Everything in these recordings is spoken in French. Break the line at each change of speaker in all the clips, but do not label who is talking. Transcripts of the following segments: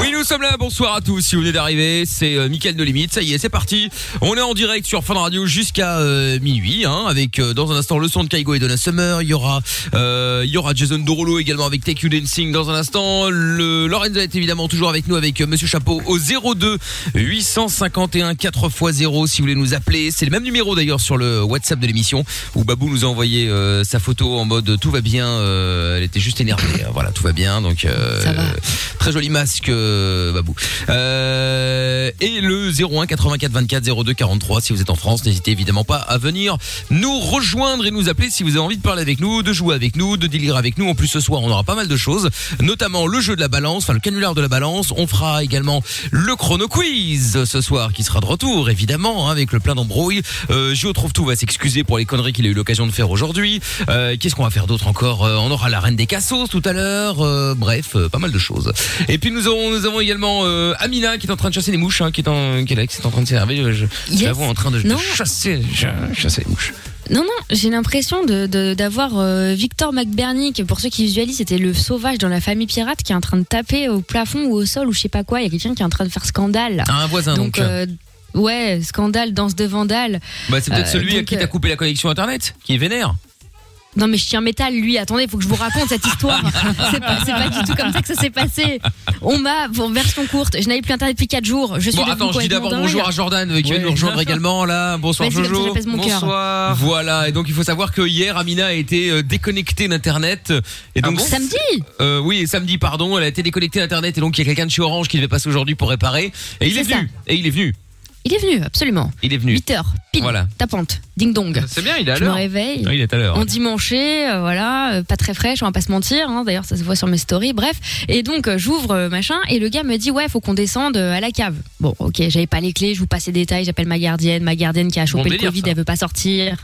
Oui, nous sommes là. Bonsoir à tous. Si vous venez d'arriver, c'est euh, Mickaël de Limite. Ça y est, c'est parti. On est en direct sur Fun Radio jusqu'à euh, minuit, hein, avec euh, dans un instant le son de Kaigo et Donna Summer. Il y aura, euh, il y aura Jason Dorolo également avec Take You Dancing dans un instant. Le Lorenzo est évidemment toujours avec nous avec euh, Monsieur Chapeau au 02 851 4x0 si vous voulez nous appeler. C'est le même numéro d'ailleurs sur le WhatsApp de l'émission où Babou nous a envoyé euh, sa photo en mode tout va bien. euh, elle était juste énervée. hein. Voilà, tout va bien. Donc euh, très joli masque euh, Babou. Euh, et le 01 84 24 02 43 si vous êtes en France, n'hésitez évidemment pas à venir nous rejoindre et nous appeler si vous avez envie de parler avec nous, de jouer avec nous, de délire avec nous. En plus ce soir, on aura pas mal de choses, notamment le jeu de la balance, enfin le canular de la balance. On fera également le chrono quiz ce soir qui sera de retour évidemment hein, avec le plein d'embrouilles. Euh, Gio trouve tout va s'excuser pour les conneries qu'il a eu l'occasion de faire aujourd'hui. Euh, Qu'est-ce qu'on va faire d'autre encore Euh, On aura la reine des cassos tout à l'heure. Euh, bref, euh, pas mal de choses. Et puis nous avons, nous avons également euh, Amina qui est en train de chasser les mouches, hein, qui est en, qui est là, qui est en train de s'énerver. Je, je, je la vois en train de, de
Non.
chasser, je- chasser les mouches.
Non, non, j'ai l'impression d'avoir de, d'avoir euh, Victor McBurney, qui pour ceux qui visualisent, c'était le sauvage dans la famille pirate qui est en train de taper au plafond ou au sol ou je sais pas quoi. Il y a quelqu'un qui est en train de faire scandale.
Ah, un voisin, donc.
euh, ouais, scandale, danse de vandale.
Bah, c'est peut-être
Euh,
celui à
donc,
qui t'as
euh,
coupé la connexion internet, qui est vénère.
Non mais je tiens métal lui, attendez, faut que je vous raconte cette histoire. c'est pas, c'est pas du tout comme ça que ça s'est passé. On m'a, pour version courte, je n'avais plus internet depuis 4 jours. Oh, Je suis
Bon,
devenue
attends, je dis
complètement
d'abord
dingue.
bonjour à Jordan euh, qui vient
Ouais.
nous rejoindre également là. Bonsoir
Vas-y, comme ça,
Jojo.
j'apaise mon cœur. Bonsoir.
Voilà, et donc il faut savoir que hier Amina a été euh, déconnectée d'internet et
Ah
donc
bon Samedi
Euh, oui, samedi pardon, elle a été déconnectée d'internet et donc il y a quelqu'un de chez Orange qui devait passer aujourd'hui pour réparer et il est,
C'est
venu. Et il est venu.
Il est venu, absolument.
Il est venu.
8 heures, pile,
Voilà.
tapante, ding dong.
C'est bien, il est à
Je me
l'heure.
réveille.
Oui, il est à l'heure.
On dimanchait, euh, voilà, euh, pas très fraîche, on va pas se mentir. hein, D'ailleurs, ça se voit sur mes stories. Bref, et donc euh, j'ouvre euh, machin et le gars me dit ouais, faut qu'on descende euh, à la cave. Bon, ok, j'avais pas les clés, je vous passe les détails. J'appelle ma gardienne, ma gardienne qui a chopé le
délire,
Covid,
ça.
elle veut pas sortir.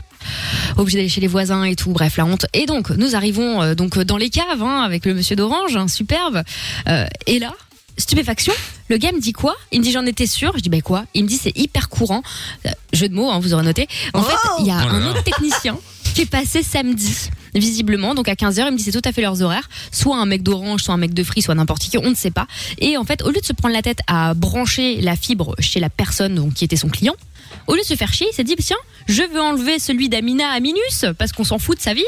Obligé d'aller chez les voisins et tout. Bref, la honte. Et donc, nous arrivons euh, donc euh, dans les caves hein, avec le monsieur d'orange, hein, superbe. Euh, et là. Stupéfaction, le gars me dit quoi Il me dit j'en étais sûr. Je dis bah quoi Il me dit c'est hyper courant. Euh, jeu de mots, hein, vous aurez noté. En fait, il y a
Oh là
un
là.
autre technicien qui est passé samedi. Visiblement, donc à 15h, il me dit c'est tout à fait leurs horaires. Soit un mec d'Orange, soit un mec de Free, soit n'importe qui, on ne sait pas. Et en fait, au lieu de se prendre la tête à brancher la fibre chez la personne donc, qui était son client, au lieu de se faire chier, il s'est dit tiens, je veux enlever celui d'Amina à Minus parce qu'on s'en fout de sa vie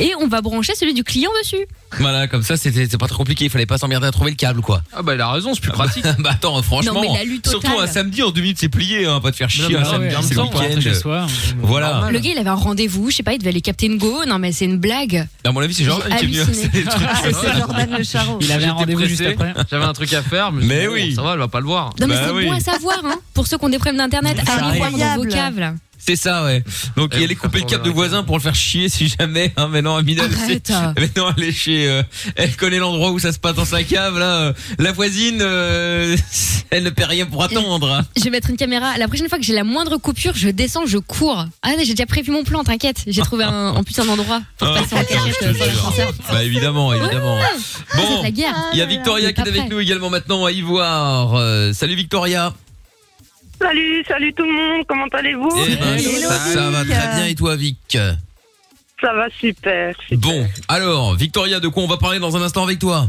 et on va brancher celui du client dessus.
Voilà, comme ça c'était c'est pas trop compliqué, il fallait pas s'emmerder à trouver le câble quoi. Ah bah il a raison, c'est plus pratique. bah attends, franchement,
Non, mais la lutte
surtout
totale.
un samedi en deux minutes c'est plié, hein, pas de faire
Non,
chier
mais
un
ouais,
samedi,
en même
c'est le
temps, rentrer chez
week-end.
soi,
Voilà.
Le gars, il avait un rendez-vous, je sais pas, il devait aller capter une go. Non, mais c'est une blague.
À mon avis, c'est Jordan
J'ai
qui est venu.
halluciné.
C'est le truc.
Ah, c'est Jordan Le Charron.
Il avait un
J'étais
rendez-vous juste
pressé.
après.
J'avais un truc à faire, mais,
Mais Bah
oui. ça va, elle va pas le voir.
Non, mais c'est bon à savoir, hein, pour ceux qui ont des problèmes d'internet, allez voir dans vos
Incroyable.
caves là.
C'est ça, ouais. Donc,
Eh,
il allait couper le câble de voisin pour le faire chier si jamais. Hein, mais non, Amina, elle,
Arrête.
sait- maintenant, elle est chez. euh, elle connaît l'endroit où ça se passe dans sa cave, là. euh, La voisine, euh, elle ne paie rien pour attendre. hein.
Je vais mettre une caméra. La prochaine fois que j'ai la moindre coupure, je descends, je cours. Ah, j'ai déjà prévu mon plan, t'inquiète. J'ai trouvé un, en plus un endroit pour
Ah,
passer en
putain,
cachette.
je te
euh,
jure.
sans sortir.
Bah, évidemment, évidemment.
Ah,
Bon.
c'est la guerre.
Il y a
Ah,
Victoria qui est avec nous également maintenant à Ivoire. Euh, salut Victoria.
Salut, salut tout le monde, comment allez-vous
Eh ben, ça va très bien et toi Vic
Ça va super.
Bon, alors Victoria, de quoi on va parler dans un instant avec toi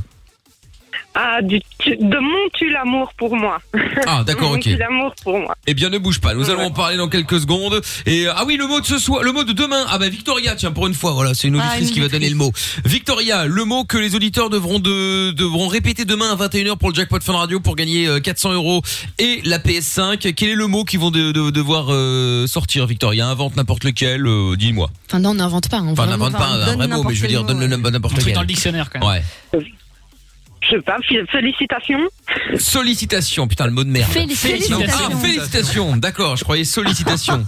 Ah, du, tu- de mon tu l'amour pour moi.
Ah, d'accord,
Mon
ok.
tu l'amour pour moi.
Eh bien, ne bouge pas.
Ah,
Nous allons en parler dans quelques secondes. Et euh, ah oui, le mot de ce soir, le mot de demain. Ah bah Victoria, tiens pour une fois, voilà, c'est une
Ah,
auditrice
une
qui va donner le mot. Victoria, le mot que les auditeurs devront de devront répéter demain à 21h pour le jackpot Fun Radio pour gagner euh, 400 euros et la PS5. Quel est le mot qu'ils vont de- de- devoir euh, sortir, Victoria Invente n'importe lequel. euh, Dis-moi.
Enfin, non, on n'invente pas. hein. On
Enfin,
vraiment-
n'invente pas un vrai mot, mais je veux dire, donne le nom n'importe lequel.
dans le dictionnaire quand même.
Ouais.
Je sais pas, fé- félicitations.
Sollicitations, putain, le mot de merde.
Félicitations.
Ah, félicitations, d'accord, je croyais sollicitations.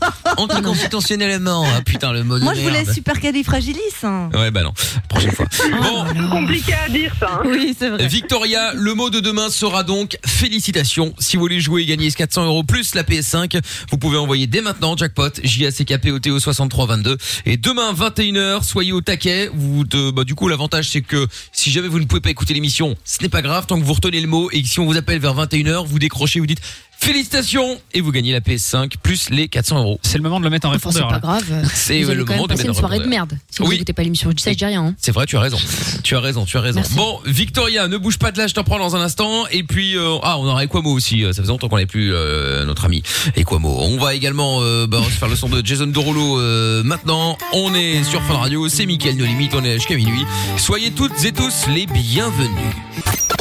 Anticonstitutionnellement, ah putain, le mot de
Moi, je
merde.
voulais super fragilis. Hein. Ah,
Ouais, bah non. Prochaine fois. Bon,
C'est compliqué à dire ça. hein.
Oui, c'est vrai.
Victoria, le mot de demain sera donc félicitations. Si vous voulez jouer et gagner ce 400 euros plus la PS5, vous pouvez envoyer dès maintenant jackpot JACKPOTO 6322. Et demain 21h, soyez au taquet. Vous, de- bah, du coup, l'avantage c'est que si jamais vous ne pouvez pas écouter l'émission, ce n'est pas grave tant que vous retenez le mot et que si on vous appelle vers 21h, vous décrochez, vous dites Félicitations et vous gagnez la PS5 plus les 400 euros.
C'est le moment de le mettre en
Enfin, hein. c'est
répondeur.
pas
là.
grave.
C'est
vous
le
allez quand même
moment de
passer
mettre
une
en
soirée de
répondeur.
merde. Si vous
Oui.
écoutez pas l'émission, je dis ça, je dis rien. hein.
C'est vrai, tu as raison. Tu as raison, tu as raison.
Merci.
Bon, Victoria, ne bouge pas de là, je t'en prends dans un instant. Et puis, euh, ah, on aura Equamo aussi. euh, Ça faisait longtemps qu'on n'avait plus euh, notre ami Equamo. On va également euh, bah, on va se faire le son de Jason Derulo euh, maintenant. On est sur Fun Radio, c'est Mickaël No Limite, on est jusqu'à minuit. Soyez toutes et tous les bienvenus.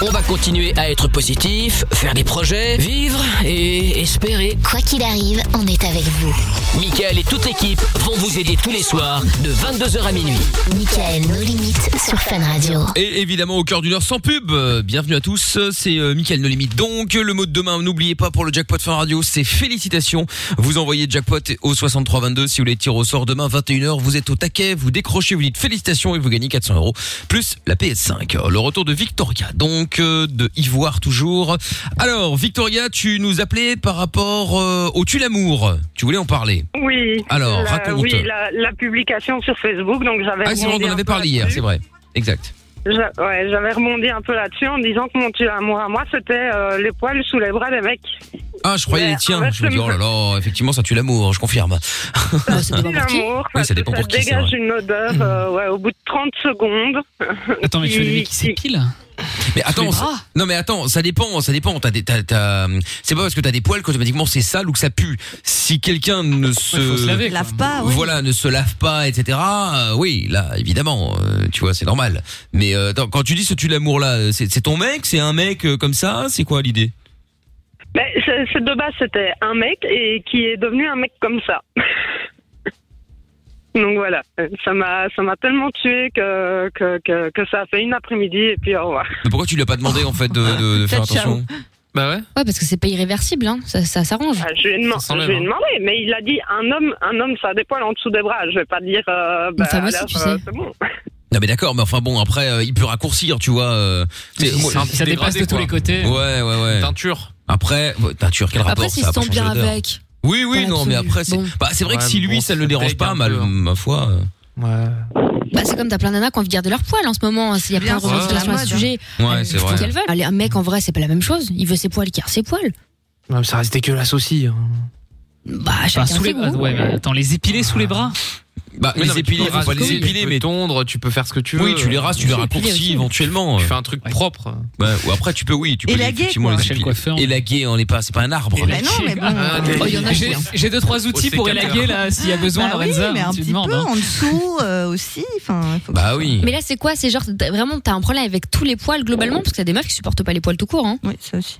On va continuer à être positif, faire des projets, vivre et espérer.
Quoi qu'il arrive, on est avec vous.
Michael et toute l'équipe vont vous aider tous les soirs de 22h à minuit.
Michael, nos limites sur Fun Radio.
Et évidemment, au cœur d'une heure sans pub, euh, bienvenue à tous, euh, c'est euh, Mickaël No Limite. Donc, euh, le mot de demain, n'oubliez pas pour le jackpot fin radio, c'est félicitations. Vous envoyez jackpot au 6322 si vous voulez tirer au sort demain 21h. Vous êtes au taquet, vous décrochez, vous dites félicitations et vous gagnez 400 euros plus la PS5. Euh, Le retour de Victoria, donc euh, de Ivoire toujours. Alors, Victoria, tu nous appelais par rapport euh, au tu l'amour. Tu voulais en parler.
Oui.
Alors,
La-
raconte.
Oui, la, la publication sur Facebook, donc j'avais.
Ah, c'est vrai,
remondé
on en
un
avait
peu
parlé hier,
là-dessus.
c'est vrai. Exact.
J'a- ouais, j'avais remondé un peu là-dessus en disant que mon tueur à moi, à moi, c'était euh, les poils sous les bras des mecs.
Ah, je croyais
Mais
les tiens.
en fait,
Je me dis,
le-
oh là là, effectivement, ça tue l'amour, je confirme.
Bah, ça dépend pour qui.
L'amour,
Oui,
parce
ça
que
dépend pour qui, c'est
dégage
vrai.
une odeur euh, ouais, au bout de 30 secondes.
Attends, mais tu veux les mecs qui s'épilent
Mais attends,
les
ça- non mais attends, ça dépend, ça dépend. T'as des, t'as, t'as- c'est pas parce que t'as des poils qu'automatiquement c'est sale ou que ça pue. Si quelqu'un ne se,
Il faut se laver. quoi.
Lave pas, ouais.
voilà, ne se lave pas, etc. euh, oui, là, évidemment, euh, tu vois, c'est normal. Mais euh, attends, quand tu dis ce tu l'amour là, euh, c'est, c'est ton mec, c'est un mec euh, comme ça, c'est quoi l'idée
Mais c'est, c'est de base, c'était un mec et qui est devenu un mec comme ça. Donc voilà, ça m'a, ça m'a tellement tué que, que, que, que ça a fait une après-midi et puis au revoir.
Mais Pourquoi tu lui as pas demandé
Oh.
en fait de, de- de faire
Ciao, ciao.
attention
Bah ouais.
Ouais, parce que c'est pas irréversible, hein. ça, ça s'arrange.
Ah, je lui ai, deman-
Ça s'enlève,
je lui ai
hein.
demandé, mais il a dit un homme, un homme, ça a des poils en dessous des bras. Je vais pas dire. euh, bah,
femme aussi,
alors,
tu sais.
euh, c'est bon.
Non mais d'accord, mais enfin bon, après euh, il peut raccourcir, tu vois. euh, tu sais, moi-
c'est un
Ça dépasse
dégradé,
de tous
quoi.
les côtés.
ouais, ouais, ouais.
Teinture.
Après, ouais, teinture, quel rapport
Après, s'il
ça
se
a pas
sent bien
changé d'odeur.
avec.
Oui, oui,
Dans
non, mais
l'absolu.
après, c'est.
Bon.
Bah, c'est vrai
Ouais,
que si
mais
lui,
bon,
ça ne
ça
le dérange
dégue
pas,
un
mal,
peu, hein.
ma foi. euh,
Ouais.
Bah, c'est comme t'as plein d'annas qui ont envie de garder leurs poils en ce moment. Il y a plein
Bien
de
sûr,
revendications
c'est la
à ce
mode,
sujet.
Ouais,
Elles
c'est
font ce
vrai.
qu'elles veulent. Allez, un mec, en vrai, c'est pas la même chose. Il veut ses poils, il garde ses poils.
Ouais, mais ça reste dégueulasse aussi. hein.
Bah,
Enfin,
chacun
sous
ses
les
goûts.
bras. Ouais, mais attends, les épiler sous les bras
Bah,
Mais non,
les
mais tu
épiler,
peux
faut pas
raser,
les
Tu
épiler,
peux
mais.
tondre, tu peux faire ce que tu veux.
Oui, tu les rases, tu les
Tu peux épiler
raccourcis
aussi.
éventuellement.
Tu fais un truc
Ouais.
propre.
Ouais, ou après, tu peux, oui, tu peux
Élaguer,
effectivement
quoi.
les
Chez le
épiler.
coiffeur.
Élaguer, on n'est pas, c'est pas un arbre.
Bah non, mais bon.
Ah,
euh,
Oh, il y en a
J'ai-
qui, hein.
J'ai deux trois outils pour
sécateur.
élaguer là s'il y a besoin,
bah
Lorenza.
oui, mais un
tu
petit
demandes.
peu
hein.
en dessous euh, aussi. Enfin, il faut que-
Bah
Hmm.
oui.
Mais là, c'est quoi C'est genre, t'as- vraiment, t'as un problème avec tous les poils globalement, parce qu'il y a des meufs qui supportent pas les poils tout court. Hein.
Oui, ça aussi.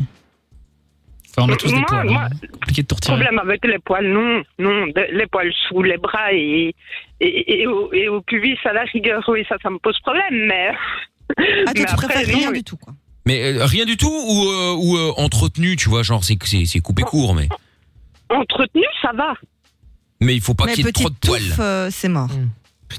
Enfin, on a tous des
Moi,
poils.
moi,
hein. Compliqué de tourtirer.
Problème avec les poils, non, non, de- les poils sous les bras et, et, et, au, et au pubis à la rigueur, oui, ça, ça me pose problème, mais.
Ah, toi,
Mais
tu
après,
préfères
non,
rien
oui.
du tout, quoi.
Mais euh, rien du tout ou, euh, ou euh, entretenu, tu vois, genre, c'est- c'est c'est coupé court, mais.
Entretenu, ça va.
Mais il faut pas
mais
qu'il y ait
petite
trop de poils.
touffe, euh, c'est mort.
Mm.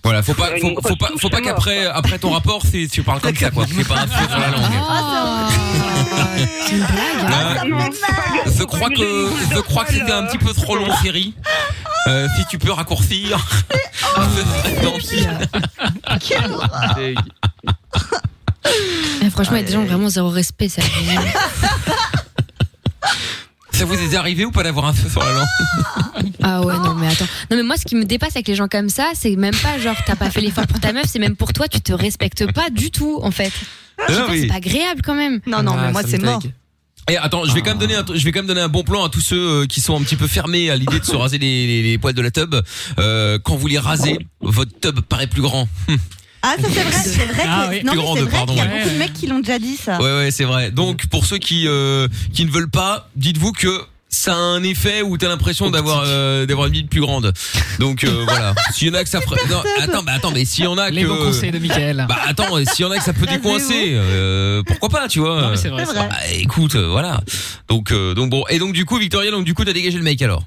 Voilà, faut pas, faut,
Une
faut pas,
grosse
faut pas
touffe,
qu'après, après ton rapport, c'est- tu parles comme ça, quoi. Tu fais pas un feu sur la langue.
Ah, c'est une blague. hein.
Ah,
ça me
non,
fait mal.
Je crois que je crois que c'était un petit peu trop long, Thierry. Euh, si tu peux raccourcir.
Oh,
Tant pis.
Eh, franchement, il y a des gens vraiment zéro respect, ça.
Ça vous est arrivé ou pas d'avoir un feu sur la langue
Ah ouais, non, mais attends. Non, mais moi, ce qui me dépasse avec les gens comme ça, c'est même pas genre, t'as pas fait l'effort pour ta meuf, c'est même pour toi, tu te respectes pas du tout, en fait. Je sais
Ah
pas,
oui.
C'est pas agréable quand même.
Non, non, mais
Ah,
moi,
ça me
c'est mort.
dégue.
Et Eh, attends, je vais quand même donner un, je vais quand même donner un bon plan à tous ceux euh, qui sont un petit peu fermés à l'idée de se raser les, les, les poils de la tub. Euh, quand vous les rasez, votre tub paraît plus grand.
Ah, ça, c'est vrai, c'est vrai. que-
Ah oui,
non,
plus
mais
grande,
c'est vrai
pardon,
qu'il y a
ouais.
beaucoup de mecs qui l'ont déjà dit,
Ah.
ça.
Ouais ouais, c'est vrai. Donc pour ceux qui euh, qui ne veulent pas, dites-vous que ça a un effet où t'as l'impression d'avoir euh, d'avoir une bite plus grande. Donc euh, voilà. S'il y en a que ça ferait- non, attends, mais attends, mais s'il y en a
Les
que
bons conseils de Michael.
Bah attends, euh, s'il y en a que ça peut
Rasez-vous.
décoincer, euh, pourquoi pas, tu vois
Non, mais c'est vrai.
C'est
ça.
vrai.
Bah, écoute, euh, voilà. Donc euh, donc bon, et donc du coup Victoria, donc du coup t'as dégagé le mec alors.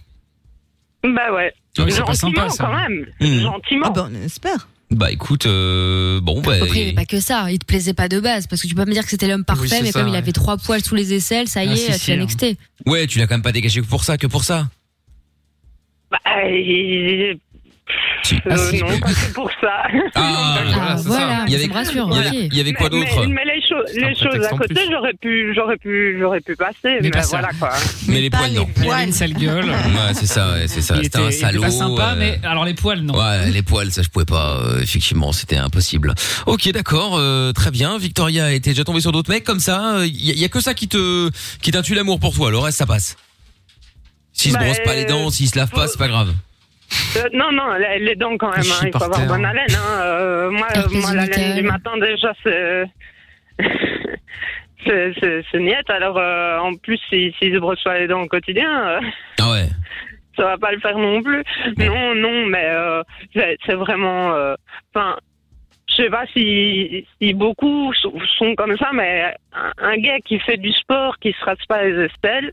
Bah ouais.
Ah oui, c'est pas
Gentiment,
sympa ça. Hmm.
quand même.
Mhm.
Gentiment.
Ah, bah, on espère.
Bah écoute, euh, bon bah.
Après, il y avait
et-
pas que ça. Il te plaisait pas de base, parce que tu peux pas me dire que c'était l'homme
Oui,
parfait,
c'est
mais
ça,
comme il
ouais.
avait trois poils sous les aisselles, ça y
Ah,
est,
si,
tu
si,
l'as
hein.
nexté.
Ouais, tu l'as quand même pas dégagé que pour ça, que pour ça.
Bah, et- Bah, Euh, non, pas que pour ça.
Ah,
Ah, voilà,
Il y avait-
ça me rassure.
il y avait-
ok.
il y avait quoi
Mais-
d'autre
Mais, mais les, cho-
un
les choses
prétexte
à
en
côté,
plus.
j'aurais pu, j'aurais pu, j'aurais pu passer. Mais,
pas ça.
voilà quoi.
Mais les poils, non.
Il avait une sale gueule.
Ouais, c'est ça, ouais, c'est ça.
Il
C'était
était,
un
il était
salaud.
pas sympa,
euh,
mais alors les poils, non.
Ouais, les poils, ça je pouvais pas. euh, effectivement, c'était impossible. Ok, d'accord, euh, très bien. Victoria était déjà tombée sur d'autres mecs comme ça. Il y, a que ça qui te, qui t'intue l'amour pour toi. Le reste, ça passe. S'ils
Bah,
se brossent pas les dents, s'ils se lavent pas, c'est pas grave.
Euh, non, non, les, les dents quand même.
Il
hein,
chie
il faut
par
avoir
terre.
bonne haleine. hein. Euh, moi,
Elle
euh,
pèse
moi,
une
la haleine du
vitale.
matin déjà, c'est c'est- c'est- c'est niette. Alors euh, en plus, s'ils si, se brossent pas les dents au quotidien. euh,
Ah ouais.
ça va pas le faire non plus. Non, non, mais euh, c'est c'est vraiment. euh, Enfin, je sais pas si, si beaucoup sont- sont comme ça, mais un, un gars qui fait du sport, qui se rase pas les aisselles,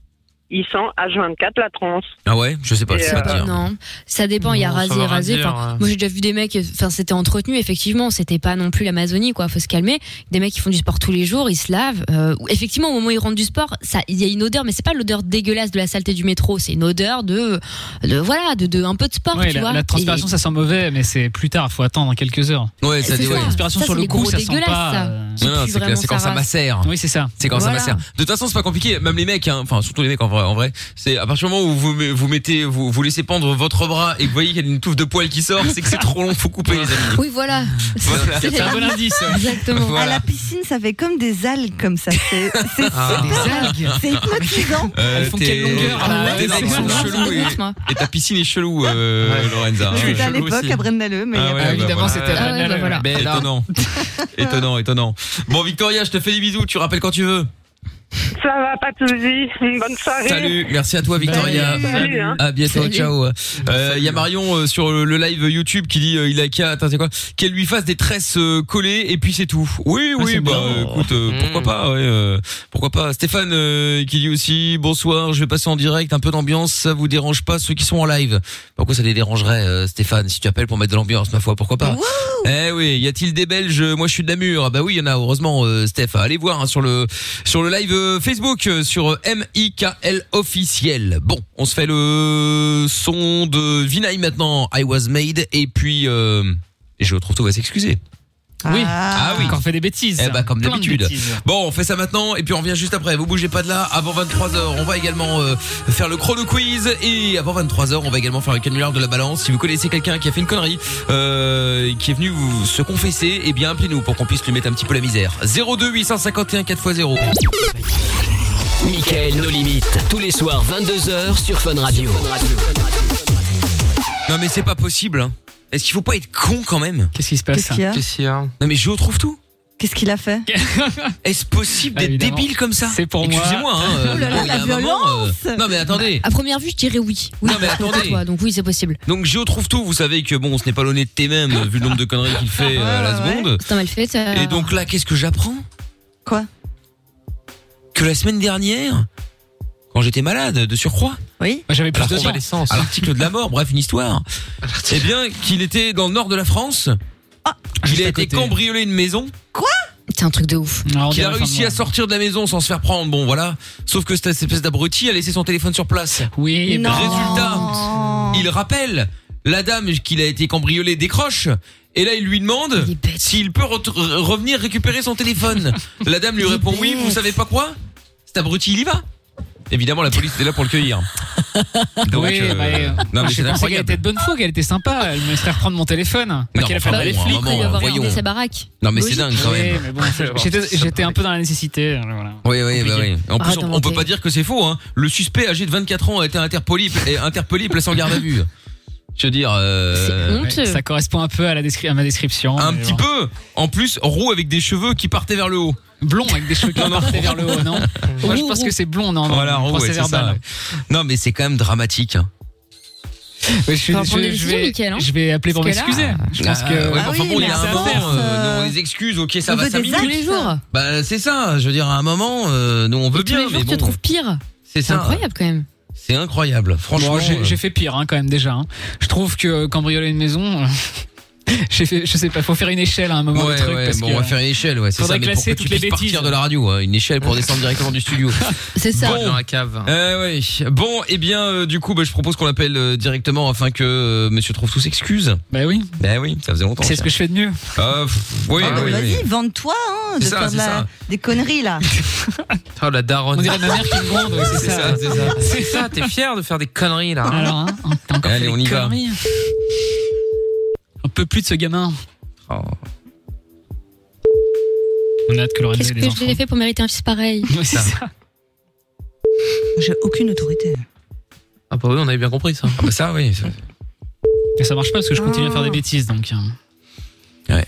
il sent H24 la transe.
Ah ouais, je sais pas, je sais
Et,
pas te
euh,
dire.
Non, ça dépend. Il y a
Non, ça
rasé,
veut rien
rasé.
dire,
Enfin,
hein.
ouais.
moi, j'ai déjà vu des mecs. Enfin, c'était entretenu. Effectivement, c'était pas non plus l'Amazonie, quoi. Faut se calmer. Des mecs qui font du sport tous les jours, ils se lavent. Euh, effectivement, au moment où ils rentrent du sport, ça, il y a une odeur, mais c'est pas l'odeur dégueulasse de la saleté du métro. C'est une odeur de, de- voilà, de, de un peu de sport,
Ouais,
tu
la,
vois.
la transpiration,
Et-
ça sent mauvais, mais c'est plus tard. Faut attendre quelques heures.
Ouais, ça
c'est
dit
ça.
ouais.
La transpiration
Ça,
sur
c'est
le
des
cou,
gros
ça sent
dégueulasses,
pas.
ça.
euh,
Non, non,
pue
c'est clair,
vraiment
c'est quand
sa
ça
race.
macère.
Oui, c'est ça.
C'est quand
Voilà.
ça macère. De toute façon, c'est pas compliqué. Même les mecs, hein. enfin surtout les mecs en vrai. En vrai, c'est à partir du moment où vous me- vous mettez, vous, vous laissez pendre votre bras et que vous voyez qu'il y a une touffe de poils qui sort, c'est que c'est trop long. Faut couper, les amis.
Oui, voilà.
Voilà.
C'est
C'est un
la-
bon indice.
Exactement.
Voilà.
À la piscine, ça fait comme des algues comme ça. C'est c'est
Ah.
super.
Des algues.
C'est hypnotisant.
Euh,
Elles font quelle
t'es-
longueur, là
Tes
Ouais,
mecs
c'est
sont
ça.
chelous et,
Moi.
et ta piscine est chelou, euh,
Ouais.
Lorenza.
Je suis
J'étais à
chelou
l'époque
aussi.
à Brendaleux, mais il y a
Ah
pas-
ouais, bah
évidemment,
voilà.
c'était
Ah ouais,
Renal.
bah voilà.
Mais là,
Étonnant. étonnant, étonnant. Bon, Victoria, je te fais des bisous. Tu rappelles quand tu veux.
Ça va, pas de soucis. Une bonne soirée.
Salut. Merci à toi, Victoria.
Salut, hein.
À bientôt,
Salut.
ciao. Euh, Il y a Marion euh, sur le, le live YouTube qui dit euh, il a qu'à attends, c'est quoi qu'elle lui fasse des tresses euh, collées et puis c'est tout. Oui
Ah,
oui
c'est
bah
bien.
euh, écoute euh,
Mm.
pourquoi pas ouais, euh, pourquoi pas. Stéphane euh, qui dit aussi bonsoir je vais passer en direct un peu d'ambiance ça vous dérange pas ceux qui sont en live pourquoi ça les dérangerait euh, Stéphane si tu appelles pour mettre de l'ambiance ma foi pourquoi pas. Eh oui y a-t-il des Belges moi je suis de Namur ah bah oui il y en a heureusement euh, Steph allez voir hein, sur le sur le live euh, Facebook euh, sur euh, MIKL officiel. Bon, on se fait le son de Vinay maintenant, I was made et puis euh, je retrouve tout va s'excuser.
Oui.
Ah.
oui.
Quand on fait des bêtises.
Eh bah, comme
Plein de
d'habitude.
bêtises.
Bon, on fait ça maintenant et puis on revient juste après. Vous bougez pas de là avant 23h. On va également euh, faire le chrono quiz et avant 23h, on va également faire le canular de la balance. Si vous connaissez quelqu'un qui a fait une connerie euh, qui est venu vous- se confesser, eh bien appelez-nous pour qu'on puisse lui mettre un petit peu la misère. 02 851 4x0.
Michael, nos limites. Tous les soirs, 22h sur Fun Radio.
Non mais c'est pas possible. hein. Est-ce qu'il faut pas être con quand même
Qu'est-ce qui se passe
Qu'est-ce qu'il y a
Qu'est-ce qu'il y a
Non mais je retrouve tout.
Qu'est-ce qu'il a fait
Est-ce possible
Ah,
d'être
évidemment.
débile comme ça
C'est pour moi.
Excusez-moi. Hein, euh,
Oh là là,
il y a
la
un moment, euh,
violence
Non mais attendez.
Bah, À première vue, je dirais oui. Oui,
Non, mais
je comprends
attendez.
toi, donc oui, c'est possible.
Donc je retrouve tout. Vous savez que bon, ce n'est pas l'honnêteté même vu le nombre de conneries qu'il fait euh, à
Ouais,
la
ouais.
seconde.
C'est un mal fait. euh,
Et donc là, qu'est-ce que j'apprends
Quoi
Que la semaine dernière, quand j'étais malade de surcroît,
Oui.
Moi, J'avais plus
Alors
de
qu'on va
temps.
les-
L'essence.
à l'article de la mort, bref une histoire. Eh bien, qu'il était dans le nord de la France.
Ah.
Juste
il a
à
été
côté.
cambriolé une maison.
C'est un truc de ouf.
Ah, on
qu'il a
dirait fin de
réussi
mois.
à sortir de la maison sans se faire prendre. Bon, voilà. Sauf que cette espèce d'abruti a laissé son téléphone sur place.
Oui,
Non.
bah,
Résultat, Il rappelle, la dame qu'il a été cambriolée décroche. Et là, il lui demande
Il est bête.
s'il peut re- re- revenir récupérer son téléphone. La dame lui
Il est
répond oui,
bête.
vous savez pas quoi Cet abruti, il y va. Évidemment, la police était là pour le cueillir.
Bah,
Donc,
oui,
euh,
bah, euh,
non, mais
je
c'est
pensais qu'elle
incroyable.
était de bonne foi, qu'elle était sympa. Elle me laissait prendre mon téléphone. Pas
Non,
qu'elle a
enfin,
fait
bon,
les
à un
flics. euh.
moment, hein,
Il doit y avoir
voyons.
regardé sa baraque.
Non, mais c'est
Logique.
dingue quand même.
Oui, mais bon, j'étais- J'étais un peu dans la nécessité. alors voilà.
Oui, oui, bah oui. En plus,
Arrête
on, on
d'inventer.
peut pas dire que c'est faux. Hein. Le suspect âgé de 24 ans a été interpellé et interpellé et placé en garde à vue. Je veux dire, euh,
C'est honteux.
Ouais, Ça correspond un peu à, la descri- à ma description. euh,
un
mais
petit
bon.
peu. En plus, roux avec des cheveux qui partaient vers le haut.
Blond avec des cheveux qui partaient vers le haut, non Moi, je pense que c'est blond, non non,
voilà, roux, ouais,
procès
c'est ça.
verbal.
Non, mais c'est quand même dramatique. hein.
Ouais, je,
Faut en prendre des
je- je
décisions,
vais,
Mickaël, hein.
je vais appeler pour
Parce que
m'excuser. Je pense
Ah,
que.
ouais, mais
Ah
enfin
oui,
bon, il
mais
y a
à
un moment,
force,
euh,
euh,
non, les excuses, ok, ça
on
va
veut
cinq
des
minutes.
Tous les jours.
Bah, c'est ça. Je veux dire, à un moment, euh, nous on veut
Tous
bien,
les jours,
mais
tu te
bon,
trouves pire.
c'est
C'est
ça.
incroyable quand même.
C'est incroyable. Franchement,
Bon, j'ai
euh,
j'ai fait pire hein, quand même déjà. hein. Je trouve que euh, cambrioler une maison, euh, J'ai fait- je sais pas, faut faire une échelle hein, à un moment
Ouais,
le truc.
ouais,
parce
bon,
que,
on va faire une échelle, ouais, c'est
faudrait
ça, mais pour
classer
que tu
toutes les
puisses partir
bêtises.
de la radio, hein, une échelle pour descendre directement du studio.
C'est ça.
Bon.
Dans
la cave.
Euh, ouais. Bon, et bien euh, du coup, bah, je propose qu'on l'appelle euh, directement afin que euh, Monsieur trouve tous s'excuse.
Bah oui.
Bah oui, ça faisait longtemps.
C'est ce que je fais de mieux.
Euh, pff, oui,
Ah,
oui, oui.
Vas-y, vende-toi hein, de
C'est ça,
faire
c'est
de la-
ça.
des conneries là.
Oh, la daronne.
On dirait ma mère qui me gronde, ouais, c'est
C'est
ça.
ça, c'est ça.
C'est ça, t'es fier de faire des conneries là. hein
Alors, hein, t'as encore
Allez,
fait
on
des
y va.
conneries. hein. On peut plus de ce gamin.
Oh.
On a hâte que
Qu'est-ce
Lorenzo ait
que
des
j'ai
enfants.
fait pour mériter un fils pareil
Ouais, c'est ça.
J'ai aucune autorité.
Ah bah oui, on avait bien compris ça.
Ah, bah, ça, oui. ça-
Mais ça marche pas parce que je continue à faire des
Oh.
Ah.
bêtises donc. hein.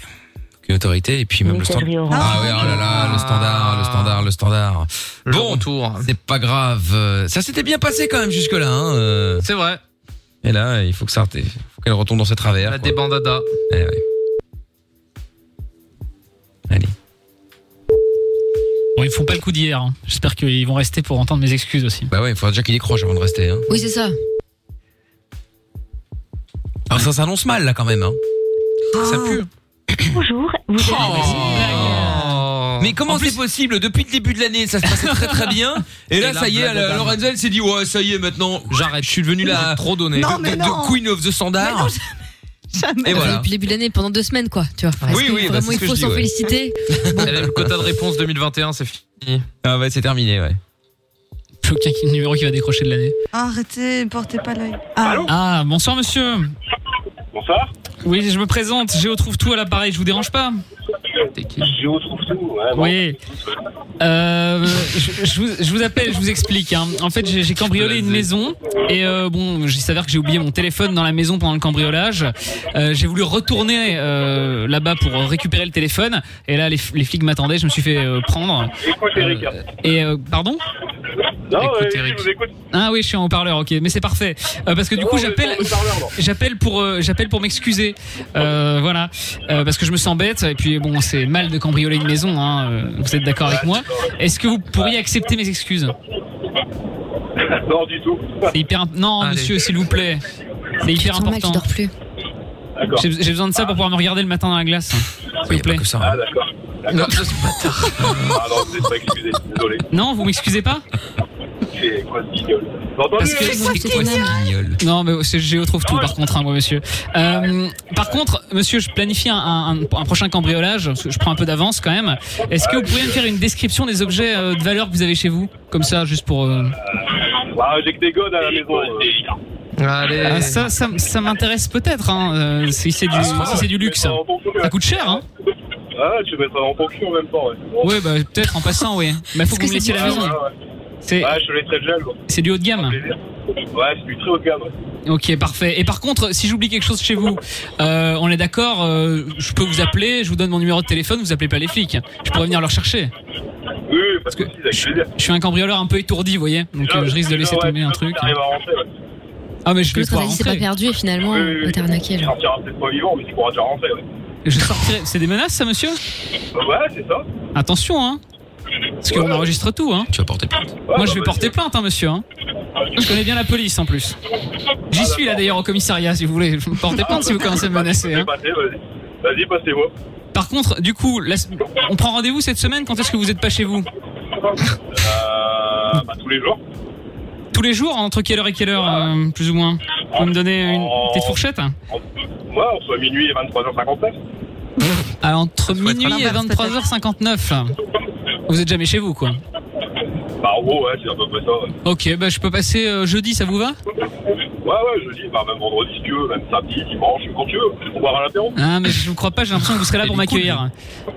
Aucune autorité et puis même le standard. Ah ouais, oh là là, le standard, le standard, le standard.
Le
Bon.
retour.
C'est pas grave. euh, Ça s'était bien passé quand même jusque là. Hein. euh.
C'est vrai.
Et là, il faut que ça, rete- faut qu'elle retombe dans ses travers.
La
quoi.
débandada.
Eh ouais. Allez.
Bon, ils font pas le coup d'hier. hein. J'espère qu'ils vont rester pour entendre mes excuses aussi.
Bah ouais, il faudra déjà qu'il décroche avant de rester. Hein.
Oui, c'est ça.
Ah, ça s'annonce mal là quand même. Hein.
Ça pue.
Bonjour,
Oh.
vous êtes
hein.
Oh.
Mais comment c'est possible Depuis le début de l'année, ça se passait très très bien. Et là,
Et là,
ça y est,
blablabla.
elle- Lorenzo, elle s'est dit ouais, ça y est, maintenant, j'arrête. Je suis devenu la
trop donné.
Non,
de-
mais
de-
non.
Queen of the
Mais
Standard.
non, Jamais.
Et voilà.
Depuis le début de l'année, pendant deux semaines, quoi. Tu vois. Parce
Oui,
que
oui, bah,
Vraiment,
c'est ce
il
que
faut
je dis,
s'en
ouais.
féliciter.
Elle a eu le quota de réponse 2021, c'est fini.
Ah ouais, c'est terminé, ouais.
Plus aucun qui- numéro qui va décrocher de l'année.
Arrêtez, portez pas l'œil. Ah,
Ah, bonsoir monsieur.
Bonsoir.
Oui, je me présente. Géo trouve tout à l'appareil. Je vous dérange pas
T'es qui
Je vous trouve tout. ouais, bon.
Oui. Euh, je, je vous, je vous appelle, je vous explique. hein. En fait, j'ai j'ai cambriolé une maison et euh, bon, il s'avère que j'ai oublié mon téléphone dans la maison pendant le cambriolage. Euh, j'ai voulu retourner euh, là-bas pour récupérer le téléphone et là, les, f- les flics m'attendaient. Je me suis fait euh, prendre.
Écoute,
Euh,
Eric.
et euh, pardon
non,
écoute,
euh,
Eric.
je vous écoute.
Ah oui, je suis en haut-parleur. Ok, mais c'est parfait Euh, parce que du coup,
Non,
j'appelle.
vous êtes dans le parleur, non.
J'appelle pour euh, j'appelle pour m'excuser Euh, voilà Euh, parce que je me sens bête et puis bon c'est mal de cambrioler une maison hein, euh, vous êtes d'accord avec moi est-ce que vous pourriez accepter mes excuses
Non, du tout.
c'est hyper imp- non
Allez.
monsieur s'il vous plaît c'est hyper
Putain, mec, je
important
dors plus.
D'accord.
j'ai j'ai besoin de ça pour pouvoir me regarder le matin dans la glace hein, s'il vous plaît
que ça.
Ah, d'accord.
Non, je-
Ah, non, vous êtes pas excusé. Désolé.
non vous m'excusez pas
C'est quoi ce guignol T'as entendu,
Parce que-
Eric
Moi,
C'est
c'est
quoi
énorme.
ce guignol
non mais c'est- je retrouve tout par contre hein, moi monsieur Euh, par contre monsieur je planifie un, un- un prochain cambriolage parce que je prends un peu d'avance quand même est-ce que vous pourriez me faire une description des objets euh, de valeur que vous avez chez vous comme ça juste pour euh,
Ah, J'ai que des godes à la maison. euh.
Allez.
Ah, ça, ça, ça m'intéresse peut-être, hein, euh, si c'est du,
Ah,
si c'est du luxe.
Tu mets ça Ah, en ton cul, ouais.
Ça coûte cher, hein
Ah, tu mets ça en ton cul en même temps. Ouais,
Ouais, bah peut-être en passant, oui. Bah faut
Est-ce
que vous
que
me laissiez
c'est
la
Ah,
du
maison.
luxe
ouais, ouais.
C'est,
Ah, je te laisserai le gel. quoi.
c'est du haut de gamme.
Plaisir. Ouais, c'est du très haut de gamme. ouais.
Ok, parfait. Et par contre, si j'oublie quelque chose chez vous, euh, on est d'accord, euh, je peux vous appeler, je vous donne mon numéro de téléphone, vous appelez pas les flics. Je pourrais venir leur chercher.
Oui, oui, parce que si, avec plaisir.
Je suis un cambrioleur un peu étourdi, vous voyez. Donc euh, je risque de laisser
Ouais,
tomber un
tu
truc.
arrives à rentrer, ouais.
Ah, mais je vais
Le
pouvoir
travail, c'est pas
rentrer.
perdu et finalement,
Oui, oui,
on
oui.
t'a arnaqué.
Tu
genre.
sortiras peut-être pas vivant, mais tu pourras déjà rentrer. Ouais,
Je sortirai. C'est des menaces, ça, monsieur
Ouais, c'est ça.
Attention, hein. Parce qu'on enregistre tout, hein.
Tu vas porter plainte.
Ouais,
Moi, je
bah,
vais
vas-y.
porter plainte, hein, monsieur. Hein. Je connais bien la police en plus. J'y suis là d'ailleurs au commissariat si vous voulez. Portez plainte si vous commencez à me menacer.
Je vais
hein.
passer, vas-y. Vas-y, passez-moi.
Par contre, du coup, la- on prend rendez-vous cette semaine. Quand est-ce que vous êtes pas chez vous
Euh, bah, tous les jours.
Tous les jours, entre quelle heure et quelle heure, euh, plus ou moins Vous pouvez me donner une petite fourchette
Moi, on soit minuit et 23h59.
Ah, Entre minuit et
l'inverse,
23h59. là. Vous êtes jamais chez vous, quoi.
Bah, en gros, ouais, c'est à peu près ça. Ouais,
Ok, bah je peux passer euh, jeudi, ça vous va
ouais, ouais, jeudi, bah, même vendredi, si tu veux, même samedi, dimanche, quand tu veux. On boira à l'apéro.
Ah, mais je vous crois pas. J'ai l'impression que vous serez là pour
Il est cool,
m'accueillir.
Co-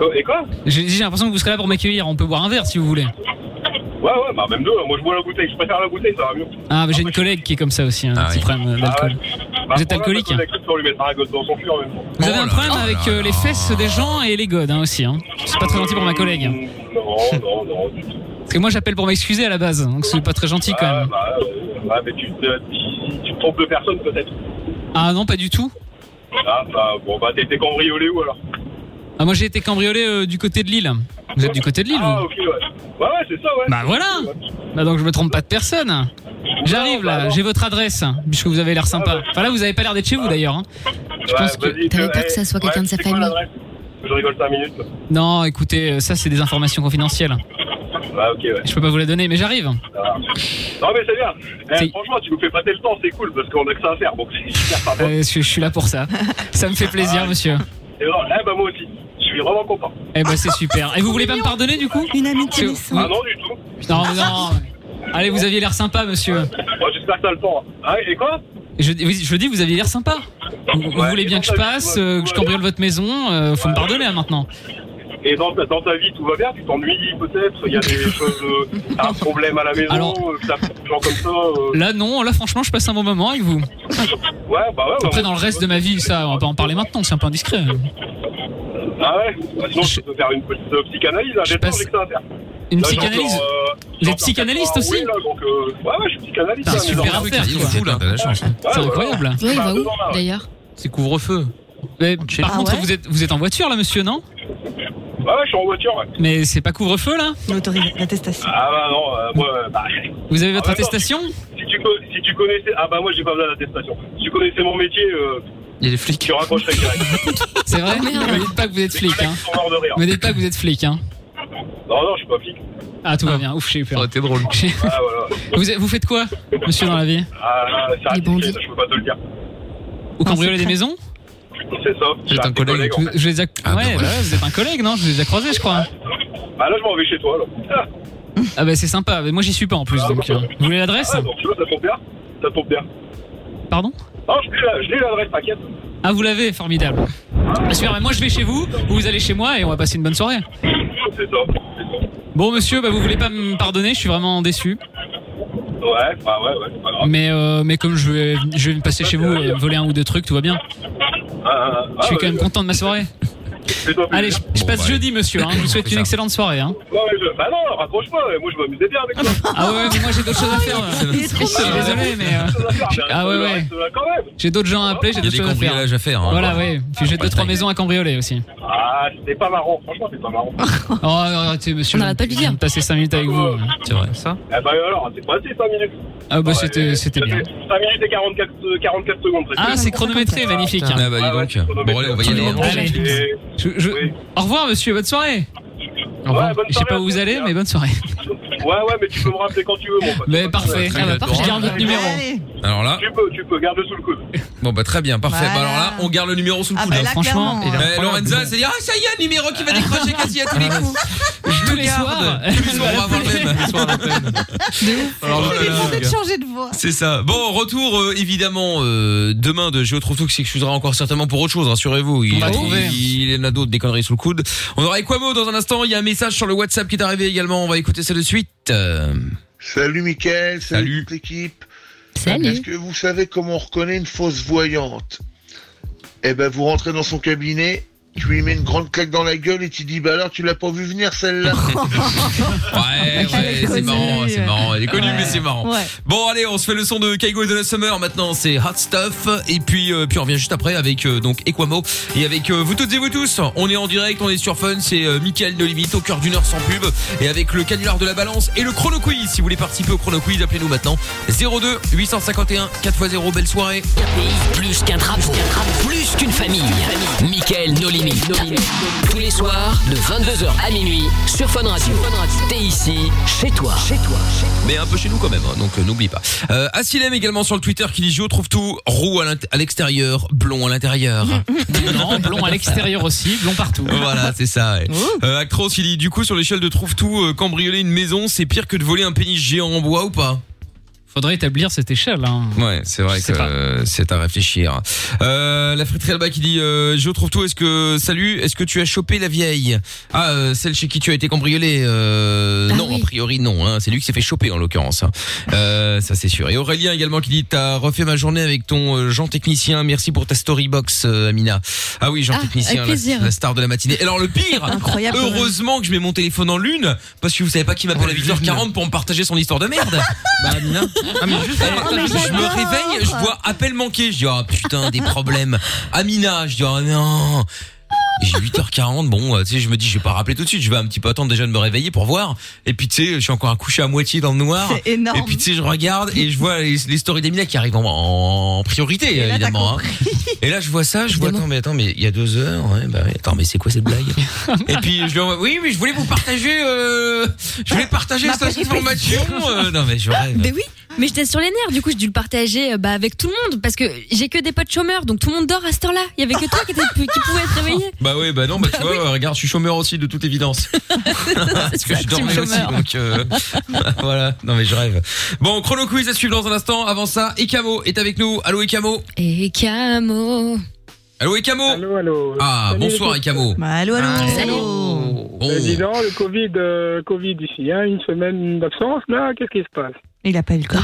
Euh, Et quoi
J'ai j'ai l'impression que vous serez là pour m'accueillir. On peut boire un verre si vous voulez.
Ouais, ouais, bah, même deux. hein. Moi, je bois la bouteille. Je préfère la bouteille, ça va mieux.
Ah, bah, j'ai une collègue qui est comme ça aussi, hein,
Ah
qui
oui.
prend euh, l'alcool.
Bah,
Vous êtes
voilà,
alcoolique hein.
ma collègue, on lui mettra un gosse dans son cul en même temps.
Vous avez
Oh
un
là
problème
là
avec
là
euh, les
là.
fesses des gens et les godes hein, aussi. Hein. C'est pas très gentil pour ma collègue.
Mmh, Non, non, non, du tout.
Parce que moi j'appelle pour m'excuser à la base, hein, donc c'est pas très gentil quand
Ah,
même.
bah, euh, ouais, mais tu te, tu, tu te trompes de personne, peut-être.
Ah non, pas du tout.
Ah, bah, bon, bah, t'es t'es cambriolé où alors
Ah, moi j'ai été cambriolé euh, du côté de Lille. Vous êtes du côté de Lille
Ah,
vous
ok, ouais. Ouais, ouais, c'est ça, ouais.
Bah voilà Bah donc je me trompe pas de personne. J'arrive
Non, bah,
là,
non.
j'ai votre adresse, puisque vous avez l'air sympa. Enfin là vous avez pas l'air d'être chez vous d'ailleurs. hein.
Je pense que t'avais peur
eh,
que ça soit quelqu'un de sa famille.
Je rigole 5 minutes.
Non, écoutez, euh, ça c'est des informations confidentielles.
Ah, ok, ouais.
Je peux pas vous la donner, mais j'arrive.
ça va. Non, mais c'est bien. Eh,
C'est-
franchement, tu nous fais pas le temps, c'est cool, parce qu'on a que ça à faire. Donc, c'est super sympa.
Euh, je, je suis là pour ça. Ça me fait plaisir, monsieur.
Et non, eh ben, moi aussi. Je suis vraiment content.
Eh ben, c'est super. Et vous voulez pas me pardonner du coup
Une
C'est-
amitié
Ah
naissante.
non, du tout.
Non, non. Allez, vous aviez l'air sympa, Ah, monsieur.
Moi, Oh, j'espère que t'as le temps. Ah, et quoi
Je, oui, je dis, vous aviez l'air sympa. Vous, vous
Ouais,
voulez bien que je
tout va-
passe,
tout va-
euh,
tout
que je
va
cambriole votre maison euh, Faut me pardonner là, maintenant.
Et dans, ta- dans ta vie, tout va bien Tu t'ennuies peut-être Il y a des choses. euh, T'as un problème à la maison
Alors-
euh, T'as des gens comme ça euh,
Là, non. Là, franchement, je passe un bon moment avec vous.
Ouais, bah ouais. bah,
Après,
ouais.
dans le reste de ma vie, ça, on va pas en parler maintenant. C'est un peu indiscret.
Ah ouais Bah, Sinon,
Je-
je peux faire une petite euh, psychanalyse. Là,
Je
j'ai pas
passe-
j'ai que ça à faire.
Une
Là, j'ai encore,
psychanalyse.
euh,
Vous êtes
j'ai encore quatre
psychanalyste
ans à
aussi
rouler, là, donc, euh, Ouais, ouais, je suis psychanalyste.
Putain,
là, mais
super
dans-
affaire.
dis
quoi.
donc, t'as de la chance. hein.
Ouais,
C'est
ouais,
incroyable.
Ouais, il va où
Bah, non, non.
d'ailleurs
C'est couvre-feu.
Mais,
Ok.
par
Ah
contre,
ouais
vous êtes, vous êtes en voiture là, monsieur, non
ouais. Ouais, ouais, je suis en voiture. ouais.
Mais c'est pas couvre-feu là
L'autorisation, l'attestation.
Ah bah non, euh, moi, euh, bah,
Vous avez votre
Ah, d'accord.
attestation
si tu, co- si tu connaissais. Ah bah moi, j'ai pas besoin d'attestation. Si tu connaissais mon métier, euh,
Il y a des flics.
tu raccrocherais direct.
C'est vrai
Oh, merde.
Me dites pas que vous êtes flic, hein.
Ils sont morts de rire.
Me dites pas que vous êtes flic, hein.
Non, non, je suis pas flic.
Ah, tout va bien. Ouf, j'ai eu
Ça aurait
peur.
été drôle.
J'ai-
Ah, voilà.
Vous, êtes- vous faites quoi, monsieur, dans la vie
Ah, c'est
Les
articulé,
bandits.
ça, je peux pas te le dire.
Vous cambriolez des
secret.
maisons
C'est ça.
J'ai un collègue et
en
Vous-
fait.
je les ai-
Ah, bah
ouais,
voilà.
bah ouais, vous êtes un collègue, non Je vous ai déjà croisé, je crois.
Bah là, je m'en vais chez toi, là. Ah,
Ah bah c'est sympa, mais moi j'y suis pas en plus, donc... euh, Vous voulez l'adresse
ah, donc, tu vois, ça tombe bien. Ça tombe bien.
Pardon
Non, je l'ai, la- je l'ai l'adresse, t'inquiète.
Ah, vous l'avez, formidable. Super, bah moi je vais chez vous, vous, vous allez chez moi et on va passer une bonne soirée.
C'est ça. c'est
Bon, monsieur, bah vous voulez pas me pardonner, je suis vraiment déçu.
ça. Ouais, bah ouais, ouais, c'est pas grave.
Mais, euh, mais comme je vais, je vais me passer chez vous et voler un ou deux trucs, tout va bien.
Ah, ah, ah,
Je suis
ouais,
quand même
ouais,
content de ma soirée.
fais-toi plaisir.
Allez, je, je
Bon,
passe
bah,
jeudi, monsieur. hein. Je vous souhaite une
ça.
excellente soirée. Hein.
Ouais, ouais, je- Bah non, raccroche-moi, moi je m'amusais bien avec toi.
Ah ouais, mais moi j'ai d'autres choses à faire.
Il est trop
Je suis
mignon.
désolé, mais euh, Ah ouais, ouais.
Quand même.
j'ai d'autres gens à appeler, j'ai
Il y a
d'autres
des
choses à faire.
cambriolages à faire. hein.
Voilà, ouais. Puis j'ai deux, trois
Ouais.
maisons à cambrioler aussi.
Ah, c'était pas marrant, franchement, c'était pas marrant.
Oh, arrêtez, monsieur.
On n'arrête pas de lui dire.
je viens Passer 5 minutes avec vous.
C'est vrai.
Ça
Eh bah alors, c'est passé 5 minutes.
Ah bah c'était, c'était bien.
5 minutes et 44, 44 secondes. c'est
Ah,
tout.
c'est chronométré, magnifique. hein.
Ah bah
Ah ouais,
dis donc.
c'est
Bon allez, on va y aller. hein.
Allez.
Et-
Je- je-
Oui.
Au revoir, monsieur. Bonne soirée.
Au revoir.
Ouais, bonne
Je sais pas
soirée
où
à
vous
tous,
allez,
hein.
mais bonne soirée.
Ouais, ouais, mais tu peux me rappeler quand tu veux, mon pote.
Mais parfait.
très
Ah bah,
bien,
parfait. Je garde votre numéro.
Allez.
Alors là,
Tu peux, tu peux, garde sous le coude.
bon bah très bien, parfait. Bah
Voilà.
alors là, on garde le numéro sous le
Ah
coude.
bah
hein.
là,
franchement,
clairement.
il a-
Mais Lorenza, c'est dit, ah ça y est, un numéro qui va décrocher quasi à tous les coups. Je
Tous
le
les
garde.
soirs.
Tous les soirs, on va avoir le même.
Il
Oh là
est
là.
tenté de changer de voix.
C'est ça. Bon, retour euh, évidemment euh, demain de Géo Trouve Tout qui s'excusera encore certainement pour autre chose, rassurez-vous. Il,
va trouver.
il, il en a d'autres, des conneries sous le coude. On aura Equamo dans un instant, il y a un message sur le WhatsApp qui est arrivé également, on va écouter ça de suite. Euh,
Salut Mickaël,
Salut.
salut, toute l'équipe. Est-ce
Salut
que vous savez comment on reconnaît une fausse voyante Eh ben vous rentrez dans son cabinet, tu lui mets une grande claque dans la gueule et tu dis bah alors tu l'as pas vu venir celle-là.
Ouais, ouais,
est
c'est
connue.
marrant, c'est marrant. Elle est connue,
Ouais.
mais c'est marrant.
Ouais.
Bon, allez, on se fait le son de Kaigo et de la Summer. Maintenant, c'est Hot Stuff. Et puis, euh, puis on revient juste après avec euh, donc Equamo et avec euh, vous toutes et vous tous. On est en direct, on est sur Fun. C'est euh, Mickaël de Limite au cœur d'une heure sans pub et avec le canular de la balance et le chrono quiz. Si vous voulez participer au chrono quiz, appelez-nous maintenant 02 851 4x0. Belle soirée.
Qu'un pays, plus qu'un drapeau, plus qu'une famille. Michael No Limit. Tous les soirs, de 22h à minuit, sur Fun Radio. T'es ici, chez toi. Chez toi.
mais un peu chez nous quand même, hein, donc euh, n'oublie pas. Euh, Asilem également sur le Twitter qui dit Jo trouve tout roux à l'int- à l'extérieur, blond à l'intérieur.
Non, blond à l'extérieur aussi, blond partout.
voilà, c'est ça. ouais. Euh, Actros, il dit du coup sur l'échelle de trouve tout, euh, cambrioler une maison, c'est pire que de voler un pénis géant en bois ou pas
Faudrait établir cette échelle. hein.
Ouais, c'est vrai
Je sais
que
pas.
euh, c'est à réfléchir. Euh, la friterie Alba qui dit euh, Je trouve tout. Est-ce que salut Est-ce que tu as chopé la vieille Ah, euh, celle chez qui tu as été cambriolé euh,
Ah
Non,
oui.
a priori non. Hein, c'est lui qui s'est fait choper en l'occurrence. hein. Euh, ça c'est sûr. Et Aurélien également qui dit T'as refait ma journée avec ton euh, Jean technicien. Merci pour ta storybox, euh, Amina. Ah oui, Jean
Ah, avec
technicien, la,
plaisir.
la star de la matinée. Alors le pire,
Incroyable.
heureusement que je mets mon téléphone en lune parce que vous savez pas qui m'appelle à 8h40 pour me partager son histoire de merde. Ah, bah Amina.
Ah, mais juste
Eh,
mais
je me
j'adore.
réveille, je vois appel manqué. Je dis, ah putain, des problèmes. Amina, je dis, oh ah, non. J'ai 8h40, bon, euh, tu sais, je me dis, je vais pas rappeler tout de suite, je vais un petit peu attendre déjà de me réveiller pour voir. Et puis, tu sais, je suis encore accouché à moitié dans le noir.
C'est énorme.
Et puis, tu sais, je regarde et je vois les, les stories d'Emilia qui arrivent en, en priorité,
là, t'as
évidemment. hein. Et là, je vois ça, je vois, attends, mais attends, mais il y a deux heures, ouais, bah, ouais, attends, mais c'est quoi cette blague Et puis, je lui envoie, oui, mais je voulais vous partager, euh, je voulais partager
Ma
cette
péripétie.
information. euh, non, mais je rêve.
Ben oui, mais j'étais sur les nerfs, du coup j'ai dû le partager euh, bah, avec tout le monde parce que j'ai que des potes chômeurs, donc tout le monde dort à cette heure-là. Il y avait que toi qui, étais- qui pouvais être réveillé.
Bah oui, bah non, bah, tu vois, euh, regarde, je suis chômeur aussi, de toute évidence. Parce que je dormais aussi,
chômeur.
donc euh, voilà. Non mais je rêve. Bon, chrono quiz à suivre dans un instant. Avant ça, Ekamo est avec nous. Allô Ekamo.
Et Camo.
Allô Ekamo. Allô allô. Ah
Salut,
bonsoir
les
Ekamo.
Bah, allô, allô.
Ah, oh.
Euh, dis donc, le Covid, euh, Covid ici, hein, une semaine d'absence, là, qu'est-ce qui se passe
Il a pas eu le Covid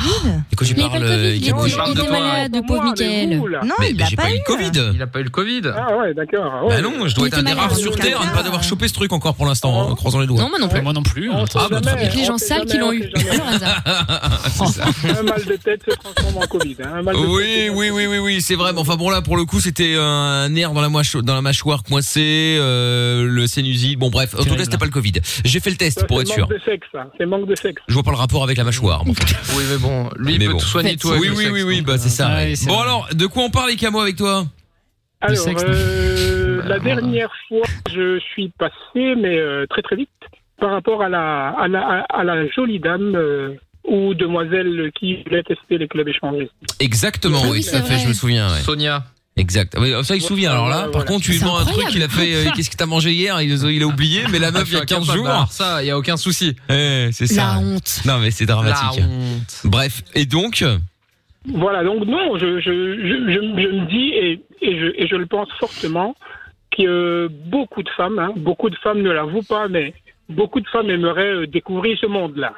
De quoi Oh. tu parles euh, Ekamo
il parle de toi,
de pauvre Mickaël.
Non,
Mais,
il
mais
a
j'ai pas,
pas
eu
eu.
le Covid. Il a pas eu le Covid.
Ah ouais, d'accord. ouais.
Bah non, je
Il
dois être un
était
des rares
malade
sur
le
terre à ne pas avoir chopé ce truc encore pour l'instant, hein, en croisant les doigts.
Non, moi non plus.
Moi non plus.
Ah, bah, très bien.
Avec les gens sales qui l'ont eu.
C'est ça.
Un mal de tête se transforme en Covid. hein, un mal de
Oui, oui, oui, oui, oui, c'est vrai. Mais enfin bon là, pour le coup, c'était un nerf dans la mâchoire, dans la mâchoire coincée, euh, le sinusite. Bon bref, en tout cas, c'était pas le Covid. J'ai fait le test
Ça,
pour
c'est
être sûr.
manque de sexe, ça. C'est manque de sexe.
Je vois pas le rapport avec la mâchoire.
Oui, mais bon, lui, il peut tout soigner, toi.
Oui, oui, oui, oui, bah
euh,
c'est ça. ouais. bon alors, de quoi on parle les camos avec toi
Alors,
sexe, non. Bah,
euh, la dernière fois, je suis passé, mais euh, très très vite, par rapport à la, à la, à la jolie dame euh, ou demoiselle qui voulait tester les clubs échangés.
Exactement, oui, tout à fait, je me souviens. ouais.
Sonia.
Exact. Ah oui, Ça, il se souvient. Alors là, par contre, tu lui
C'est
demandes un truc,
incroyable.
il a fait euh, Qu'est-ce que t'as mangé hier il, il a oublié, mais
Ah,
la meuf, il y a 15 jours.
Ça, il y a aucun souci.
Eh, c'est ça.
La
honte.
Non, mais c'est dramatique.
La
Bref, et donc.
Voilà, donc non, je, je, je, je- je me dis, et, et, je, et je le pense fortement, que euh, beaucoup de femmes, hein, beaucoup de femmes ne l'avouent pas, mais beaucoup de femmes aimeraient euh, découvrir ce monde-là.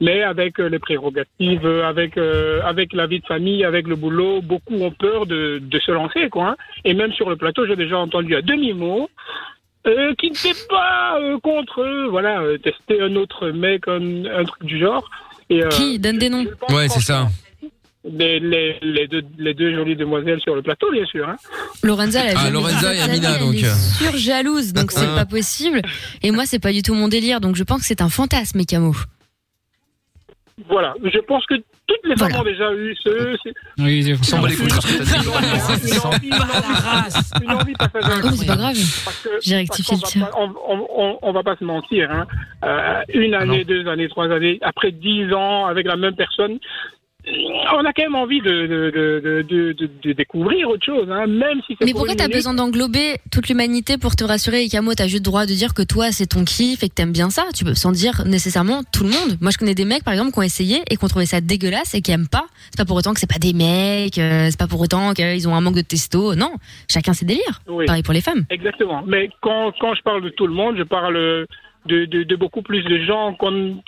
Mais avec euh, les prérogatives, euh, avec, euh, avec la vie de famille, avec le boulot, beaucoup ont peur de, de se lancer. Quoi, hein. Et même sur le plateau, j'ai déjà entendu à demi-mot euh, qui n'était pas euh, contre euh, voilà, euh, tester un autre mec, un, un truc du genre. Et, euh,
Qui donne des noms
Ouais, c'est ça. hein.
les, les, les, deux, les deux jolies demoiselles sur le plateau, bien sûr. Hein.
Lorenza, elle a
Ah,
jamais
Lorenza et
vu ça de sa
Amina,
vie, elle
donc,
est
euh.
surjalouse, donc c'est
Ah.
pas possible. Et moi, c'est pas du tout mon délire, donc je pense que c'est un fantasme, les camos.
Voilà, je pense que toutes les femmes ont déjà eu ce. ce-
Oui, je
Sans les foutre.
Oh, c'est pas grave. J'ai rectifié le tir.
On, on, on, on va pas se mentir. Hein. Euh,
Ah
une année, deux années, trois années, après dix ans avec la même personne, on a quand même envie de, de, de, de, de, de découvrir autre chose, hein, même si c'est
Mais
pour
pourquoi
une
t'as
minute.
besoin d'englober toute l'humanité pour te rassurer, Ikamo T'as juste droit de dire que toi, c'est ton kiff et que t'aimes bien ça. Tu peux sans dire nécessairement tout le monde. Moi, je connais des mecs, par exemple, qui ont essayé et qui ont trouvé ça dégueulasse et qui aiment pas. C'est pas pour autant que c'est pas des mecs, euh, c'est pas pour autant qu'ils ont un manque de testo. Non, chacun ses délires.
Oui.
Pareil pour les femmes.
Exactement. Mais quand, quand je parle de tout le monde, je parle euh, de, de, de beaucoup plus de gens qu'on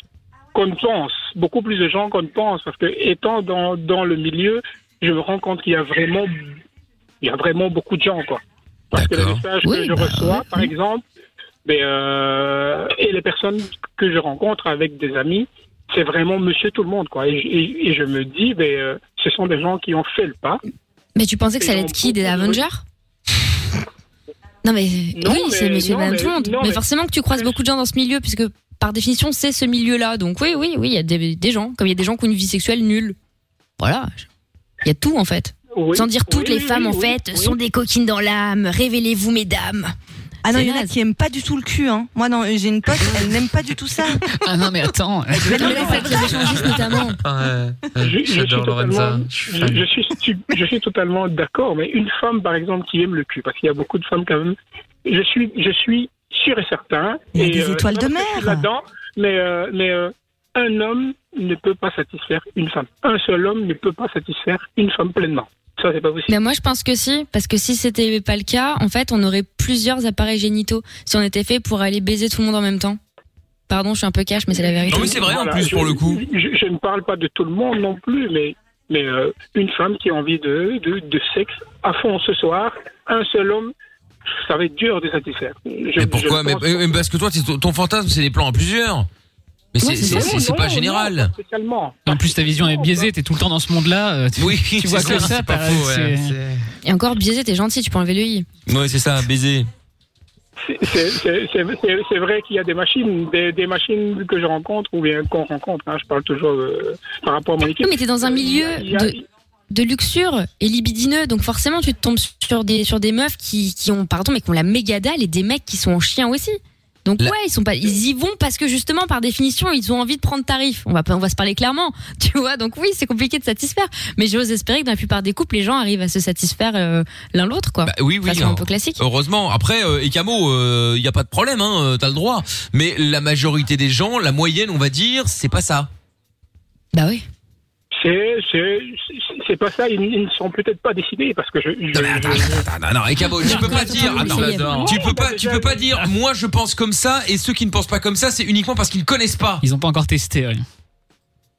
qu'on ne pense. Beaucoup plus de gens qu'on ne pense. Parce que étant dans, dans le milieu, je me rends compte qu'il y a vraiment il y a vraiment beaucoup de gens quoi. Parce que les messages que je reçois, par exemple, mais, euh, et les personnes que je rencontre avec des amis, c'est vraiment Monsieur tout le monde quoi. Et, je- et- et je me dis, mais, euh, ce sont des gens qui ont fait le pas.
Mais tu pensais que ça
Et
allait
on
être qui
peut-
des Avengers Non mais euh,
Non,
oui, c'est
mais-
Monsieur
non,
Madame
mais-
tout le monde.
non,
mais,
mais-
forcément que tu croises beaucoup de gens dans ce milieu, puisque par définition c'est ce milieu-là. Donc oui, oui, oui, il y a des, des gens, comme il y a des gens qui ont une vie sexuelle nulle. Voilà, il y a tout en fait.
Oui,
Sans dire
oui,
toutes les
oui,
femmes
oui,
en
oui,
fait
oui.
sont des coquines dans l'âme. Révélez-vous mesdames.
Ah non,
C'est
il y en a
naze.
qui aiment pas du tout le cul. Hein. Moi, non, j'ai une pote, elle n'aime pas du tout ça.
Ah non, mais attends.
Mais non, mais
ça qui est échangiste, notamment.
Euh,
Je, je suis
J'adore Lorenza.
totalement, je, je suis, stu- je suis totalement d'accord, mais une femme, par exemple, qui aime le cul, parce qu'il y a beaucoup de femmes quand même, je suis, je suis sûr et certain.
Il y a
et,
des étoiles de
parce que je suis
mer.
Là-dedans, mais, euh, mais euh, un homme ne peut pas satisfaire une femme. Un seul homme ne peut pas satisfaire une femme pleinement. Ça, c'est pas possible.
Ben moi je pense que si, parce que si c'était pas le cas, en fait on aurait plusieurs appareils génitaux si on était fait pour aller baiser tout le monde en même temps. Pardon, je suis un peu cash, mais c'est la vérité.
Ah oui, c'est vrai, en plus,
je-
pour le coup.
Je, je ne parle pas de tout le monde non plus, mais, mais euh, une femme qui a envie de, de, de sexe à fond ce soir, un seul homme, ça va être dur de satisfaire. Je-
mais pourquoi
je
mais, ben,
pense-
mais parce que toi, t'es- ton fantasme, c'est des plans à plusieurs. Mais
Non,
c'est- c'est
non,
c'est- c'est
non,
pas
non,
général.
pas spécialement.
En plus, ta vision est biaisée, t'es tout le temps dans ce monde-là. euh, Tu,
Oui,
tu vois
c'est
que
ça,
ça,
c'est pas
t'as-
faux, ouais,
c'est-
Et encore biaisé, t'es gentil, tu peux enlever le i.
Ouais, c'est ça, baiser.
c'est- c'est- c'est- c'est c'est- c'est vrai qu'il y a des machines, des, des machines que je rencontre ou bien qu'on rencontre. hein, je parle toujours euh, par rapport à mon équipe. Euh,
Oui, mais t'es dans un milieu
Il y a-
de, de luxure et libidineux, donc forcément tu te tombes sur des sur des meufs qui, qui ont pardon mais qui ont la méga dalle et des mecs qui sont en chien aussi. Donc ouais, ils sont pas, ils y vont parce que justement par définition ils ont envie de prendre tarif. On va pas- on va se parler clairement, tu vois. Donc oui, c'est compliqué de satisfaire, mais j'ose espérer que dans la plupart des couples les gens arrivent à se satisfaire euh, l'un l'autre quoi.
Oui, oui.
De façon
hein.
un peu classique.
Heureusement. Après, euh, et Camo, il n'y a pas de problème, hein, euh, t'as le droit. Mais la majorité des gens, la moyenne, on va dire, c'est pas ça.
Bah oui.
C'est c'est- c'est- c'est pas ça. Ils, ils ne sont peut-être pas décidés parce que je. je- je-
Ah non, et Camo, tu peux pas dire. Attends, tu peux pas, tu peux pas dire. Moi, je pense comme ça, et ceux qui ne pensent pas comme ça, c'est uniquement parce qu'ils ne connaissent pas.
Ils ont pas encore testé. ouais.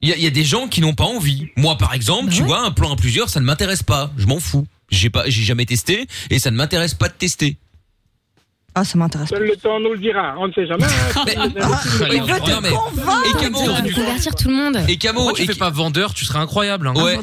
Il y, a- il y a des gens qui n'ont pas envie. Moi, par exemple, tu vois, un plan à plusieurs, ça ne m'intéresse pas. Je m'en fous. J'ai pas, j'ai jamais testé, et ça ne m'intéresse pas de tester.
Ah, ça m'intéresse.
Seul le temps nous le dira. On ne sait jamais. hein.
mais va te
Et convertir tout le monde.
Et Camo,
tu fais pas vendeur, tu serais incroyable. hein.
Ouais.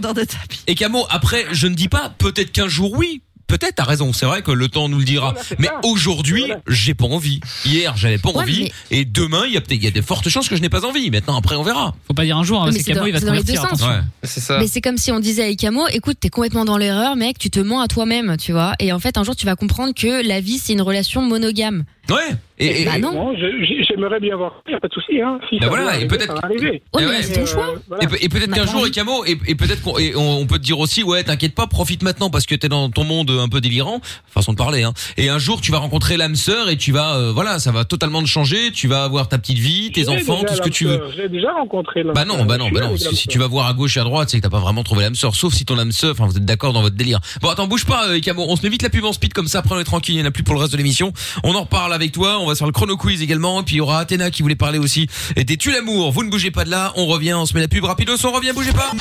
Et Camo, après, je ne dis pas, peut-être qu'un jour oui. Peut-être, t'as raison, c'est vrai que le temps nous le dira. mais aujourd'hui, j'ai pas envie. Hier, j'avais pas
Ouais,
envie. Et demain, il y a peut-être, il y a de fortes chances que je n'ai pas envie. Maintenant, après, on verra.
Faut pas dire un jour,
hein, Mais parce c'est que Camo, dans- il va c'est se dans les deux convertir, sens. attention.
C'est ça.
Mais c'est comme si on disait à Ikamo, écoute, t'es complètement dans l'erreur, mec, tu te mens à toi-même, tu vois. Et en fait, un jour, tu vas comprendre que la vie, c'est une relation monogame.
Ouais. Et, et-
Bah non.
Bon, je- je- j'aimerais bien voir. Il n'y a pas de souci. Hein. Si
Bah
ça
voilà,
doit
et
arriver,
peut-être
ça va
que-
arriver.
Ouais, Oh, mais Bah, c'est ton
Mais,
choix.
euh, voilà.
Et, pe- et peut-être qu'un jour, et Camo, et, et peut-être qu'on et on, on peut te dire aussi, ouais, t'inquiète pas, profite maintenant parce que t'es dans ton monde un peu délirant, façon de parler. Hein. Et un jour, tu vas rencontrer l'âme sœur et tu vas, euh, voilà, ça va totalement te changer. Tu vas avoir ta petite vie, tes
J'ai
enfants,
déjà
tout ce que
l'âme
tu veux.
sœur, J'ai déjà rencontré. l'âme
Bah non,
sœur,
bah
je
non,
suis
bah non.
avec
Si,
l'âme
si tu vas voir à gauche et à droite, c'est que t'as pas vraiment trouvé l'âme sœur. Sauf si ton âme sœur, enfin, vous êtes d'accord dans votre délire. Bon, attends, bouge pas, euh, Camo. On se met vite la pub en speed comme ça. Après, on est tranquille. Il y en a plus pour le reste de l'émission. On en reparle avec toi. On va se faire le chrono quiz également. Et puis, il y aura Athéna qui voulait parler aussi. Et des tu l'amour. Vous ne bougez pas de là. On revient. On se met la pub rapidos. On revient. Bougez pas.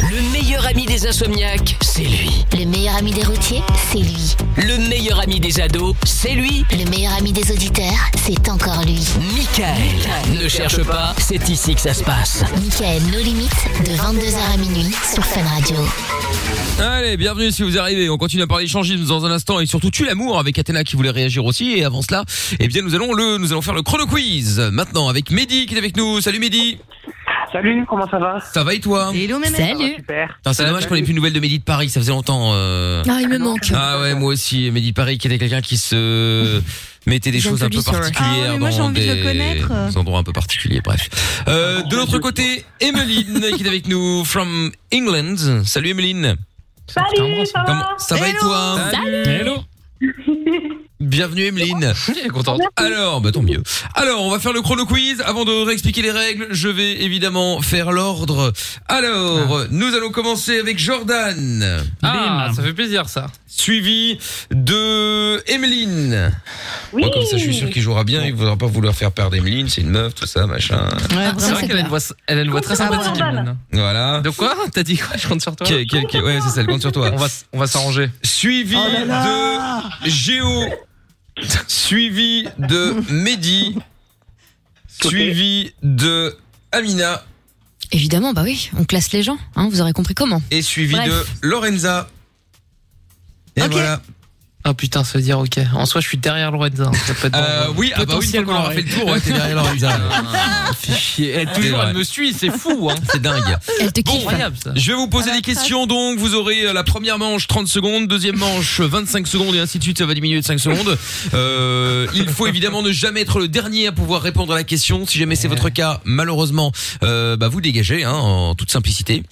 Le meilleur ami des insomniaques, c'est lui.
Le meilleur ami des routiers, c'est lui.
Le meilleur ami des ados, c'est lui.
Le meilleur ami des auditeurs, c'est encore lui.
Michael. Ne cherche pas, c'est ici que ça se passe.
Michael, nos limites, de 22h à minuit sur Fun Radio.
Allez, bienvenue si vous arrivez. On continue à parler échangisme dans un instant et surtout tue l'amour avec Athéna qui voulait réagir aussi. Et avant cela, eh bien, nous allons le, nous allons faire le chrono quiz maintenant avec Mehdi qui est avec nous. Salut Mehdi.
Salut, comment ça va
Ça va et toi
Salut.
Putain, c'est dommage qu'on ait plus de nouvelles de Mehdi de Paris, ça faisait longtemps. euh.
Ah, il me manque.
Ah ouais, moi aussi, Mehdi de Paris qui était quelqu'un qui se mettait des
J'aime
choses
que
un peu
lui, c'est vrai.
particulières
Ah, mais moi, j'ai
dans
envie de le
des
connaître.
endroits un peu particuliers, bref. Euh, de l'autre côté, Emeline qui est avec nous from England. Salut Emeline.
Salut, ça va
Ça va et toi Hello. Bienvenue Emeline.
contente.
Alors, bah tant mieux. Alors, on va faire le chrono quiz. Avant de réexpliquer les règles, je vais évidemment faire l'ordre. Alors, nous allons commencer avec Jordan.
Ah, ça fait plaisir ça.
Suivi de Emeline. Moi, comme ça, je suis sûr qu'il jouera bien. Il ne voudra pas vouloir faire perdre Emeline. C'est une meuf, tout ça, machin.
Ah, c'est vrai qu'elle a une voix, elle a une voix très
Compte sur
sympathique.
moi,
Emeline.
Voilà.
De quoi T'as dit quoi Je compte sur toi.
Que- que- que- ouais, c'est ça, elle compte sur toi.
On va, on va s'arranger.
Suivi
Oh là
de Géo. Suivi de Mehdi. Suivi de Amina.
Évidemment, bah oui, on classe les gens, hein, vous aurez compris comment.
Et suivi
Bref.
de Lorenza. Et voilà.
Ah putain, ça veut dire ok. En soi, je suis derrière hein. Lorenza.
Euh, oui, ah bah oui, une fois qu'on aura fait le tour, ouais, t'es derrière Lorenza.
Ah,
Fais chier. Elle,
Eh, toujours, elle
me suit, c'est fou. Hein. C'est dingue.
Elle te
Bon,
kiffe.
je vais vous poser des questions donc vous aurez euh, la première manche 30 secondes, deuxième manche 25 secondes et ainsi de suite, ça va diminuer de 5 secondes. Euh, il faut évidemment ne jamais être le dernier à pouvoir répondre à la question. Si jamais c'est votre cas, malheureusement, euh, bah vous dégagez hein, en toute simplicité.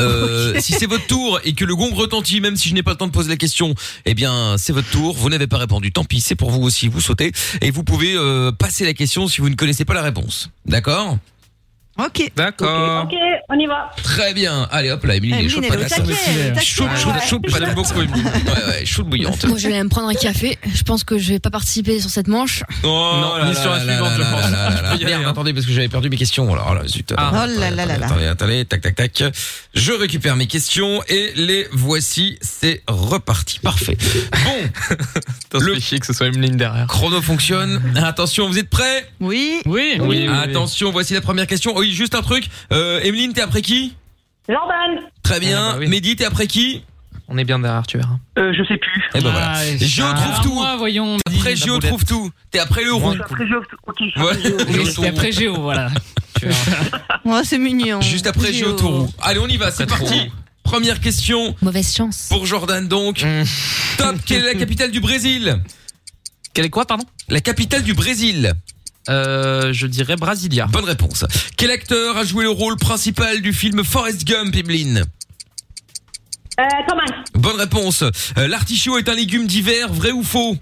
Euh,
Ok.
Si c'est votre tour et que le gong retentit, même si je n'ai pas le temps de poser la question, eh bien c'est votre tour. Vous n'avez pas répondu, tant pis. C'est pour vous aussi. Vous sautez et vous pouvez euh, passer la question si vous ne connaissez pas la réponse. D'accord
Ok.
D'accord.
Ok, on y va.
Très bien. Allez hop là, Émilie,
Émiline,
est chaude
elle est au
patate.
taquet, elle est au taquet.
Chaude,
Ouais,
chaude,
ouais.
chaude patate. beaucoup, Émilie. Ouais, ouais, chaude bouillante.
Moi, je vais aller me prendre un café. Je pense que je vais pas participer sur cette manche.
Oh
Non,
là
ni sur la
là
suivante,
là
je
là
pense.
là là là là.
Je peux y aller,
Merde, attendez, parce que j'avais perdu mes questions. Alors, oh là, zut.
Ah.
attendez,
Oh là là
attendez,
là là.
Attendez, attendez, tac, tac, tac. Je récupère mes questions et les voici. C'est reparti. Parfait. Bon.
Le chier que ce soit Emeline derrière.
Chrono fonctionne. Attention, vous êtes prêts
Oui.
Oui, oui.
Attention, voici la première question. Oh, Oui, juste un truc. Euh, Emeline, t'es après qui
Jordan
Très bien. Mehdi, t'es après qui
Ah, bah On est bien derrière, tu verras. Ah,
Euh, je sais plus.
Et ben voilà. Je trouve tout.
voyons.
Après Géo trouve tout. T'es après le roux.
C'est après Géo, voilà.
Ouais, c'est mignon.
Juste après Géo Tourou. Allez, on y va, c'est parti. Première question.
Mauvaise chance.
Pour Jordan donc. Top, quelle est la capitale du Brésil Quelle est quoi, pardon La capitale du Brésil. je dirais Brasilia. Bonne réponse. Quel acteur a joué le rôle principal du film Forrest Gump, Emeline
Euh, Thomas.
Bonne réponse. Euh, L'artichaut est un légume d'hiver, vrai ou faux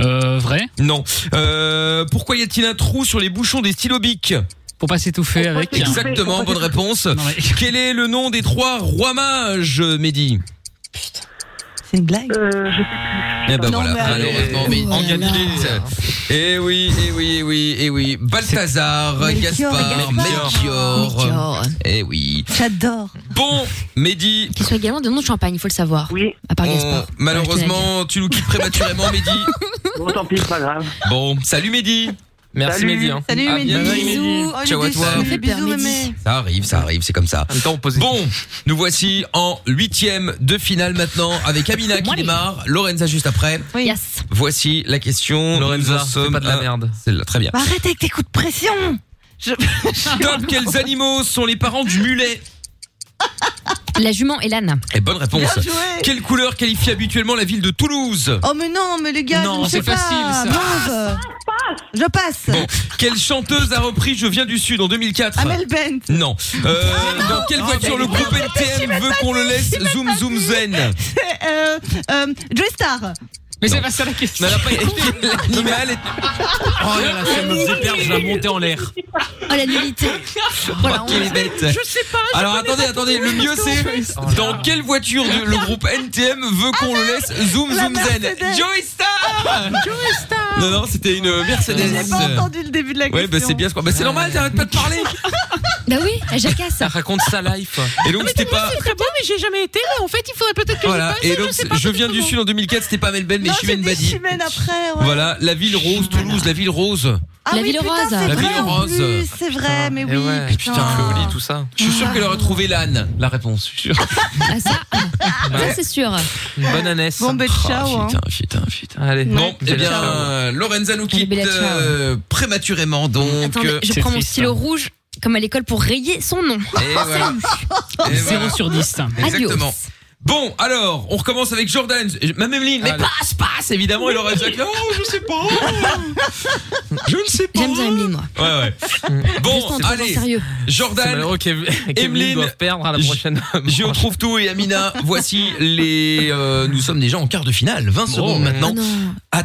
Euh, vrai Non. Euh, pourquoi y a-t-il un trou sur les bouchons des stylos Bic
Pour pas s'étouffer avec.
Exactement, bonne réponse. Quel est le nom des trois rois mages, Mehdi
C'est une blague
Eh ben
Non,
voilà,
mais allez.
malheureusement, mais
Oh
en
là là.
Galilée. Eh oui, eh oui, eh oui, eh oui. Balthazar,
Melchior,
Gaspard,
Gaspard.
Melchior.
Melchior.
Eh oui.
J'adore.
Bon, Mehdi,
Qu'il soit également de nom de champagne, il faut le savoir.
Oui.
À part
on-
Gaspard.
malheureusement, tu nous quittes prématurément, Mehdi.
Bon, tant pis, pas grave.
Bon, salut Mehdi.
Merci, Salut. Mehdi, hein. Salut,
À
Mehdi.
bientôt.
Bisous. Oh, il est
Ciao à
déçu.
toi.
Ça fait peur, Bisous, Mehdi. mémé.
Ça arrive, ça arrive, c'est comme ça. Bon, nous voici en huitième de finale maintenant avec Amina qui démarre, Lorenza juste après.
Yes.
Voici la question.
Lorenza,
Nous en
fais
sommes
pas de la
à-
merde.
Celle-là, très bien.
Bah, Arrête avec tes coups de pression.
Oh,
Je...
Top, quels animaux sont les parents du mulet
La jument et l'âne.
Et bonne réponse.
Bien joué.
Quelle couleur qualifie habituellement la ville de Toulouse
Oh mais non, mais les gars, je
Non,
ne sais
c'est
pas.
facile, ça. Euh,
Mauve. Je passe.
Bon, quelle chanteuse a repris Je viens du Sud en 2004
Amel Bent.
Non. Euh, dans quelle
Oh,
voiture le
mais
groupe
non, mais j'y
NTM
vais
veut
pas
qu'on le
dit,
laisse
j'y vais
Zoom
pas
Zoom
dit.
Zen
C'est, euh, euh, Joystar.
Oh
Mais c'est pas ça la question.
Elle a pas été- L'animal est... Oh là là, ça me faisait perdre, je la montais en l'air.
Oh la nullité.
Oh, quelle bête. Alors attendez, attendez, le mieux
Oh
c'est dans quelle voiture de- le groupe NTM veut qu'on le laisse Zoom
La
Zoom Zen
Mercedes. Ah,
Joystar
Joystar.
Non, non, c'était une Mercedes.
Je n'ai pas entendu le début de la
Ouais,
question.
bah c'est bien ce qu'on. Bah c'est normal, t'arrêtes pas de parler.
Bah oui, Ah, elle jacasse.
Ça raconte sa life. Et donc c'était pas.
très beau, mais j'ai jamais été là. En fait, il faudrait peut-être que
Voilà,
j'y
et
passe.
donc
sais pas
je
peut-être
viens du
comment.
Sud en 2004, c'était pas Melbourne, mais
Non, j'ai
Chimène
dit
Badi.
Chimène après. Ouais.
Voilà, la ville rose, Toulouse, la ville rose.
Ah
La
oui,
Ville
putain,
Rose.
c'est
La
vrai
Ville
en
Rose. Ah, eh
plus, C'est vrai, mais oui.
putain, Fleury, tout ça. Je suis sûr qu'elle aurait trouvé l'âne, la réponse. Je suis sûr.
Ah, ça, ça c'est sûr.
Une bonne année.
Bon, ben, ciao,
Oh,
hein.
putain, putain, putain. Allez. Bon, eh bien, euh, Lorenza nous quitte euh, prématurément, donc. euh,
Attendez, je prends mon stylo rouge comme à l'école pour rayer son nom.
Et voilà.
Oh,
Et Eh voilà.
0 sur 10.
Exactement. Bon, alors, on recommence avec Jordan. Même Emeline, mais
Allez.
passe, passe, évidemment, il aurait dit Oh, je sais pas. Je ne sais pas.
J'aime bien Emeline, moi.
Ouais, ouais.
Juste en
Bon,
te posant
allez.
sérieux.
Jordan.
C'est malheureux
Emeline,
doivent perdre à la prochaine.
Je retrouve tout et Amina, voici les. euh, nous sommes déjà en quart de finale, 20 secondes maintenant.
Oh non. Jordan, il va faire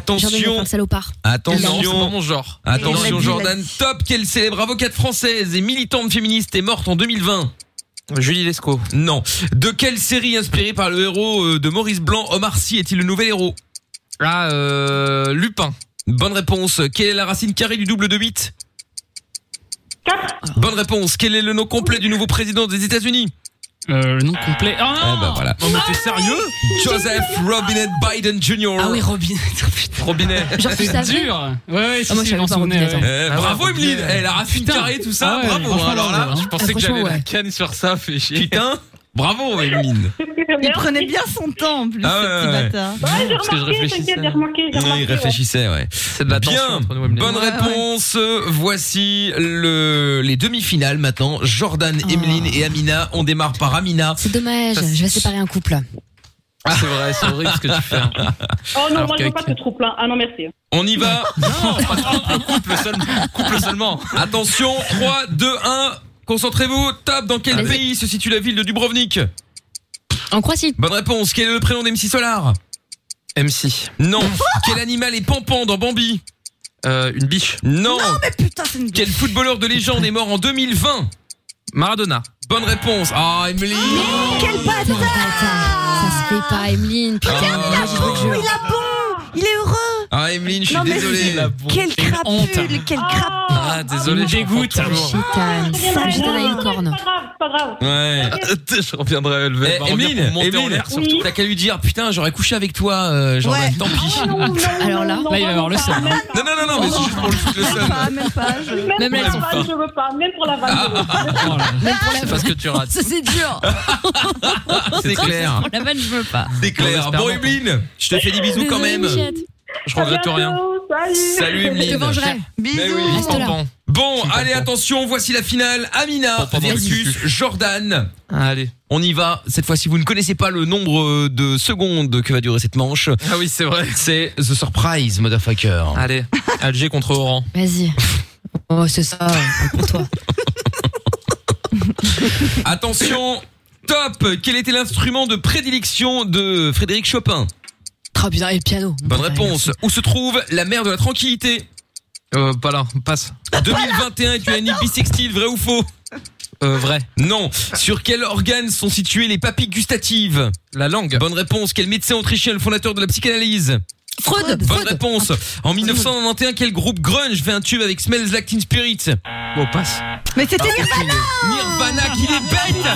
Attention,
le salopard.
attention.
Non, c'est pas mon genre. Il
Attention,
l'a dit,
Jordan. Top, quelle célèbre avocate française et militante féministe est morte en 2020 Julie Lescaut. Non. De quelle série inspirée par le héros euh, de Maurice Blanc, Omar Sy est-il le nouvel héros Ah, Lupin. Bonne réponse. Quelle est la racine carrée du double de 8 4. Bonne réponse. Quel est le nom complet du nouveau président des États-Unis
Euh, le nom complet. Oh non
Eh ben voilà.
Oh, mais t'es sérieux
Joseph Robinette Biden Jr.
Ah oui, Robinette.
Robinet.
Genre, tu savais
dur.
Ouais, ouais, si,
Ah, moi, je savais
si, j'en
pas
souvenais.
Robinet,
ouais.
attends. Eh, bravo, Emeline. Eh, la racine
Putain.
carrée, tout ça,
Ah ouais,
bravo, hein,
franchement,
alors là,
bravo, hein.
Je pensais que j'allais la
Franchement,
canne sur ça, fait chier.
Putain, bravo, Emeline.
Il prenait bien son temps en plus,
Ah ouais,
ce petit
ouais, ouais.
bâtard.
Ouais, j'ai Parce que je remarqué, réfléchissais. t'inquiète, j'ai remarqué, j'ai remarqué, ouais. ouais.
C'est de la tension
Bien,
entre nous, Emeline.
bonne réponse. Voici le, les demi-finales maintenant. Jordan, Emeline et Amina. On démarre par Amina. Ah.
C'est dommage, je vais séparer un couple.
C'est vrai, c'est horrible ce que tu fais.
Oh non, moi je veux pas te troupe là. Ah non, merci.
On y va couple, seul- couple seulement. Attention, 3, 2, 1. Concentrez-vous. Top, dans quel pays se situe la ville de Dubrovnik
En Croatie.
Bonne réponse. Quel est le prénom d'MC Solar MC. Non. quel animal est pampant dans Bambi Euh, Une biche. Non.
Putain, c'est une
Quel footballeur de légende est mort en 2020 Maradona. Bonne réponse. Ah, Emily.
Quel bâtard
Ça se fait pas, Emeline. Putain,
Ah.
moi, j'ai joué le jeu.
Il a bon Il est heureux
Ah, Emeline, je suis
Non, mais
désolé.
Quelle crapule, quelle crapule.
Ah, désolé, je dégoûte.
Ah,
Putain, putain, la licorne.
Pas grave.
Ouais.
je reviendrai le
Eh, Emeline, Emeline, t'as qu'à lui dire putain, j'aurais couché avec toi, euh, genre
Ouais.
tant
Ah
pis.
Alors là,
Là, il va avoir le seum. hein. Non, non, non, non, mais c'est juste pour le foutre le
Même
seum.
pas,
Même pour la vanne, je veux pas. Même pour la vanne, je veux pas.
Ah, C'est parce que tu rates.
Ça, c'est dur. Oh,
C'est clair.
Pour la vanne, je veux pas.
C'est clair. Bon, Emeline, je te fais des bisous quand
Désolée,
même.
Michette.
Je regrette rien. Salut, Emeline.
Je te vengerai.
Mais oui,
Reste là.
tampon. Bon, allez, attention, voici la finale. Amina versus Jordan. Ah, Allez. On y va. Cette fois-ci, vous ne connaissez pas le nombre de secondes que va durer cette manche. Ah oui, c'est vrai. C'est The Surprise, motherfucker. Allez. Alger contre Oran.
Vas-y. Oh, c'est ça, euh, pour toi.
Attention. Top. Quel était l'instrument de prédilection de Frédéric Chopin
Oh putain, et le piano.
Bonne réponse. Où se trouve la mer de la tranquillité Euh, pas là, passe. 2021 est une année bisextile, vrai ou faux euh, vrai. Non. Sur quel organe sont situées les papilles gustatives La langue. Bonne réponse. Quel médecin autrichien est le fondateur de la psychanalyse
Freud.
Bonne réponse. En 1991, quel groupe grunge fait un tube avec Smells Like Teen Spirit Oh, passe.
Mais c'était Nirvana
Ah, Nirvana, qu'il est bête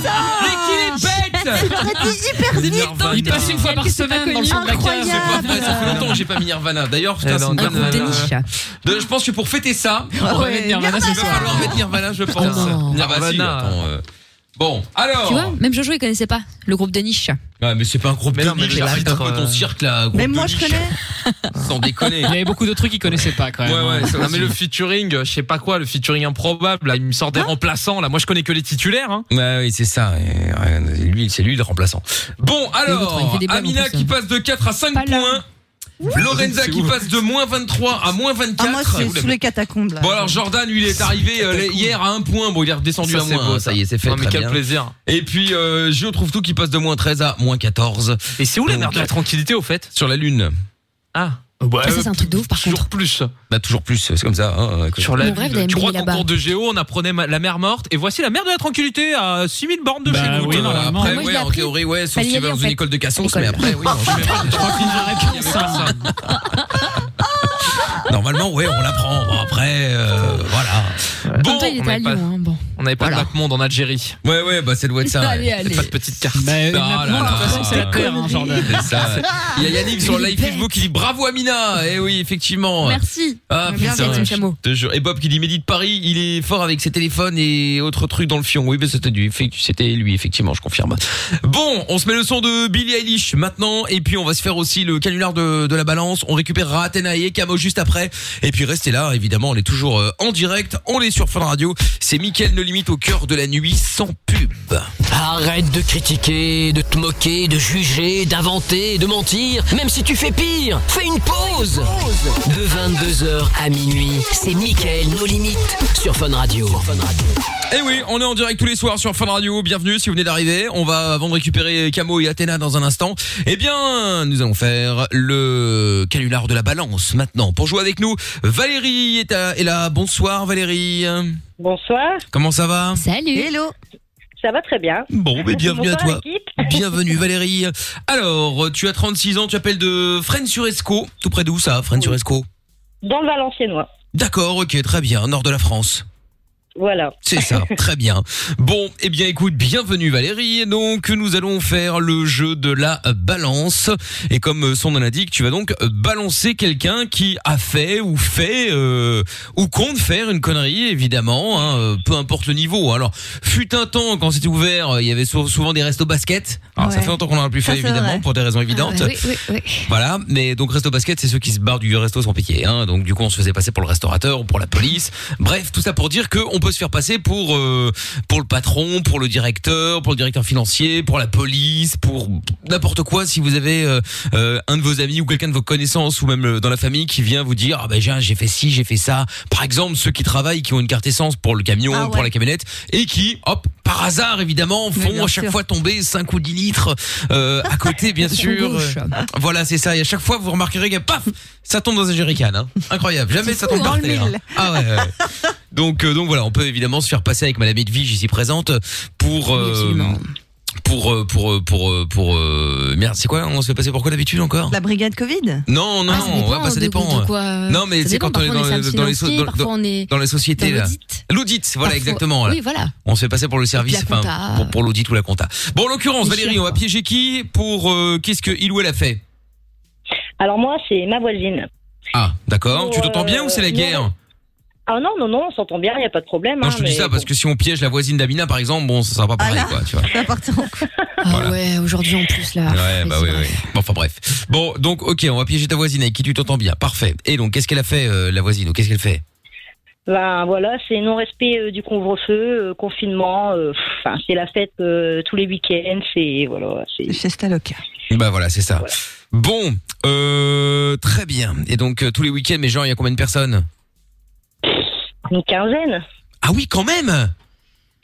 Mais qu'il est bête
J'aurais dit hyper vite
hein.
Il passe une fois par semaine dans le centre d'accueil. C'est pas vrai, ça fait longtemps que j'ai pas mis Nirvana. D'ailleurs, putain, c'est une bonne De- Je pense que pour fêter ça,
Ah
on va
ouais,
mettre Nirvana,
Nirvana,
il va falloir mettre Nirvana, je pense. Nirvana, si,
Nirvana.
attends, euh, Bon, alors.
Tu vois, même Jojo, il connaissait pas le groupe de niche.
Ouais, mais c'est pas un groupe de
non, mais
niche,
les
arrête un
lettres,
peu ton
euh,
cirque là. groupe de niche. Sans déconner.
Il y avait beaucoup de trucs qu'il connaissait pas quand même. hein.
Ouais, ouais, ça- non, mais le
Vas-y.
featuring, euh, je sais pas quoi, le featuring improbable, là, il me sort des remplaçants, là. Moi, je connais que les titulaires, hein.
Ouais, oui, c'est ça. et, euh, Lui, c'est lui le remplaçant. Bon,
l'autre, il
alors,
fait des blagues, en
Amina
plus,
qui passe de 4 à 5 points. Lorenza
C'est
qui
ouf.
passe de moins 23 à moins 24.
Ah, moi, c'est
Oula.
sous les catacombes, là.
Bon alors Jordan lui il est arrivé euh, hier à un point bon il est redescendu
Ça,
à
c'est
moins
beau,
hein,
ça.
ça y est c'est fait
Non, mais
très
quel
bien.
plaisir.
et puis euh, Gio trouve tout qui passe de moins 13 à moins 14 et c'est où
la mer de la
tranquillité au fait sur la lune
Ah.
Ah, ça, c'est un truc de ouf, par
Toujours plus.
bah toujours plus c'est comme ça hein, que-
Sur la
Mon rêve
lune.
d'aller
Tu
me
crois
baigner
qu'en
là-bas.
Ah cours de géo, on apprenait ma- la mer morte, et voici la mer de la tranquillité à 6000 bornes de chez nous.
Bah oui,
Voilà,
normalement.
après,
Moi, je
ouais,
l'ai
en
appris.
théorie, ouais, sauf
Fallait y
si tu
aller,
vas
en
dans une
fait.
école de
Cassos mais après oui en général, je crois qu'il y a pas ça. normalement ouais on l'apprend bon après euh, voilà
Bon, il était à Lyon, hein, bon.
On n'avait pas de map monde en Algérie.
Ouais, ouais, bah, c'est doit être ça.
Allez,
ouais.
allez.
Pas de petite carte.
Oh là
de toute
là.
façon, c'est la terre, hein, Jordan.
C'est ça, ouais. Il y a Yannick sur le live Facebook qui dit bravo Amina. Eh oui, effectivement.
Merci.
Ah,
Bien
putain,
fait, Tim
je
Chameau.
te jure. Et Bob qui dit médite Paris, il est fort avec ses téléphones et autres trucs dans le fion. Oui, mais c'était lui, Effect- c'était lui effectivement, je confirme. Bon, on se met le son de Billie Eilish maintenant et puis on va se faire aussi le canular de, de la balance. On récupérera Athéna et Camo juste après. Et puis restez là, évidemment, on est toujours euh, en direct, on est sur Fun Radio. C'est Mickaël No Limite au cœur de la nuit sans pub.
Arrête de critiquer, de te moquer, de juger, d'inventer, de mentir. Même si tu fais pire, fais une pause. De 22h à minuit, c'est Mickaël, nos limites, sur Fun Radio.
Eh oui, on est en direct tous les soirs sur Fun Radio. Bienvenue si vous venez d'arriver. On va avant de récupérer Camo et Athéna dans un instant. Eh bien, nous allons faire le canular de la balance maintenant. Pour jouer avec nous, Valérie est, à- est là. Bonsoir Valérie.
Bonsoir.
Comment ça va
Salut.
Hello. Ça va très bien.
Bon, mais bienvenue à toi.
Bonsoir, l'équipe.
Bienvenue Valérie. Alors, tu as 36 ans, tu appelles de Fresnes-sur-Escaut. Tout près d'où ça, Fresnes-sur-Escaut
Dans le Valenciennois.
D'accord, ok, très bien. Nord de la France.
Voilà.
C'est ça, très bien. Bon, eh bien écoute, bienvenue Valérie. Et donc nous allons faire le jeu de la balance. Et comme euh, son nom l'indique, tu vas donc euh, balancer quelqu'un qui a fait ou fait euh, ou compte faire une connerie, évidemment, hein, euh, peu importe le niveau. Alors, fut un temps quand c'était ouvert, euh, il y avait sou- souvent des restos basket. Alors ça
Ouais.
fait longtemps qu'on n'en a plus
Ça,
fait,
c'est
évidemment,
vrai.
pour des raisons évidentes.
Ah, oui, oui, oui.
Voilà, mais donc resto basket, c'est ceux qui se barrent du resto sans piquer. Hein. Donc du coup, on se faisait passer pour le restaurateur ou pour la police. Bref, tout ça pour dire que on peut se faire passer pour euh, pour le patron, pour le directeur, pour le directeur financier, pour la police, pour n'importe quoi. Si vous avez euh, euh, un de vos amis ou quelqu'un de vos connaissances ou même euh, dans la famille qui vient vous dire, ah ben j'ai j'ai fait ci, j'ai fait ça. Par exemple, ceux qui travaillent, qui ont une carte essence pour le camion,
Ah ouais.
pour la camionnette, et qui, hop, par hasard évidemment,
Mais
font
bien
à chaque
sûr.
fois tomber 5 ou 10 litres euh, à côté, bien
Sur
sûr.
gauche.
Euh, voilà, c'est ça. Et à chaque fois, vous remarquerez que paf, ça tombe dans un jerrycan. hein. Incroyable. Jamais ça tombe
fou,
par
hein.
terre.
Dans le
hein.
mille.
Ah ouais. ouais, ouais. Donc, euh, donc voilà, on peut évidemment se faire passer avec Madame Edwige ici présente pour. euh, pour euh, pour euh, pour euh, pour, euh, merde, c'est quoi On se fait passer pour quoi d'habitude encore
La brigade Covid
Non, non,
Bah, Ah, ça dépend
ouais, bah, ça
de-
dépend.
de quoi, euh,
non, mais
ça
c'est
dépend,
quand on est
parfois,
dans,
on est
les-
service
dans les so-
financier,
dans-
parfois, on est
dans les sociétés
dans
là.
l'audit.
L'audit, voilà
Parfois-
exactement. là.
oui, voilà.
On se fait passer pour le service,
la compta.
enfin, pour, pour l'audit ou la compta. Bon, en l'occurrence, Valérie, on va piéger qui pour euh, qu'est-ce que il ou elle a fait
Alors moi, c'est ma voisine.
Ah, d'accord. Tu t'entends bien
euh,
ou c'est la
non.
guerre
Ah non, non, non, on s'entend bien, il n'y a pas de problème. hein,
Non, je te dis ça parce que si on piège la voisine d'Amina, par exemple, bon, ça sera pas pareil, quoi, tu vois.
Ah ouais, aujourd'hui en plus là.
Ouais, bah oui, oui. Bon, enfin bref. Bon, donc, ok, on va piéger ta voisine avec qui tu t'entends bien. Parfait. Et donc, qu'est-ce qu'elle a fait, euh, la voisine, ou qu'est-ce qu'elle fait
Ben voilà, c'est non-respect euh, du couvre-feu, euh, confinement, euh, pff, enfin, c'est la fête euh, tous les week-ends, c'est... Voilà, c'est...
Fiesta loca.
Bah voilà, c'est ça. Bon, euh, très bien. Et donc, euh, tous les week-ends, mais genre, il y a combien de personnes
Une quinzaine.
Ah oui, quand même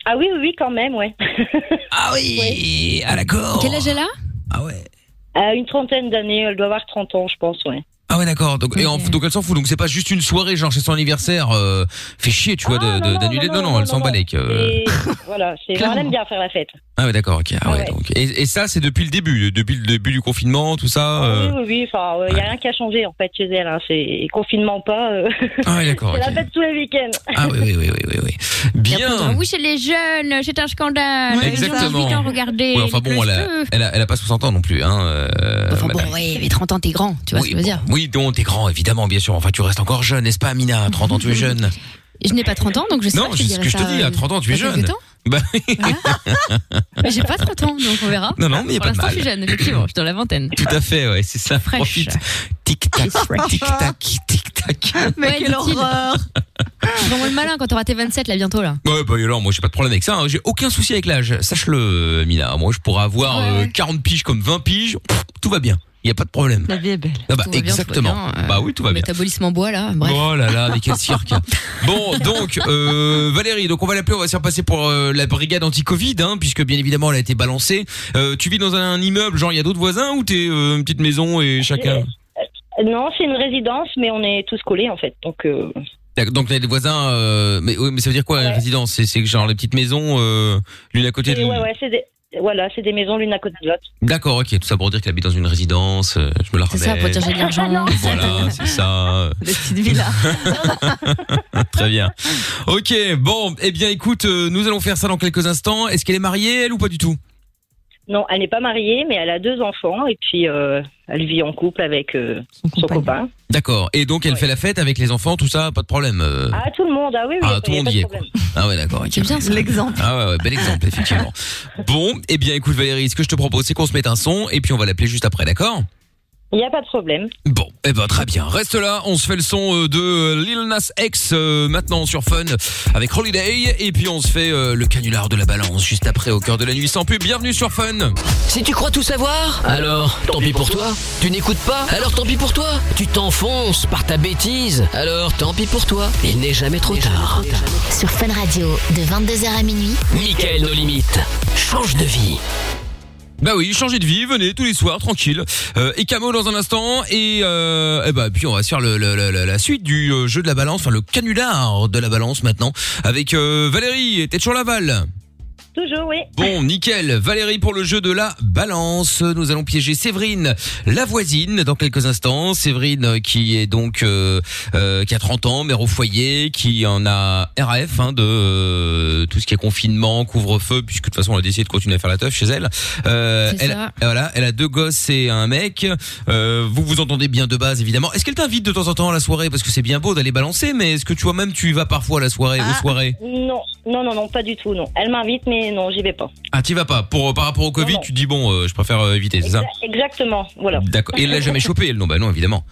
Ah oui, oui, oui, quand même, ouais.
ah oui, à l'accord.
Quel âge
elle a
Ah ouais.
Euh, une trentaine d'années, elle doit avoir 30 ans, je pense, ouais.
Ah ouais, d'accord. Donc, et en- donc elle s'en fout. Donc, c'est pas juste une soirée, genre, chez son anniversaire, euh, fait chier, tu vois, de- de- d'annuler. Ah, Non non, elle s'en bat les euh. que-
Et voilà, c'est... genre, elle aime bien faire la fête.
Ah ouais, d'accord, ok. Ah ouais, donc. Et, et ça, c'est depuis le début, depuis le début du confinement, tout ça. euh.
Oui, oui, oui, enfin, il n'y a rien qui a changé, en fait, chez elle, hein, c'est confinement ou pas. euh,
Ah ouais, d'accord.
c'est
ok.
la fête tous les week-ends.
Ah oui, oui, oui, oui, oui, oui. Bien.
Ah Oui, euh, chez les jeunes, c'est un scandale.
Ouais, exactement.
18 ans, regardez.
Ouais, enfin bon, elle a, elle, a, elle a pas 60 ans non plus, hein. euh, madame.
Bon, ouais, mais 30 ans, t'es grand, tu vois ce que je veux dire.
Oui, donc t'es grand, évidemment, bien sûr. Enfin, tu restes encore jeune, n'est-ce pas, Amina 30 ans, tu es jeune.
Je n'ai pas 30 ans, donc je sais
non,
pas
c'est ce que je te dis, à 30 ans, tu es jeune. Bah,
Ah. Mais j'ai pas 30 ans, donc on verra.
Non, non, mais y a
Pour
pas de
l'instant,
mal.
je suis jeune, effectivement, je suis dans la vingtaine.
tout à fait, ouais, c'est ça. Profite. Tic tac, tic tac, tic tac.
Ouais, quelle horreur C'est vraiment le malin quand t'auras tes 27 là bientôt là.
Ouais, bah alors, moi j'ai pas de problème avec ça, hein. j'ai aucun souci avec l'âge, sache-le, Mina. Moi je pourrais avoir euh, 40 piges comme 20 piges, Pff, tout va bien, il y a pas de problème.
La vie est belle.
Ah bah,
Tout va bien,
exactement.
tout va bien, euh,
bah oui, tout va bien.
Métabolisme en bois là, bah, bref.
Oh là là, mais quel cirque. Bon, donc euh, Valérie, donc on va l'appeler, on va se faire passer pour euh, la brigade anti-Covid, hein, puisque bien évidemment elle a été balancée. Euh, tu vis dans un immeuble, genre il y a d'autres voisins ou t'es euh, une petite maison et chacun
Non, c'est une résidence, mais on est tous collés, en fait, donc... euh,
D'accord, Donc t'as des voisins, euh, mais, oui, mais ça veut dire quoi la résidence C'est- C'est genre les petites maisons, euh, l'une à côté de
Et
l'autre.
ouais, ouais, c'est des, voilà, c'est des maisons l'une à côté de l'autre.
D'accord, ok, tout ça pour dire qu'elle habite dans une résidence, euh, je me la
C'est ça,
remets.
pour dire j'ai de l'argent.
Voilà, c'est ça.
Des petites villas.
Très bien. Ok, bon, eh bien écoute, euh, nous allons faire ça dans quelques instants. Est-ce qu'elle est mariée, elle, ou pas du tout
Non, elle n'est pas mariée, mais elle a deux enfants et puis euh, elle vit en couple avec euh, son copain.
D'accord. Et donc elle fait la fête avec les enfants, tout ça, pas de problème. euh.
Ah, tout le monde, ah oui, oui.
Ah, tout le
y a
monde
pas de
y est,
problème.
Ah ouais, d'accord. ok.
L'exemple.
Ah ouais, ouais, bel exemple, effectivement. Bon, eh bien écoute Valérie, ce que je te propose, c'est qu'on se mette un son et puis on va l'appeler juste après, d'accord
Il n'y a pas de problème.
Bon, eh ben très bien. Reste là, on se fait le son euh, de euh, Lil Nas X euh, maintenant sur Fun avec Holiday et puis on se fait euh, le canular de la balance juste après au cœur de la nuit sans pub. Bienvenue sur Fun.
Si tu crois tout savoir, alors tant pis pour toi. Tu n'écoutes pas, alors tant pis pour toi. Tu t'enfonces par ta bêtise, alors tant pis pour toi. Il n'est jamais trop tard.
Sur Fun Radio, de 22h à minuit.
Michael nos limites. Change de vie.
Bah oui, changez de vie, venez tous les soirs, tranquille. Euh, et Camo dans un instant et euh, eh ben, puis on va se faire le, le- le- le- la suite du euh, jeu de la balance, enfin le canular de la balance maintenant avec euh, Valérie. T'es toujours la Val.
Toujours, oui.
Bon, nickel. Valérie pour le jeu de la balance. Nous allons piéger Séverine, la voisine, dans quelques instants. Séverine euh, qui est donc euh, euh, qui a 30 ans, mère au foyer, qui en a RAF hein, de euh, tout ce qui est confinement, couvre-feu, puisque de toute façon on a décidé de continuer à faire la teuf chez elle. Euh,
C'est
elle
ça.
voilà, elle a deux gosses et un mec. Euh, vous vous entendez bien de base évidemment. Est-ce qu'elle t'invite de temps en temps à la soirée parce que c'est bien beau d'aller balancer, mais est-ce que tu vois même tu y vas parfois à la soirée,
Ah.
aux soirées
Ah, Non, non, non, non, pas du tout, non. Elle m'invite, mais non, j'y vais pas.
Ah, t'y vas pas. Pour, par rapport au Covid, tu dis bon, euh, je préfère euh, éviter, c'est ça
Exactement, voilà.
D'accord. Et il l'a jamais chopé, le nom Bah non, évidemment.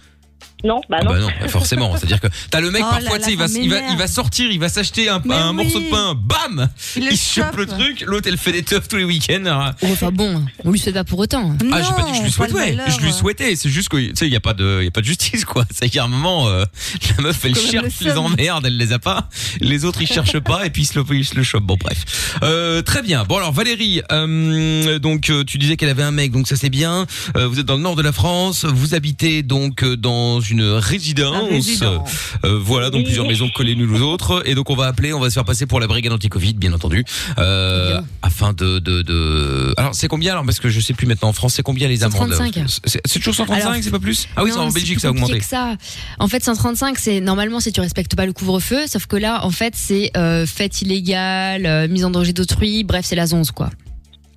Non, bah
Ah
non.
bah non, bah forcément. C'est-à-dire que t'as le mec,
Oh là
parfois, tu sais, il
là,
va,
ça
il, va,
m'énerve.
il va sortir, il va s'acheter un,
Mais
un
oui.
morceau de pain, bam
Il le
chope le
chope.
truc, l'autre, elle fait des teufs tous les week-ends. hein.
Ouais, Oh, Enfin bon, on lui souhaite pas pour autant.
ah, j'ai pas dit que je lui souhaitais. Je lui souhaitais. C'est juste que, tu sais, il y a pas de, y a pas de justice, quoi. C'est qu'à un moment, euh, la meuf, elle
Quand même
cherche
le
les
somme.
emmerdes, elle les a pas. Les autres, ils cherchent pas et puis ils se le, ils se le chopent. Bon, bref. Euh, très bien. Bon, alors, Valérie, euh, donc, euh, tu disais qu'elle avait un mec, donc ça c'est bien. Euh, vous êtes dans le nord de la France. Vous habitez donc euh, dans une résidence.
résident.
Euh, voilà, donc plusieurs maisons collées l'une aux autres. Et donc on va appeler, on va se faire passer pour la brigade anti-Covid, bien entendu, euh, afin de, de, de- Alors c'est combien alors Parce que je sais plus maintenant en France, c'est combien les amendes
135.
C'est c'est toujours 135,
Alors,
c'est pas plus Ah oui, c'est
non,
en Belgique
plus
ça a
compliqué
augmenté.
que ça. En fait, 135, c'est normalement si tu respectes pas le couvre-feu, sauf que là, en fait, c'est euh, fête illégale, euh, mise en danger d'autrui, bref, c'est la zonze, quoi.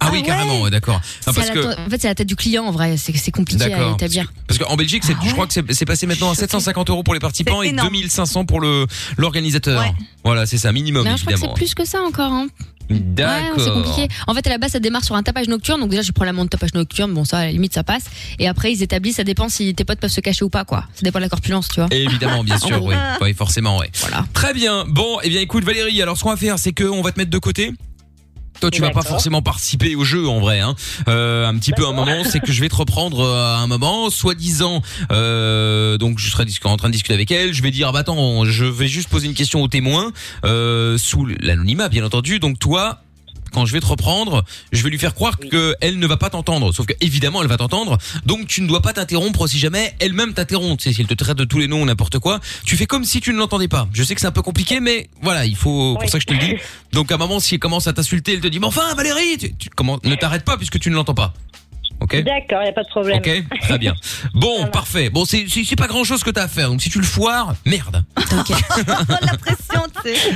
Ah, oui, carrément, ouais, d'accord. Ah,
C'est
parce
à
que
la- En fait, c'est la tête du client, en vrai, c'est c'est compliqué à
D'accord.
établir. Ah
parce qu'en Belgique, c'est- je crois que c'est c'est passé maintenant à 750 euros pour les participants et 2500 pour le l'organisateur. Voilà, c'est ça, minimum
Non, je crois que
évidemment.
c'est plus que ça encore. hein. Ouais,
D'accord.
c'est compliqué. En fait, à la base, ça démarre sur un tapage nocturne. Donc déjà, je prends l'amende de tapage nocturne. Bon, ça, à la limite, ça passe. Et après, ils établissent. Ça dépend si tes potes peuvent se cacher ou pas, quoi. Ça dépend de la corpulence, tu vois.
Évidemment, bien sûr, oui. Oui, forcément, oui. Très bien. Bon, et bien écoute Valérie, alors ce qu'on va faire, c'est qu'on va te mettre de côté. Toi, tu vas pas
D'accord.
forcément participer au jeu en vrai. Hein. Euh, un petit peu un moment, c'est que je vais te reprendre euh, à un moment, soi-disant. euh, donc, je serai dis- en train de discuter avec elle. Je vais dire, ah bah attends, je vais juste poser une question au témoin euh, sous l'anonymat, bien entendu. Donc toi, quand je vais te reprendre, je vais lui faire croire qu'elle ne va pas t'entendre. Sauf que évidemment, elle va t'entendre. Donc tu ne dois pas t'interrompre si jamais elle-même t'interrompt. C'est si elle te traite de tous les noms ou n'importe quoi, tu fais comme si tu ne l'entendais pas. Je sais que c'est un peu compliqué, mais voilà, il faut pour ça que je te le dis. Donc à un moment, si elle commence à t'insulter, elle te dit "Mais enfin, Valérie, tu, tu- comment ne t'arrête pas puisque tu ne l'entends pas." Ok.
D'accord, il a pas de problème.
Ok, très bien. Bon, parfait. Bon, c'est c'est- c'est pas grand chose que t'as à faire. Donc si tu le foires, merde.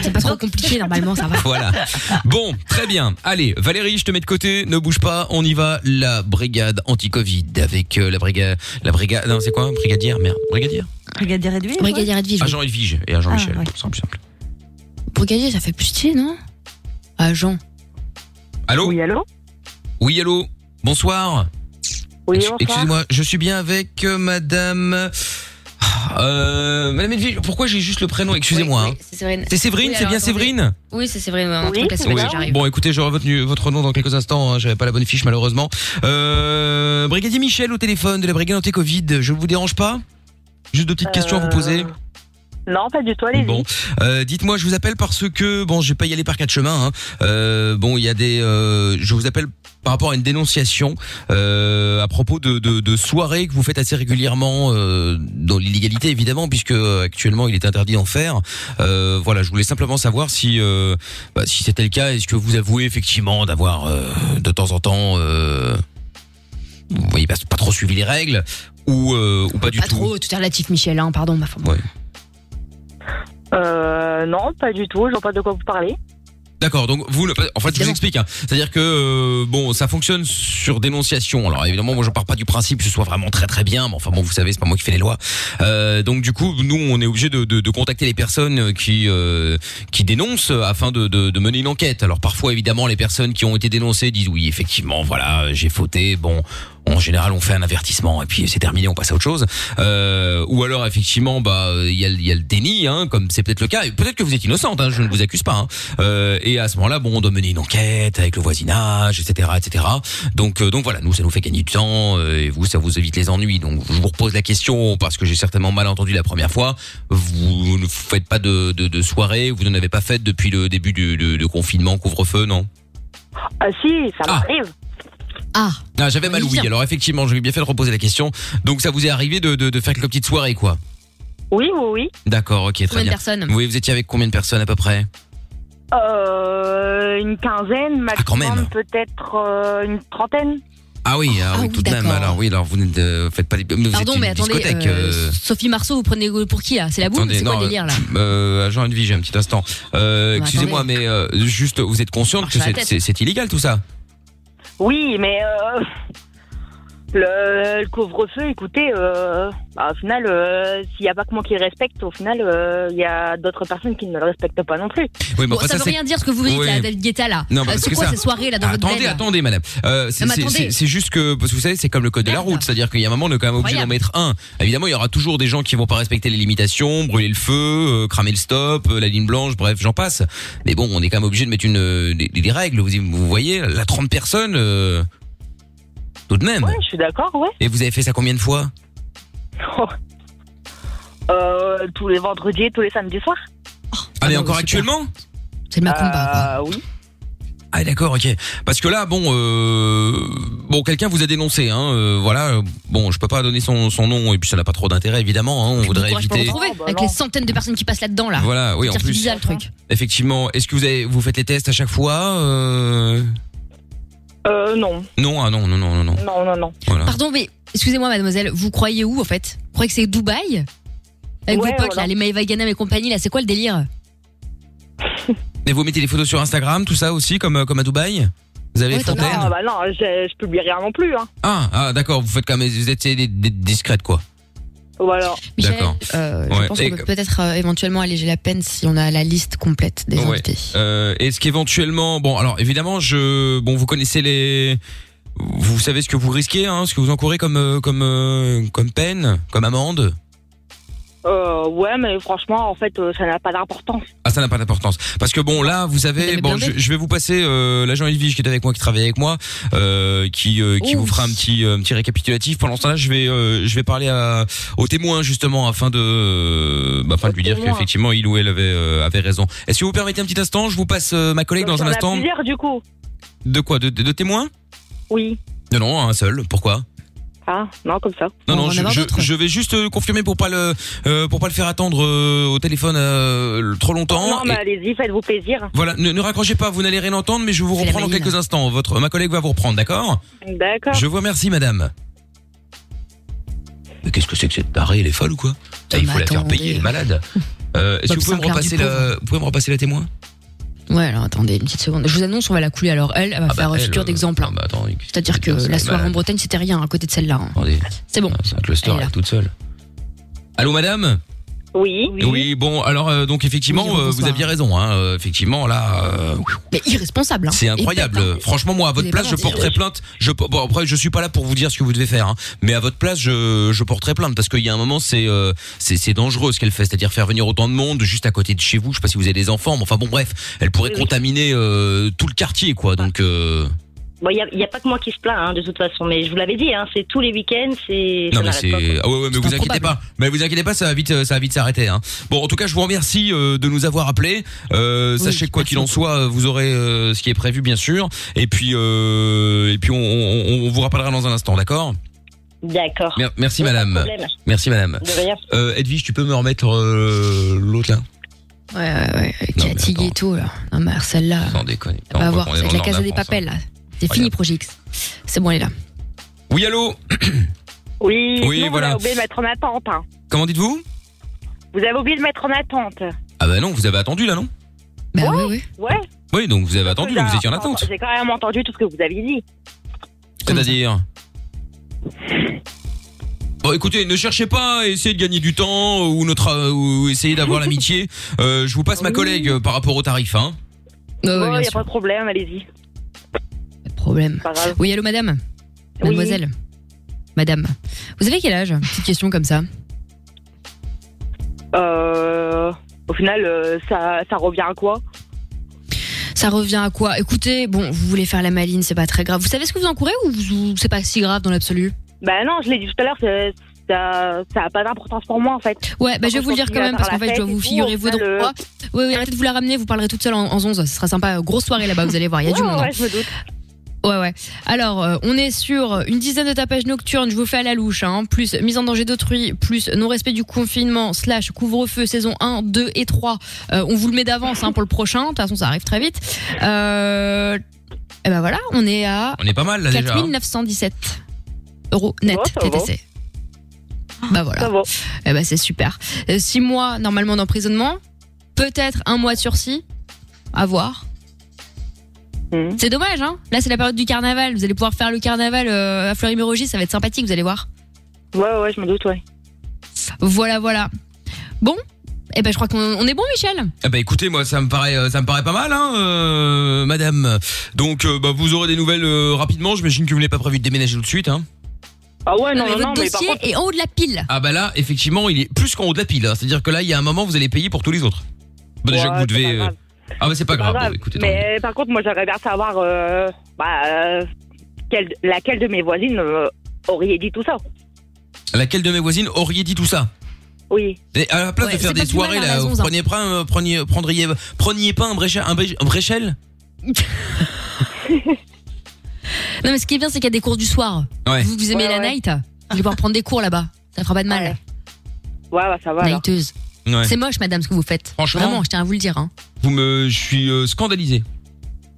C'est pas trop compliqué normalement, ça va.
Voilà. Bon, très bien. Allez, Valérie, je te mets de côté. Ne bouge pas. On y va. La brigade anti-Covid avec euh, la brigade, la brigade. Non, c'est quoi Brigadière, merde. Brigadière.
Brigadier Edwige. Brigadier Edwige. oui.
Agent Edwige et agent
Ah,
Michel.
ouais.
c'est simple, simple.
Brigadier, ça fait plus stylé, non Ah, Agent.
Allô. Oui,
allô.
Oui, allô. Bonsoir.
Oui,
Ex-
bonsoir.
Excusez-moi, je suis bien avec euh, Madame. Euh, Madame Edwige. Pourquoi j'ai juste le prénom Excusez-moi. hein.
C'est Séverine.
C'est Séverine,
Oui,
c'est
alors,
bien
attendez.
Séverine
Oui, c'est Séverine. ouais, un
Oui,
truc à
c'est
Séverine,
ça.
j'arrive.
Bon, écoutez, j'aurai retenu votre nom dans quelques instants. hein, J'avais pas la bonne fiche, malheureusement. Euh, Brigadier Michel au téléphone de la brigade anti-Covid. Je vous dérange pas Juste deux petites questions à vous poser.
Non, pas du tout, allez-y.
Bon, euh, dites-moi, je vous appelle parce que bon, je vais pas y aller par quatre chemins. hein. Euh, bon, il y a des, euh, je vous appelle par rapport à une dénonciation euh, à propos de, de, de soirées que vous faites assez régulièrement euh, dans l'illégalité évidemment, puisque euh, actuellement il est interdit d'en faire. Euh, voilà, je voulais simplement savoir si euh, bah, si c'était le cas, est-ce que vous avouez effectivement d'avoir euh, de temps en temps, euh, vous voyez, pas, pas trop suivi les règles ou euh, ou pas du
Pas
tout.
trop, tout est relatif, Michel, hein, pardon. ma foi.
Ouais.
Euh, non, pas du tout, je vois pas de quoi vous parlez.
D'accord, donc vous, le- en fait, je vous explique. hein. C'est-à-dire que euh, bon, ça fonctionne sur dénonciation. Alors évidemment, moi, je pars pas du principe que ce soit vraiment très très bien, mais enfin bon, vous savez, c'est pas moi qui fais les lois. Euh, donc du coup, nous, on est obligé de, de- de contacter les personnes qui euh, qui dénoncent afin de, de- de mener une enquête. Alors parfois, évidemment, les personnes qui ont été dénoncées disent oui, effectivement, voilà, j'ai fauté. Bon, en général, on fait un avertissement et puis c'est terminé, on passe à autre chose. Euh, ou alors, effectivement, bah, euh, il y a, le- il y a le déni, hein, comme c'est peut-être le cas. Et Peut-être que vous êtes innocente, hein, je ne vous accuse pas. hein. Euh, et à ce moment-là, bon, on doit mener une enquête avec le voisinage, etc., etc. Donc, euh, donc voilà, nous, ça nous fait gagner du temps euh, et vous, ça vous évite les ennuis. Donc, je vous repose la question parce que j'ai certainement mal entendu la première fois. Vous ne faites pas de, de, de soirée, vous n'en avez pas fait depuis le début du, du- du confinement, couvre-feu, non
Ah si, ça m'arrive.
Ah.
ah, j'avais mal oui. Alors effectivement, j'ai bien fait de reposer la question. Donc ça vous est arrivé de, de, de faire quelques petites soirées, quoi
Oui, oui, oui.
D'accord, ok, très
Combien de
bien.
personnes
Oui, vous étiez avec combien de personnes à peu près
Euh, une quinzaine, maximum peut-être euh, une trentaine.
Ah oui, ah, oui, tout de même. Alors oui, alors vous ne euh, faites pas les. mais Vous
Pardon,
êtes une
mais attendez,
discothèque.
euh,
euh,
Sophie Marceau, vous prenez pour qui là C'est la boule
attendez,
C'est quoi
non,
le délire là
euh, Agent Edwige, un petit instant. Euh,
Non,
Excusez-moi, mais euh, juste, vous êtes consciente
Marche
que
sur la
c'est-
tête.
c'est c'est illégal tout ça
Oui, mais euh, le, le couvre-feu, écoutez, euh, bah, au final, euh, s'il n'y a pas que moi qui le respecte, au final, euh, il y a d'autres personnes qui ne le respectent pas non plus.
Oui, mais
Bon,
enfin,
ça, veut
c'est-
rien dire ce que vous dites
Oui.
là, David Guetta là.
Non, mais
Euh,
parce
c'est
que
quoi
ça-
ces soirées là dans votre
attendez,
veine, là
attendez, madame. Euh, c'est-
Non, mais
c'est-
attendez.
c'est c'est juste que parce que vous savez, c'est comme le code de la route, c'est-à-dire qu'il y a un moment, on est quand même obligé d'en mettre un. Évidemment, il y aura toujours des gens qui vont pas respecter les limitations, brûler le feu, euh, cramer le stop, euh, la ligne blanche, bref, j'en passe. Mais bon, on est quand même obligé de mettre une euh, des, des règles. Vous, y- vous voyez, la 30 personnes, euh, tout de même.
Ouais, je suis d'accord, ouais.
Et vous avez fait ça combien de fois
Euh, tous les vendredis et tous les samedis soirs.
Ah mais encore actuellement
C'est ma
combat. oui.
Ah d'accord, ok. Parce que là, bon, euh, bon, quelqu'un vous a dénoncé, hein, euh, voilà. Bon, je peux pas donner son, son nom et puis ça n'a pas trop d'intérêt évidemment. Hein, on voudrait
Pourquoi je peux
éviter.
retrouver avec les centaines de personnes qui passent là-dedans là.
Voilà, oui,
C'est-à-dire
en
qu'il
plus.
est bizarre, le truc.
Effectivement, est-ce que vous avez, vous faites les tests à chaque fois euh,
Euh, non.
Non, ah non, non, non, non, non.
Non, non, non.
Pardon, mais excusez-moi, mademoiselle, vous croyez où en fait Vous croyez que c'est Dubaï Avec
Ouais,
vos potes
voilà.
là, les Maeva Ganem et compagnie là, c'est quoi le délire
Et vous mettez les photos sur Instagram, tout ça aussi, comme euh, comme à Dubaï. Vous avez les fontaines.
Non, bah non, je, je publie rien non plus. Hein.
Ah, ah d'accord, vous faites quand même, vous êtes des- des- discrète quoi.
Voilà.
D'accord.
Je
Ouais,
pense
et-
qu'on peut peut-être euh, éventuellement alléger la peine si on a la liste complète des
Ouais.
invités.
Euh, Est-ce qu'éventuellement, bon, alors évidemment, je, bon, vous connaissez les, vous savez ce que vous risquez, hein, ce que vous encourez comme, euh, comme, euh, comme peine, comme amende.
Euh, ouais, mais franchement, en fait, euh, ça n'a pas d'importance.
Ah, ça n'a pas d'importance. Parce que bon, là, vous savez, bon, je, je vais vous passer euh, l'agent Edwige qui est avec moi, qui travaille avec moi, euh, qui, euh, qui
Oh,
vous
oui.
fera un petit, euh, un petit récapitulatif. Pendant ce temps-là, je vais, euh, je vais parler à, aux témoins justement afin de, euh, bah, afin de lui dire
témoins.
qu'effectivement, il ou elle avait, euh, avait raison. Est-ce que vous permettez un petit instant Je vous passe euh, ma collègue
Donc,
dans un
il y en a
instant.
plusieurs, du coup.
De quoi de, de, de témoins
Oui.
Non, non, un seul. Pourquoi
Ah, non, comme ça.
Non, non, je, je- je vais juste euh, confirmer pour pas le euh, pour pas le faire attendre euh, au téléphone euh, le- trop longtemps.
Non, mais
Et-
allez-y, faites-vous plaisir.
Voilà, ne, ne raccrochez pas, vous n'allez rien entendre, mais je vous reprends dans quelques instants. Votre ma collègue va vous reprendre, d'accord
D'accord.
Je vous remercie, madame. Mais qu'est-ce que c'est que cette tarée Elle est folle ou quoi Ça, Il faut la faire payer, elle est malade. Euh, Est-ce que vous pouvez, me
Exemplaire
repasser
du
la, vous pouvez me repasser la témoin
Ouais, alors attendez une petite seconde. Je vous annonce, on va la couler. Alors elle, elle va
Ah bah,
faire un
elle,
futur
euh,
d'exemple. hein. C'est-à-dire que
ça, elle
la
est
soirée en
malade.
Bretagne, c'était rien à côté de celle-là. hein.
Attendez, Ah,
C'est bon.
c'est un cluster, elle est toute seule. Allô, madame
Oui.
Oui. bon, alors euh, donc effectivement, euh, vous aviez raison, hein, euh, effectivement là, euh,
Mais irresponsable. hein.
c'est
Et
incroyable.
bête, hein.
Franchement, moi à
Vous
votre
allez
place,
pas
je
mentir.
porterais plainte. Je bon après, je suis pas là pour vous dire ce que vous devez faire, hein, mais à votre place, je, je porterais plainte parce qu'il y a un moment, c'est euh, c'est c'est dangereux ce qu'elle fait, c'est-à-dire faire venir autant de monde juste à côté de chez vous. Je sais pas si vous avez des enfants, mais enfin bon, bref, elle pourrait contaminer euh, tout le quartier, quoi. Donc euh,
Bon, il n'y a, pas que moi qui se plaint, hein, de toute façon, mais je vous l'avais dit, hein, c'est tous les week-ends, c'est. ça
Non mais
n'arrête pas,
c'est
quoi.
ah ouais, ouais, mais vous inquiétez pas mais vous inquiétez pas ça va vite euh, ça va vite s'arrêter hein. bon en tout cas je vous remercie euh, de nous avoir appelés Euh, sachez que quoi qu'il en soit euh, vous aurez euh, ce qui est prévu bien sûr et puis euh, et puis on, on- on vous rappellera dans un instant d'accord
D'accord.
Mer- merci
Pas de
madame
problème.
merci madame
De rien.
Euh, Edwige tu peux me remettre euh, l'autre là
Ouais, ouais, ouais. Cathy Ghetto, là. Non, mais alors, celle-là.
sans déconner
On va
Attends,
voir,
on est
c'est
dans
avec la
le nord
case
de
des
la France,
papels, là. C'est fini, Projet X. C'est bon, elle est là.
hein. oui allô
Oui,
Oui,
non,
voilà.
vous avez oublié de mettre en attente. hein.
comment dites-vous
Vous avez oublié de mettre en attente.
ah bah non vous avez attendu là non
Bah oui,
Ouais.
oui donc vous avez attendu donc vous étiez en attente
J'ai quand même entendu tout ce que vous aviez dit.
C'est-à-dire Bon, écoutez, ne cherchez pas à essayer de gagner du temps euh, ou notre euh, ou essayer d'avoir l'amitié. Euh, je vous passe ma collègue euh, par rapport au tarif. Hein.
bon, il n'y Oh, a pas de problème, allez-y.
Problème. Oui, allô, madame Mademoiselle Madame. Vous avez quel âge Petite question comme ça.
Euh, au final, euh, ça, ça revient à quoi
Ça revient à quoi Écoutez, bon, vous voulez faire la maline, c'est pas très grave. Vous savez ce que vous encourez ou vous- ou c'est pas si grave dans l'absolu
Bah non, je l'ai dit tout à l'heure, c'est- ça n'a pas d'importance pour moi en fait.
Ouais, bah je vais vous le dire quand même parce qu'en fait, je dois vous figurer vos
vous
droits. Oui, oui, arrêtez de vous la ramener, vous parlerez toute seule en, en 11, ce sera sympa. Euh, Grosse soirée là-bas, vous allez voir, il y a du
Ouais,
monde.
ouais,
hein.
je me doute.
Ouais, ouais. Alors, euh, on est sur une dizaine de tapages nocturnes, je vous fais à la louche, hein, plus mise en danger d'autrui, plus non-respect du confinement, slash couvre-feu saison 1, 2 et 3. Euh, on vous le met d'avance hein, pour le prochain, de toute façon, ça arrive très vite. Euh, et ben voilà, on est à.
On est pas mal, là, déjà, hein.
4917 euros net
ça va.
TTC. Bah voilà. Eh ben, c'est super. Euh, Six mois normalement d'emprisonnement, peut-être un mois de sursis, à voir.
Hmm.
C'est dommage, hein Là, c'est la période du carnaval. Vous allez pouvoir faire le carnaval euh, à Fleury-Mérogis, ça va être sympathique, vous allez voir.
euh, Ouais, ouais, je me doute, ouais.
Voilà, voilà. Bon, eh ben, je crois qu'on on est bon, Michel.
Eh ben, écoutez, moi ça me paraît euh, ça me paraît pas mal, hein, euh, madame. Donc euh, bah, vous aurez des nouvelles euh, rapidement. J'imagine que vous n'avez pas prévu de déménager tout de suite. Hein.
Ah ouais, non,
Mais
non, non,
votre
mais par
dossier
contre.
est en haut de la pile.
Ah bah là, effectivement, il est plus qu'en haut de la pile. hein. C'est-à-dire que là, il y a un moment, vous allez payer pour tous les autres. Bon, déjà
Ouais,
que vous
c'est pas
devez. euh,
grave.
Ah bah c'est pas
C'est
grave.
pas grave.
Bon, écoutez, tant mieux.
mais euh, par contre, moi j'aurais bien savoir euh, bah, euh, quelle- laquelle de mes voisines euh, aurait dit tout ça.
Laquelle de mes voisines aurait dit tout ça
Oui.
Et à la place
Ouais,
de faire
c'est pas
des
plus mal,
soirées,
la
là,
raison,
vous
ça.
preniez pas, un- preniez, prendriez, preniez pas un bréchel, un, bré- un bréchel
Non, mais ce qui est bien, c'est qu'il y a des cours du soir.
Ouais.
Vous, vous aimez
Ouais,
la
ouais.
night Vous allez pouvoir prendre des cours là-bas. Ça fera pas de mal.
Ouais, bah, ça va. alors.
Nighteuse. C'est moche, madame, ce que vous faites.
Franchement.
Vraiment, je tiens à vous le dire. hein.
Vous me, je suis euh, scandalisé.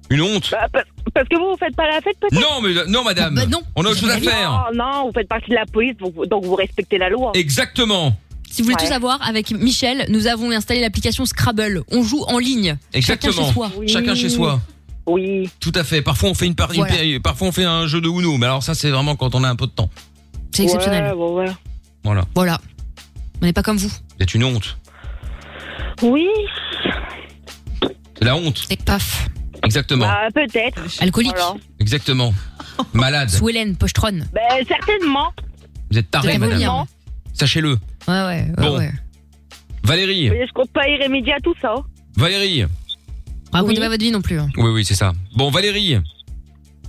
Une honte.
Parce que vous, vous faites pas la fête, Bah, peut-être
non, mais non, madame.
Bah non.
On a autre chose à faire.
Non, non, vous faites partie de la police, donc, donc vous respectez la loi.
Exactement.
Si vous voulez
Ouais.
tout savoir, avec Michel, nous avons installé l'application Scrabble. On joue en ligne. Chacun
Exactement.
chez soi.
Chacun chez soi.
Oui.
Tout à fait. Parfois on fait une par- une
Voilà.
péri- parfois on fait un jeu de Uno, mais alors ça c'est vraiment quand on a un peu de temps.
C'est exceptionnel.
Voilà.
Voilà. On n'est pas comme vous.
C'est une honte.
Oui.
C'est la honte.
Et paf.
Exactement.
Bah, peut-être.
Alcoolique.
Exactement. Malade.
Sous Hélène, pochetronne.
Ben, certainement.
Vous êtes Ah taré,
Très
madame.
bien.
Sachez-le.
Ouais, ouais.
Bon. Valérie.
Mais je compte pas y remédier à tout ça. hein.
Valérie.
Racontez pas votre vie non plus. hein.
Oui, oui, c'est ça. Bon, Valérie.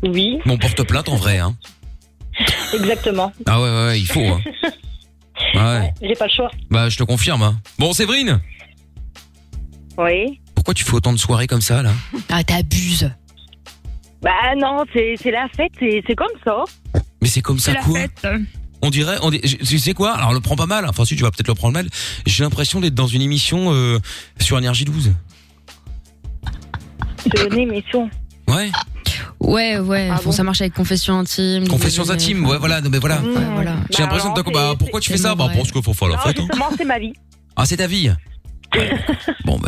Oui.
Bon, porte plainte en vrai. Hein.
Exactement.
Ah ouais, ouais, ouais, il faut. hein. Ah Ouais.
J'ai pas le choix.
Bah, je te confirme. hein. Bon, Séverine.
Oui.
Pourquoi tu fais autant de soirées comme ça, là
Ah, t'abuses.
Bah, non, c'est c'est la fête, c'est c'est comme ça.
Mais c'est comme ça quoi On dirait, on dit- tu sais quoi Alors, on le prend pas mal. Enfin, si tu vas peut-être le prendre mal. J'ai l'impression d'être dans une émission euh, sur énergie 12.
C'est une émission. Ah
Ouais.
Ouais, ouais. faut- Ça marche avec confession intime.
Confessions
désolé.
intimes. Ouais, voilà. non, mais voilà. J'ai l'impression de t'ac- bah, pourquoi tu fais ça Bah, parce qu'il faut faire la fête. hein.
Justement, c'est ma vie.
Ah, c'est ta vie.
Non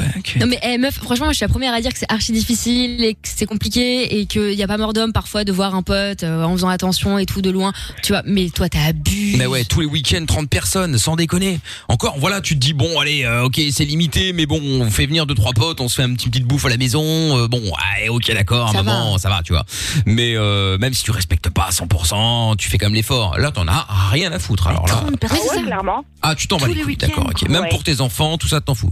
mais eh, meuf, franchement, moi, je suis la première à dire que c'est archi difficile et que c'est compliqué et qu'il n'y a pas mort d'homme parfois de voir un pote euh, en faisant attention et tout de loin. Tu vois, mais toi t'as abusé.
Mais ouais, tous les week-ends, 30 personnes, sans déconner. Encore, voilà, tu te dis, bon, allez, euh, ok, c'est limité, mais bon, on fait venir deux, trois potes, on se fait un petit petite bouffe à la maison, euh, bon, ouais, ok, d'accord,
Ça
maman,
va.
ça va, tu vois. Mais euh, même si tu respectes pas à 100%, tu fais quand même l'effort. Là, t'en as rien à foutre, alors là.
Bah,
Ah ouais, clairement.
Ah, tu t'en vas
Tous
les
les
couilles,
week-ends,
d'accord, ok.
quoi.
Même
Ouais.
pour tes enfants, tout ça, t'en fous.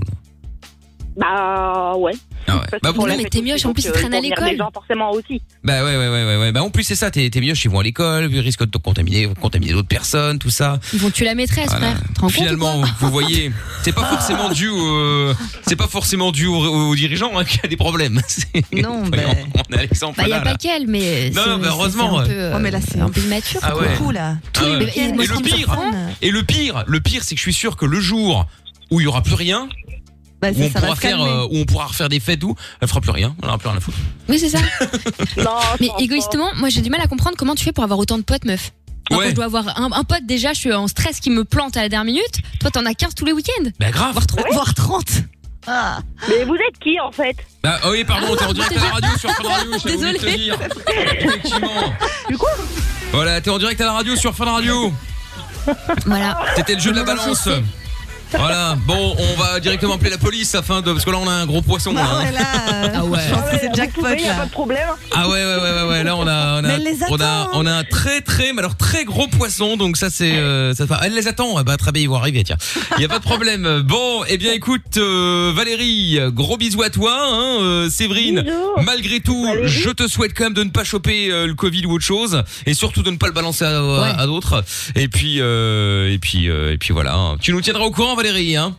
Bah, ouais.
Ah ouais. Bah, vous-
la
mais
fête,
t'es mioche, en
donc,
plus, ils
euh,
traînent à
faut venir
l'école.
des gens, forcément aussi.
Bah ouais, ouais, ouais, ouais, ouais. Bah en plus, c'est ça, t'es, t'es mieux chez vous à l'école, ils risquent de te contaminer, contaminer d'autres personnes, tout ça.
Ils vont tuer la maîtresse,
Voilà.
frère. Te rends compte
Finalement, vous voyez, c'est pas forcément dû au, c'est pas forcément dû aux au dirigeants hein, qui a des problèmes. C'est-
Non,
Voyons, on a l'exemple
Bah, il
là.
a pas
là.
qu'elle, mais.
Non,
c'est-
non, mais
c'est-
heureusement,
c'est un
ouais.
peu, euh,
Ouais, Oh, mais là,
c'est un peu immature.
Ah ouais.
Coucou, là.
Ah ouais. Et le pire, hein. et le pire, le pire, c'est que je suis sûr que le jour où il y aura plus rien,
Bah,
où
c'est-
on
ça va
pourra
se
faire,
calmer.
euh, où on pourra refaire des fêtes, où elle fera plus rien, elle aura plus rien à foutre.
Oui, c'est ça. mais égoïstement, moi j'ai du mal à comprendre comment tu fais pour avoir autant de potes, meuf. Moi,
Ouais.
quand je dois avoir un, un pote déjà, je suis en stress qui me plante à la dernière minute. Toi, t'en as 15 tous les week-ends. Ah.
Bah grave.
Voire 30. voire 30.
Mais vous êtes qui, en fait
Bah
Ah,
oh oui, pardon, t'es en direct à la radio sur Fun Radio. j'avais oublié de te
Désolée.
dire. Voilà, t'es en direct à la radio sur Fun Radio.
Voilà.
C'était le jeu de la balance. Voilà, bon, on va directement appeler la police afin de. Parce que là, on a un gros poisson. hein.
Ah
Bah ouais.
C'est jackpot,
Il n'y a
là.
pas de problème.
Ah ouais, ouais, ouais, ouais, ouais, là, on a, on
Mais
a,
elle les hein.
on a, on a un très, très, mais alors très gros poisson. Donc, ça, c'est. euh, ça, enfin, elle les attend. Ah bah, très bien, ils vont arriver, tiens. Il n'y a pas de problème. Bon, eh bien, écoute, euh, Valérie, gros bisous à toi, hein, euh, Séverine. Malgré tout, je te souhaite quand même de ne pas choper euh, le Covid ou autre chose. Et surtout de ne pas le balancer à, à- à d'autres. Et puis, euh, et puis, euh, et puis voilà. hein. Tu nous tiendras au courant, Valérie, hein.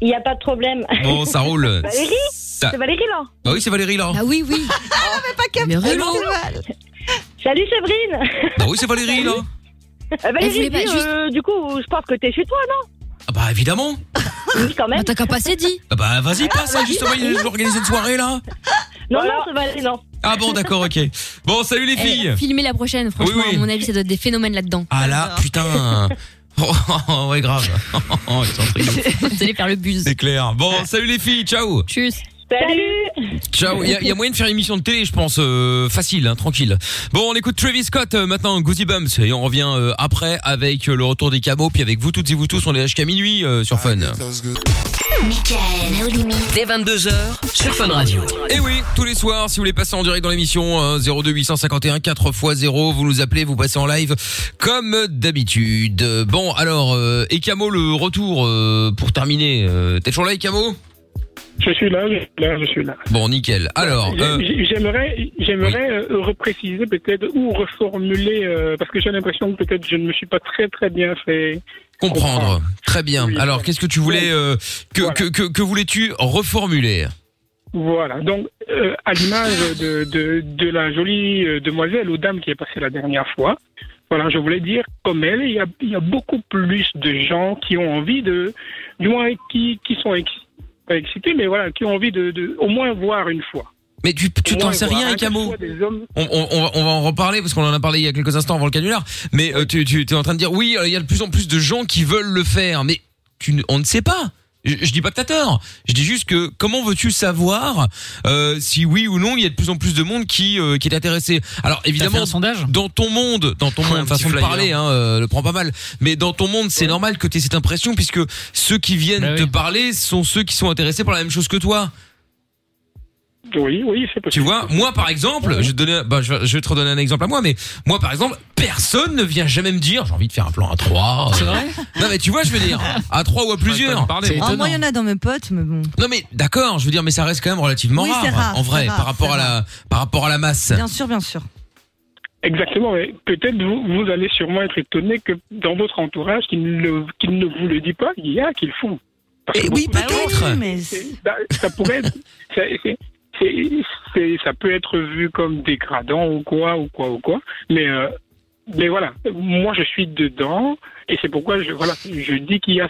Il n'y a pas de problème.
Bon, ça roule.
Valérie
Ça-
C'est Valérie là
Bah oui, c'est Valérie là.
Ah oui, oui.
Ah, mais pas
Mais relou.
Salut Séverine
Bah oui, c'est Valérie là. Eh,
Euh, Valérie,
Elle voulait pas
dis, euh, du coup, je pense que t'es chez toi, non
Ah bah évidemment.
Oui, quand même.
Bah, T'as qu'à passer, dit.
Ah bah vas-y, passe, hein, justement, il a organisé une soirée là.
Non, non, c'est Valérie, non.
Ah bon, d'accord, ok. Bon, salut les filles.
Filmer Eh, la prochaine, franchement,
Oui, oui.
à mon avis, ça doit être des phénomènes là-dedans.
Ah là, putain. Oh, oh, ouais, grave. Oh, oh, ils sont pris.
Vous allez faire le buzz.
C'est clair. Bon, salut les filles, ciao.
Tchuss.
Salut
Ciao. Il y, a- il y a moyen de faire une émission de télé, je pense, euh, facile, hein, tranquille. Bon, on écoute Travis Scott euh, maintenant, Goosey Bumps, et on revient euh, après avec euh, le retour des camos, puis avec vous toutes et vous tous, on est jusqu'à minuit euh, sur Fun.
Michael, au limite.
Dès 22h sur Fun Radio.
Et oui, tous les soirs, si vous voulez passer en direct dans l'émission, hein, 02 851 4 x 0, vous nous appelez, vous passez en live comme d'habitude. Euh, Bon, alors, euh, Ekamo, le retour euh, pour terminer. Euh, T'es toujours là, Ekamo
Je suis là, je suis là, je suis là.
Bon, nickel. Alors,
J'ai-
euh,
j'ai- J'aimerais, j'aimerais euh, repréciser peut-être ou reformuler euh, parce que j'ai l'impression que peut-être je ne me suis pas très très bien fait
comprendre. Très bien. Alors, qu'est-ce que tu voulais... euh, que que, que, que voulais-tu reformuler
Voilà, donc euh, à l'image de, de, de la jolie euh, demoiselle ou dame qui est passée la dernière fois, voilà, je voulais dire, comme elle, il y a, il y a beaucoup plus de gens qui ont envie de, du moins qui, qui sont ex- pas excités, mais voilà, qui ont envie de, de au moins voir une fois.
Mais tu, tu
Au
t'en
moins
sais
voir
rien,
un
Camo
fois des hommes.
on, on- on va, on va en reparler parce qu'on en a parlé il y a quelques instants avant le canular. Mais euh, tu, tu es en train de dire oui, euh, il y a de plus en plus de gens qui veulent le faire, mais tu, ne- on ne sait pas. Je, je dis pas que t'as tort. Je dis juste que comment veux-tu savoir euh, si oui ou non il y a de plus en plus de monde qui euh, qui est intéressé. Alors évidemment,
fait un sondage
dans ton monde, dans ton monde, façon de
flyer.
parler, hein, euh, le prend pas mal. Mais dans ton monde, c'est normal que tu aies cette impression puisque ceux qui viennent
Bah
te parler sont ceux qui sont intéressés par la même chose que toi.
Oui, oui, c'est
Tu vois, moi par exemple, je, vais te donner- bah, je vais- je vais te redonner un exemple à moi, mais moi par exemple, personne ne vient jamais me dire j'ai envie de faire un plan à 3.
C'est vrai
Non mais tu vois, je veux dire, à 3 ou à plusieurs.
Ah, moi, il y en a dans mes potes, mais bon.
Non mais d'accord, je veux dire, mais ça reste quand même relativement
Oui, c'est
rare, hein,
rare,
en vrai,
c'est rare,
par rapport
c'est
à la, par rapport à la masse.
Bien sûr, bien sûr.
Exactement, mais peut-être vous, vous allez sûrement être étonné que dans votre entourage, qu'il ne, qu'il ne vous le dit pas, il y a qu'ils font. Parce que
Eh
beaucoup de gens- ça, ça pourrait être. ça, c'est- c'est- c'est- ça peut être vu comme dégradant ou quoi, ou quoi, ou quoi. Mais, euh, mais voilà, moi je suis dedans et c'est pourquoi je, voilà, je dis qu'il y a.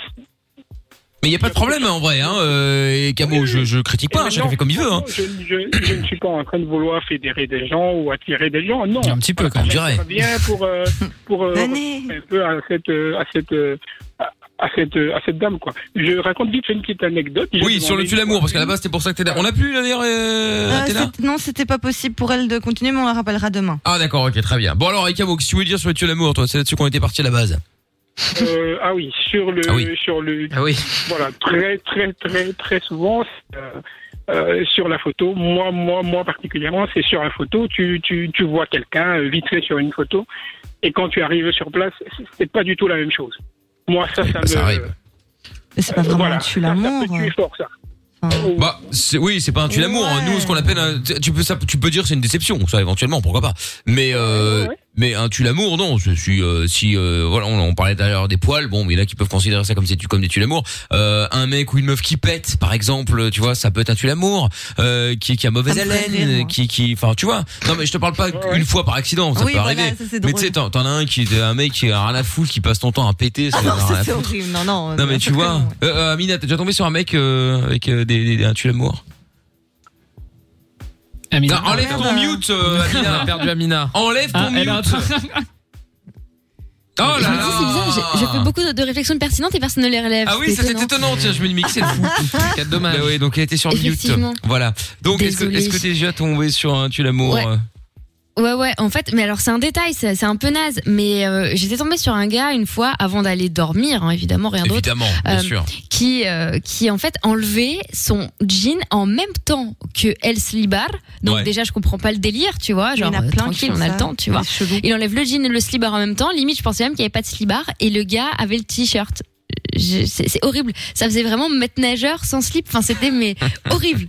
Mais il y a pas de problème en vrai, hein. euh, et Camo, je, je critique pas,
Et
hein, chacun
maintenant,
fait comme il veut. Hein.
Je, je- je ne suis pas en train de vouloir fédérer des gens ou attirer des gens, non.
Un petit peu, quand même, je dirais.
bien pour, euh, pour euh, un peu à cette, euh, à cette, euh, à- à cette, euh, à cette dame, quoi. Je raconte vite fait une petite anecdote. J'ai
Oui, sur le
demandé-
tue l'amour, parce qu'à la base c'était pour ça que t'es là. On a plus là d'ailleurs, euh,
Euh,
t'es là
c'est- non, c'était pas possible pour elle de continuer, mais on la rappellera demain.
Ah d'accord, ok, très bien. Bon alors, et Camo, qu'est-ce que tu veux dire sur le tue l'amour, toi C'est là-dessus qu'on était parti à la base.
Euh, ah oui, sur le,
Ah oui.
sur le,
oui.
voilà, très, très, très, très souvent, euh, euh, sur la photo, moi, moi, moi particulièrement, c'est sur la photo, tu, tu, tu vois quelqu'un euh, vite fait sur une photo, et quand tu arrives sur place, c'est- c'est pas du tout la même chose. Moi, ça,
Ah,
ça, me.
Mais c'est pas vraiment
Voilà.
un tu l'amour.
fort, ça.
Bah c'est- oui, c'est pas un tue l'amour. hein. Nous, ce qu'on appelle, un- tu- tu peux ça, tu peux dire c'est une déception, ça éventuellement, pourquoi pas. Mais euh, mais un tue l'amour, non. Je suis euh, si euh, voilà, on, on parlait tout à l'heure des poils. Bon, mais là qui peuvent considérer ça comme c'est comme des tue l'amour. Euh, un mec ou une meuf qui pète, par exemple, tu vois, ça peut être un tue l'amour. Euh, qui qui a mauvaise
Ça me ferait
haleine,
rire, moi.
qui qui, enfin, tu vois. Non, mais je te parle pas une fois par accident, ça
Oui,
peut
voilà,
arriver.
ça, c'est
mais
drôle.
tu sais, t'en t'en as un qui est un mec qui a rien à foutre, qui passe ton temps à péter. ça,
Ah non,
rien à
ça, c'est
foutre.
horrible. Non, non.
Non mais tu vois, euh, euh, Amina, t'es déjà tombé sur un mec euh, avec euh, des, des- un tue l'amour
Amina.
Non, enlève
Merde.
Ah,
ton mute, euh, Amina.
On a perdu Amina.
Enlève ton
Ah, elle
mute.
est en train-
Oh là là.
C'est bizarre, j'ai- je fais beaucoup de, de réflexions pertinentes et personne ne les relève.
Ah oui, ça c'est
étonnant.
étonnant. Tiens, je me le mixais le fou. Quel dommage. Bah oui, donc elle était sur mute.
Effectivement.
Voilà. Donc est-ce que
Désolée.
est-ce que t'es déjà tombé sur un tue l'amour
Ouais.
euh,
Ouais, ouais, en fait, mais alors c'est un détail, c'est c'est un peu naze, mais euh, j'étais tombée sur un gars une fois avant d'aller dormir, hein, évidemment, rien d'autre.
Évidemment, bien
euh,
sûr.
Qui, euh, qui en fait enlevait son jean en même temps que El Slibar. Donc
Ouais.
déjà, je comprends pas le délire, tu vois,
Il y en
genre
a
euh,
plein qui
tranquille,
font
on a
ça,
le temps,
les
tu vois.
chevaux.
Il enlève le jean et le slibard en même temps. Limite, je pensais même qu'il n'y avait pas de slibard et le gars avait le t-shirt. Je- C'est c'est horrible. Ça faisait vraiment maître nageur sans slip. Enfin, c'était mais horrible,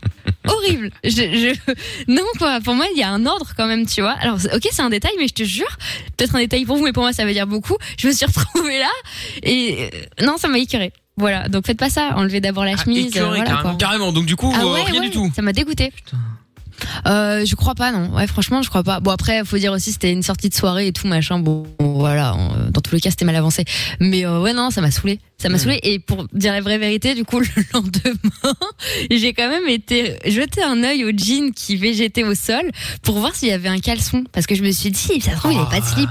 horrible. Je, je- Non quoi. Pour moi, il y a un ordre quand même, tu vois. Alors, c'est- ok, c'est un détail, mais je te jure, peut-être un détail pour vous, mais pour moi, ça veut dire beaucoup. Je me suis retrouvée là et euh, non, ça m'a écœuré. Voilà. Donc, faites pas ça. Enlevez d'abord la chemise. euh,
Écœuré,
voilà,
Ah, carrément.
quoi.
Carrément. Donc du coup,
Ah
euh,
ouais,
rien
ouais,
du tout.
Ça m'a dégoûté. Euh, je crois pas, non. Ouais, franchement, je crois pas. Bon, après, faut dire aussi, c'était une sortie de soirée et tout, machin. Bon, voilà. euh, Dans tous les cas, c'était mal avancé. Mais euh, ouais, non, ça m'a saoulé. Ça m'a
Hmm.
saoulé. Et pour dire la vraie vérité, du coup, le lendemain, j'ai quand même été jeter un œil au jean qui végétait au sol pour voir s'il y avait un caleçon. Parce que je me suis dit, ça se trouve, il n'y avait pas de
Oh.
slip.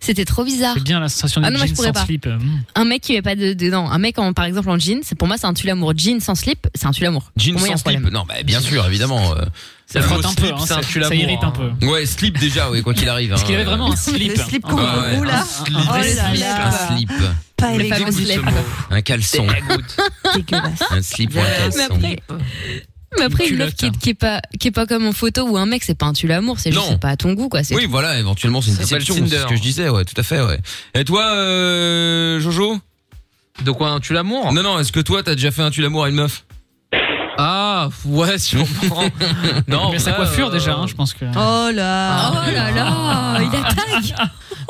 C'était trop bizarre.
C'est bien la sensation du
Ah non, moi, je
jean
pourrais
sans
pas.
slip. euh, mm.
Un mec qui met pas de, de- non, un mec en par exemple en jean, c'est pour moi c'est un tue l'amour. Jean sans slip, c'est un tue l'amour.
Jeans sans slip. Non, bah bien sûr, évidemment. euh,
Ça
le
frotte
mot
un peu,
slip,
hein,
c'est
ça-
tue
ça
l'amour,
irrite un peu.
hein. Ouais, slip déjà, oui, quoi qu'il arrive.
Parce qu'il
hein.
avait vraiment un slip.
Le slip
Ah bah
kangourou,
ouais,
là.
Un
Oh
slip,
là
un slip,
là.
un slip.
Pas
Le
élégant.
fameux slip. Un caleçon. Un slip ou un
Mais
caleçon.
après, mais après,
Une
une meuf qui est, qui est pas qui est pas comme en photo ou un mec, c'est pas un tue l'amour, c'est juste
Non.
c'est pas à ton goût quoi. ah, c'est
Oui,
tout.
voilà, éventuellement c'est une
Ça s'appelle
déception,
Tinder.
c'est ce que je disais, ouais, tout à fait, ouais. Et toi, euh, Jojo De quoi un tu l'amour Non, non, est-ce que toi t'as déjà fait un tu l'amour à une meuf Ah, ouais, sûrement.
Oh.
Mais sa coiffure déjà, hein, je pense que.
Oh là
Oh là là, il attaque.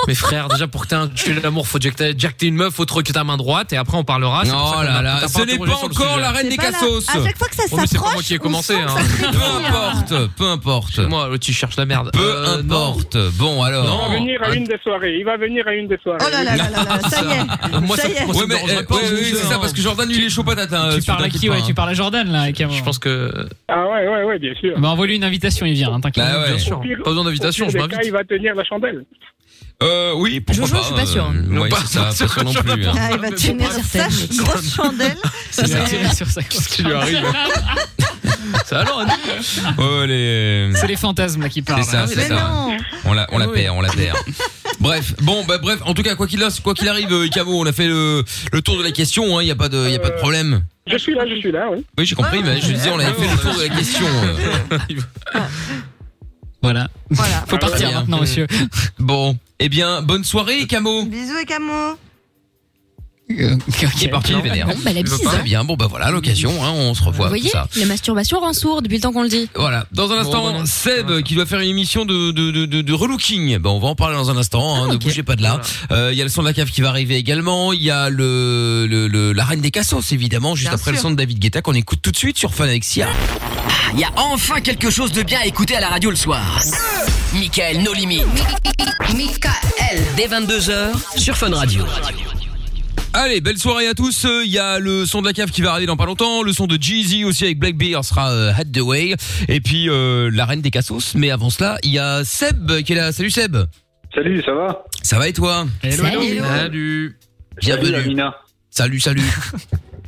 Mais frère, déjà pour que t'aies un- tu aies l'amour, faut déjà que t'aies déjà que t'aies une meuf, faut te requêter ta main droite et après on parlera. c'est pour
Oh
ça qu'on
là
a-
là,
t'as
ce n'est
interrogé
pas
sur le
encore
sujet.
la reine des cassos.
Ah,
À chaque fois que ça
Oh, mais c'est pas moi
s'approche,
qui ai commencé. Hein.
Peu importe, peu importe.
Ah. Moi, tu cherches la merde. Euh,
Peu importe. Bon alors.
Il va venir à une des soirées. Il va venir à une des soirées. Oh là là là ça y est.
Moi, ça- moi, ça
Ouais,
me
mais
dérangerait
euh,
pas,
ouais,
je
oui,
veux
c'est
dire,
ça,
hein.
parce que Jordan, lui, il est chaud patate. hein,
Tu parles à
t'inquiète
qui
pas,
ouais,
hein.
Tu parles à Jordan là, avec
Je pense que.
Ah ouais, ouais, ouais, bien sûr.
Bah envoie-lui une invitation, il vient, hein, t'inquiète.
Bah ouais. Bien sûr.
Au pire-
Pas besoin d'invitation,
au pire
je
des cas,
m'invite.
Il va tenir la chandelle.
Euh, oui, pourquoi
Jojo,
pas.
je suis pas sûre.
euh,
Non,
ouais,
pas-
c'est ça,
pas
pas
sûr,
sûr non
je
plus.
Ah,
hein.
il va tenir sa grosse chandelle.
C'est ça, c'est sur ça.
Qu'est-ce qui lui arrive
Ça alors, hein. Oh, les.
C'est les Ah, fantasmes là qui parlent. hein.
C'est ça, c'est ça. On la, on
Ah
la perd, on la perd. bref, bon, bah, bref. En tout cas, quoi qu'il a- quoi qu'il arrive, euh, Icamo, on a fait le, le tour de la question. Il n'y a pas de, il y a
Euh.
pas de problème.
Je suis là, je suis là, oui.
Oui, j'ai compris, mais je disais, on avait fait le tour de la question.
Voilà.
Voilà.
Faut
Hmm. Ah,
partir
Bien.
maintenant, monsieur.
Bon, eh bien, bonne soirée, Icamo.
Bisous et camo.
Qui est parti,
Non.
vénère.
Bon, bah, la
Il veut
bise,
pas.
hein.
bien, bon, bah voilà, l'occasion, hein, on se revoit.
Vous voyez,
tout ça.
la masturbation rend sourd depuis le temps qu'on le dit.
Voilà. Dans un instant, Seb qui doit faire une émission de, de, de, de, de relooking. Bon, on va en parler dans un instant. hein, Ne bougez pas de là. Euh, Il y a le son de la cave qui va arriver également. Il y a le, le, le- la reine des cassos évidemment juste après le son de David Guetta qu'on écoute tout de suite sur Fun avec Sia.
Ah, Il y a enfin quelque chose de bien à écouter à la radio le soir. Michael No Limit. Michael. Dès 22h sur Fun Radio.
Allez, belle soirée à tous. Euh, Il y a le son de la cave qui va arriver dans pas longtemps. Le son de Jeezy aussi avec Black Bear sera euh, Had the Way. Et puis euh, la reine des cassos. Mais avant cela, il y a Seb qui est là. Salut Seb.
Salut, ça va
Ça va et toi
Hello, hello. Salut.
Salut. Bienvenue.
Salut, Amina.
Salut, salut.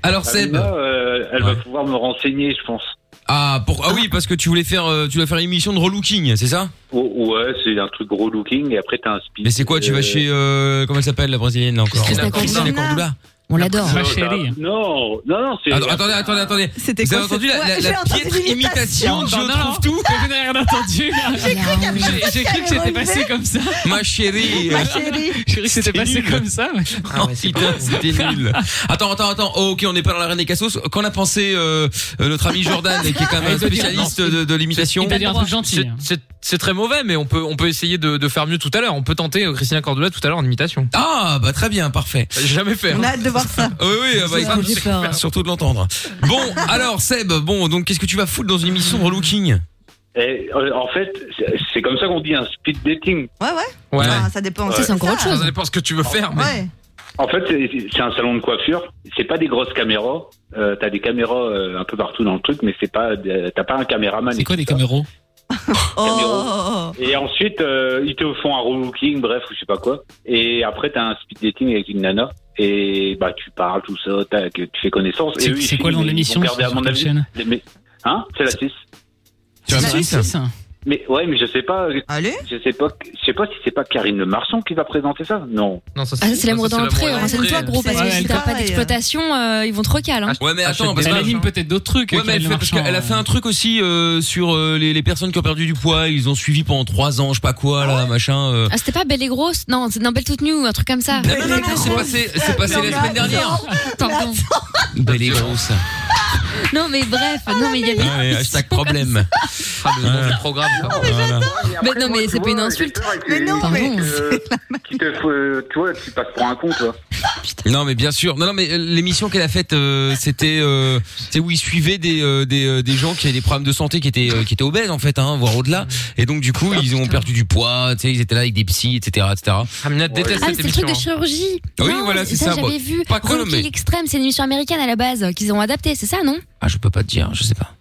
Alors Seb.
Amina, euh, elle va pouvoir me renseigner, je pense.
Ah, pour, ah oui, parce que tu voulais faire, euh, tu dois faire une émission de relooking, c'est ça
O- Oh, ouais, c'est un truc gros looking et après t'as un speed.
Mais c'est quoi Tu vas chez euh, comment elle s'appelle la brésilienne là encore
Christina
Christina
Cordula.
Cordula.
On l'adore.
Non, non, non, non, c'est.
Attends, attendez, attendez, attendez.
C'était
Vous
quoi
avez entendu
cette
la, la,
voix
la
Oh,
J'ai entendu
piètre
l'imitation.
imitation de Je
Non, non,
trouve tout
Je n'ai rien entendu.
J'ai cru qu'il y avait
J'ai-
un
j'ai
truc
cru que
qui
c'était
allait
passé
arriver.
comme ça.
Ma chérie.
Ma chérie. J'ai cru que c'était passé
nul.
comme ça. ouais.
Ah
Oh, putain, c'était nul. Attends, attends, attends. Oh, ok, on n'est pas dans la reine des cassos. Qu'en a pensé euh, euh, notre ami Jordan, qui est quand même
Ah,
un
il doit dire-
spécialiste de, de l'imitation
C'est-
hein.
c'est- C'est très mauvais, mais on peut, on peut essayer de, de faire mieux tout à l'heure. On peut tenter euh, Christina Cordula tout à l'heure en imitation.
Ah, bah très bien, parfait.
J'ai jamais fait.
On a
hein.
hâte de voir ça.
Oui, oui, ah bah,
Ça,
écoute,
j'ai peur, hein.
surtout de l'entendre. Bon, alors Seb, bon, donc qu'est-ce que tu vas foutre dans une émission de relooking
Eh, euh, en fait, c'est- c'est comme ça qu'on dit un speed dating.
Ouais, ouais.
Ouais.
Ah, ça dépend.
Ça, c'est encore
autre chose.
Ça dépend ce que tu veux faire. mais-
Ouais.
En fait, c'est c'est un salon de coiffure. C'est pas des grosses caméras. Euh, t'as des caméras euh, un peu partout dans le truc, mais c'est pas. des- T'as pas un caméraman.
C'est quoi des caméros
Oh.
Et ensuite, euh, ils te font un relooking, bref, ou je sais pas quoi. Et après, t'as un speed dating avec une nana. Et bah, tu parles, tout ça, t'as- que tu fais connaissance.
C'est-
Et eux, ils
c'est quoi le nom de
filment, ils
l'émission,
vont garder,
c'est
à
sur
mon
quelle
avis,
chaîne
les- mais- Hein C'est la 6.
Tu as la Suisse, Suisse
Mais ouais, mais je sais pas.
Allez
Je sais pas, je sais pas si c'est pas Karine Le Marchand qui va présenter ça. Non.
Non, ça
Ah, ça, c'est l'amour dans l'entrée. Renseigne-toi, gros, parce que si t'as pas d'exploitation, euh, ils vont te recaler. hein.
Ah, Ouais, mais attends, parce
Elle
que-
anime peut-être d'autres trucs.
Ouais, mais elle,
Karine
fait- parce
Marchand.
qu'elle a fait un truc aussi euh, sur euh, les, les personnes qui ont perdu du poids, ils ont suivi pendant 3 ans, je sais pas quoi, là, machin. euh.
Ah, c'était pas Belle et Grosse Non, c'est non, Belle toute nue, un truc comme ça.
Non, non, non, non, c'est passé, c'est passé la semaine dernière.
Pardon.
Belle et grosse.
Non, mais bref, non, mais il y avait.
Allez, hashtag problème. Ah, le nom du
programme.
Mais non, mais c'est pas une insulte.
Mais non,
Pardon.
qui te, faut- euh, tu vois, tu passes pour un con, toi.
Non mais bien sûr. Non non mais euh, l'émission qu'elle a faite euh, c'était euh, c'est où ils suivaient des euh, des euh, des gens qui avaient des problèmes de santé qui étaient euh, qui étaient obèses en fait hein voire au-delà et donc du coup ils ont perdu du poids tu sais ils étaient là avec des psys etc etc.
Amina
Ah, mais c'est le truc de chirurgie.
hein. Oui,
Non,
voilà, c'est ça, moi.
j'avais vu.
Pas chronomé.
Rocky l'extrême, c'est une émission américaine à la base qu'ils ont adapté, c'est ça, non
Ah je peux pas te dire je sais pas.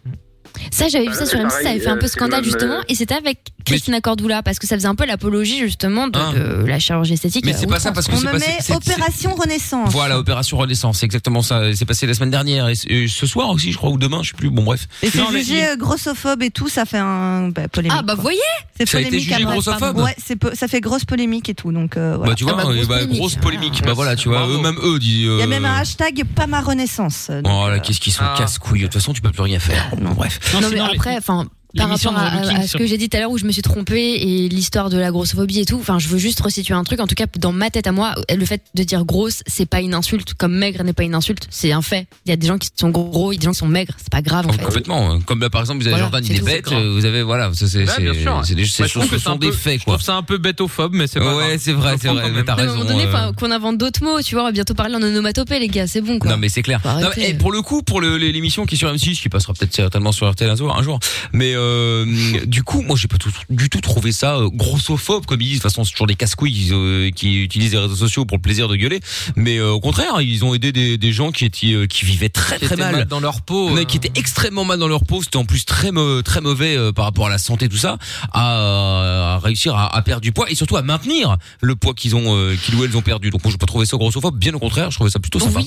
Ça, j'avais vu ça sur
Ah,
M6,
pareil,
ça avait fait un
euh,
peu
c'est
scandale
le même,
justement,
euh,
et c'était avec Christina Cordula parce que ça faisait un peu l'apologie justement de,
Hein
de Euh, la chirurgie esthétique. euh,
Mais c'est pas
outrance.
ça parce que
On
c'est
me
passé.
met
c'est-
opération renaissance.
Voilà, opération Renaissance, c'est exactement ça. C'est passé la semaine dernière et c- et ce soir aussi, je crois, ou demain, je sais plus. Bon, bref.
Et c'est jugé euh, grossophobe et tout, ça fait un bah, polémique.
Ah, bah,
quoi.
voyez
C'est
Ça a été
polémique
jugé
à mort.
grossophobe
Ouais, c'est po- ça fait grosse polémique et tout, donc euh, voilà.
Bah, tu vois, euh, bah, grosse, polémique. Bah, voilà, tu vois, eux-mêmes, eux, disent.
Ah, Il y a
euh,
même un hashtag pas ma renaissance. euh, donc,
Ah.
Oh là, qu'est-ce qu'ils sont casse-couilles. De toute façon, tu peux plus rien faire. Bon, bref.
Non, mais après, enfin. par
l'émission
rapport à,
de Rocky
à- à ce
sur-
que j'ai dit tout à l'heure où je me suis trompée et l'histoire de la grossophobie et tout. Enfin, je veux juste resituer un truc. En tout cas, dans ma tête à moi, le fait de dire grosse, c'est pas une insulte. Comme maigre n'est pas une insulte, c'est un fait. Il y a des gens qui sont gros, il y a des gens qui sont maigres. C'est pas grave en
euh,
fait.
Complètement. hein. Comme là, par exemple, vous avez
Voilà,
Jordan,
c'est
il est
tout,
bête.
c'est grave.
euh, Vous avez voilà, ça, c'est
Ouais, bien
c'est-
sûr.
c'est des
Moi,
c'est-
je trouve
ce
que c'est
sont
un
des
peu-
faits
Je
quoi.
trouve ça un peu bêtophobe, mais c'est pas
Ouais, c'est vrai, c'est vrai. mais T'as
Mais à un
raison.
moment donné,
euh.
faut qu'on invente d'autres mots, tu vois. On va bientôt parler en onomatopée, les gars. C'est bon, quoi.
Non mais c'est clair. Non, mais, et pour le coup, pour le- l'émission qui est sur M6, qui passera peut-être certainement sur RTL un jour, un jour. mais euh, du coup, moi j'ai pas tout- du tout trouvé ça euh, grossophobe comme ils disent. De toute façon, c'est toujours des casse-couilles euh, qui utilisent les réseaux sociaux pour le plaisir de gueuler. Mais euh, au contraire, ils ont aidé des, des gens qui étaient euh, qui vivaient très
Qui
très
étaient
mal.
mal dans leur peau,
mais
euh.
qui étaient extrêmement mal dans leur peau. C'était en plus très mau- très mauvais euh, par rapport à la santé tout ça, à, à réussir à, à perdre du poids et surtout à maintenir le poids qu'ils ont euh, qu'ils ou elles ont perdu. Donc moi j'ai pas trouvé ça grossophobe. Bien au contraire, je trouvais ça plutôt sympa.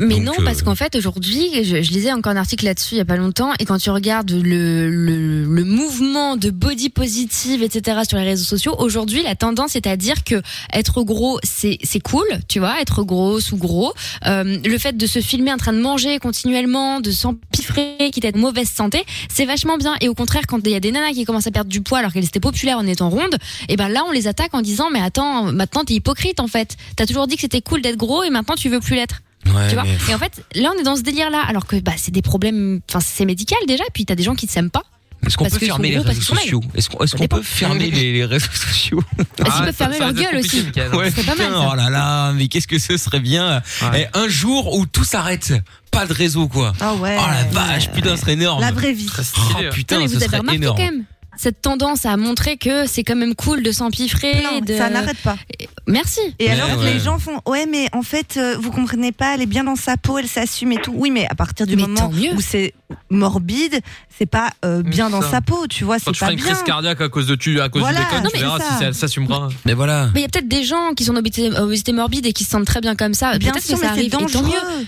Mais
Donc,
non,
euh,
parce qu'en fait, aujourd'hui, je, je lisais encore un article là-dessus il y a pas longtemps, et quand tu regardes le, le, le mouvement de body positive, etc., sur les réseaux sociaux, aujourd'hui, la tendance est à dire que être gros, c'est c'est cool, tu vois, être grosse ou gros. Euh, le fait de se filmer en train de manger continuellement, de s'empiffrer, quitte à être en mauvaise santé, c'est vachement bien. Et au contraire, quand il y a des nanas qui commencent à perdre du poids alors qu'elles étaient populaires en étant rondes, et ben là, on les attaque en disant, mais attends, maintenant, t'es hypocrite, en fait. T'as toujours dit que c'était cool d'être gros, et maintenant, tu veux plus l'être.
Ouais,
Tu vois
mais pff.
et en fait, là, on est dans ce délire-là, alors que bah, c'est des problèmes, enfin, c'est médical déjà, puis t'as des gens qui ne s'aiment pas.
Est-ce qu'on
parce
peut
qu'ils sont
fermer les
gros, parce
réseaux
qu'ils sont
sociaux
maigres.
Est-ce qu'on est-ce
Ça
qu'on
dépend. Ah,
peut fermer les, les réseaux sociaux
Est-ce
Ah,
qu'ils peuvent fermer leur gueule aussi
Ouais, putain, oh là là, mais qu'est-ce que ce serait bien Eh, Un jour où tout s'arrête, pas de réseau quoi.
Ah ouais.
Oh la vache, putain, ce serait énorme.
La vraie vie.
Très
Non,
stylé. Oh putain,
mais
ce
vous avez
serait
remarqué
énorme.
quand même cette tendance à montrer que c'est quand même cool de s'empiffrer. de...
ça n'arrête pas.
Merci.
Et alors
ouais.
les gens font ouais mais en fait euh, vous comprenez pas elle est bien dans sa peau elle s'assume et tout oui mais à partir du moment où c'est morbide c'est pas euh, bien dans
ça.
sa peau tu
Ah,
vois
Quand
c'est
tu feras
pas
une
bien
crise cardiaque à cause de tu, à cause
Voilà.
du bacon,
Non,
tu
mais
verras
c'est
si
ça.
ça- elle s'assumera.
Mais voilà.
Mais il y a peut-être des gens qui sont en obésité, en obésité morbide et qui se sentent très bien comme ça.
Bien
Peut-être
sûr,
que ça
mais
arrive
c'est
et tant
dangereux.
mieux.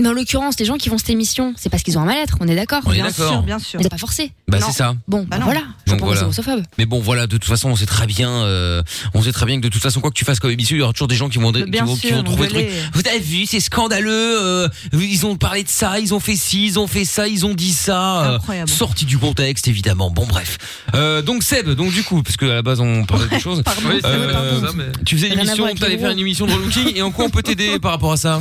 Mais en l'occurrence, les gens qui font cette émission, c'est parce qu'ils ont un mal-être, on est d'accord
On est Bien d'accord. sûr, bien sûr.
Mais c'est pas forcé.
Bah,
Non.
c'est ça.
Bon, bah, voilà. Je pense que
Donc,
c'est
voilà.
grossophobe.
Mais bon, voilà, de toute façon, on sait très bien, euh, on sait très bien que de toute façon, quoi que tu fasses comme émission, il y aura toujours des gens qui vont, qui
Bien
vont, qui
sûr,
vont trouver le
engueuler.
truc. Vous avez vu, c'est scandaleux. euh, ils ont parlé de ça, ils ont fait ci, ils ont fait ça, ils ont dit ça. euh,
Incroyable.
sorti du contexte, évidemment. Bon, bref. Euh, donc Seb, donc du coup, parce que à la base on parlait de choses.
Pardon. Oui, c'est vrai, pardon. Ça, mais-
euh, Tu faisais une
Rien à
émission,
voir avec
t'allais
les
faire
gros.
une émission de relooking, et en quoi on peut t'aider par rapport à ça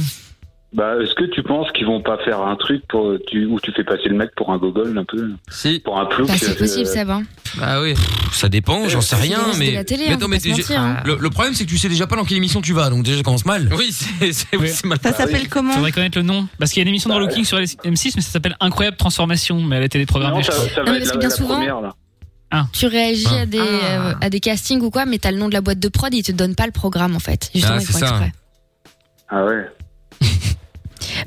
Bah, est-ce que tu penses qu'ils vont pas faire un truc pour, tu, où tu fais passer le mec pour un gogol un peu
Si.
Pour un plouc
Bah, c'est
euh,
possible, Seb. hein.
Ah oui.
Ça dépend, j'en sais
C'est
rien,
le reste
mais.
de la télé,
mais
hein, faut pas se
t'es-
mentir, hein.
le, le problème c'est que tu sais déjà pas dans quelle émission
Ah,
tu vas, donc déjà ça commence mal.
Oui, c'est mal.
Ça s'appelle comment
Faudrait connaître le nom. Parce qu'il y a une émission de relooking sur M6, mais ça s'appelle Incroyable Transformation. Mais elle a été déprogrammée.
Bah, Non, ça-
je crois.
ça va Non, mais être parce la- que bien la souvent- première, là.
Tu réagis
Ah.
à, des, euh, à des castings ou quoi, mais t'as le nom de la boîte de prod, ils te donnent pas le programme en fait. Justement,
Ah,
ils font exprès.
Ah ouais.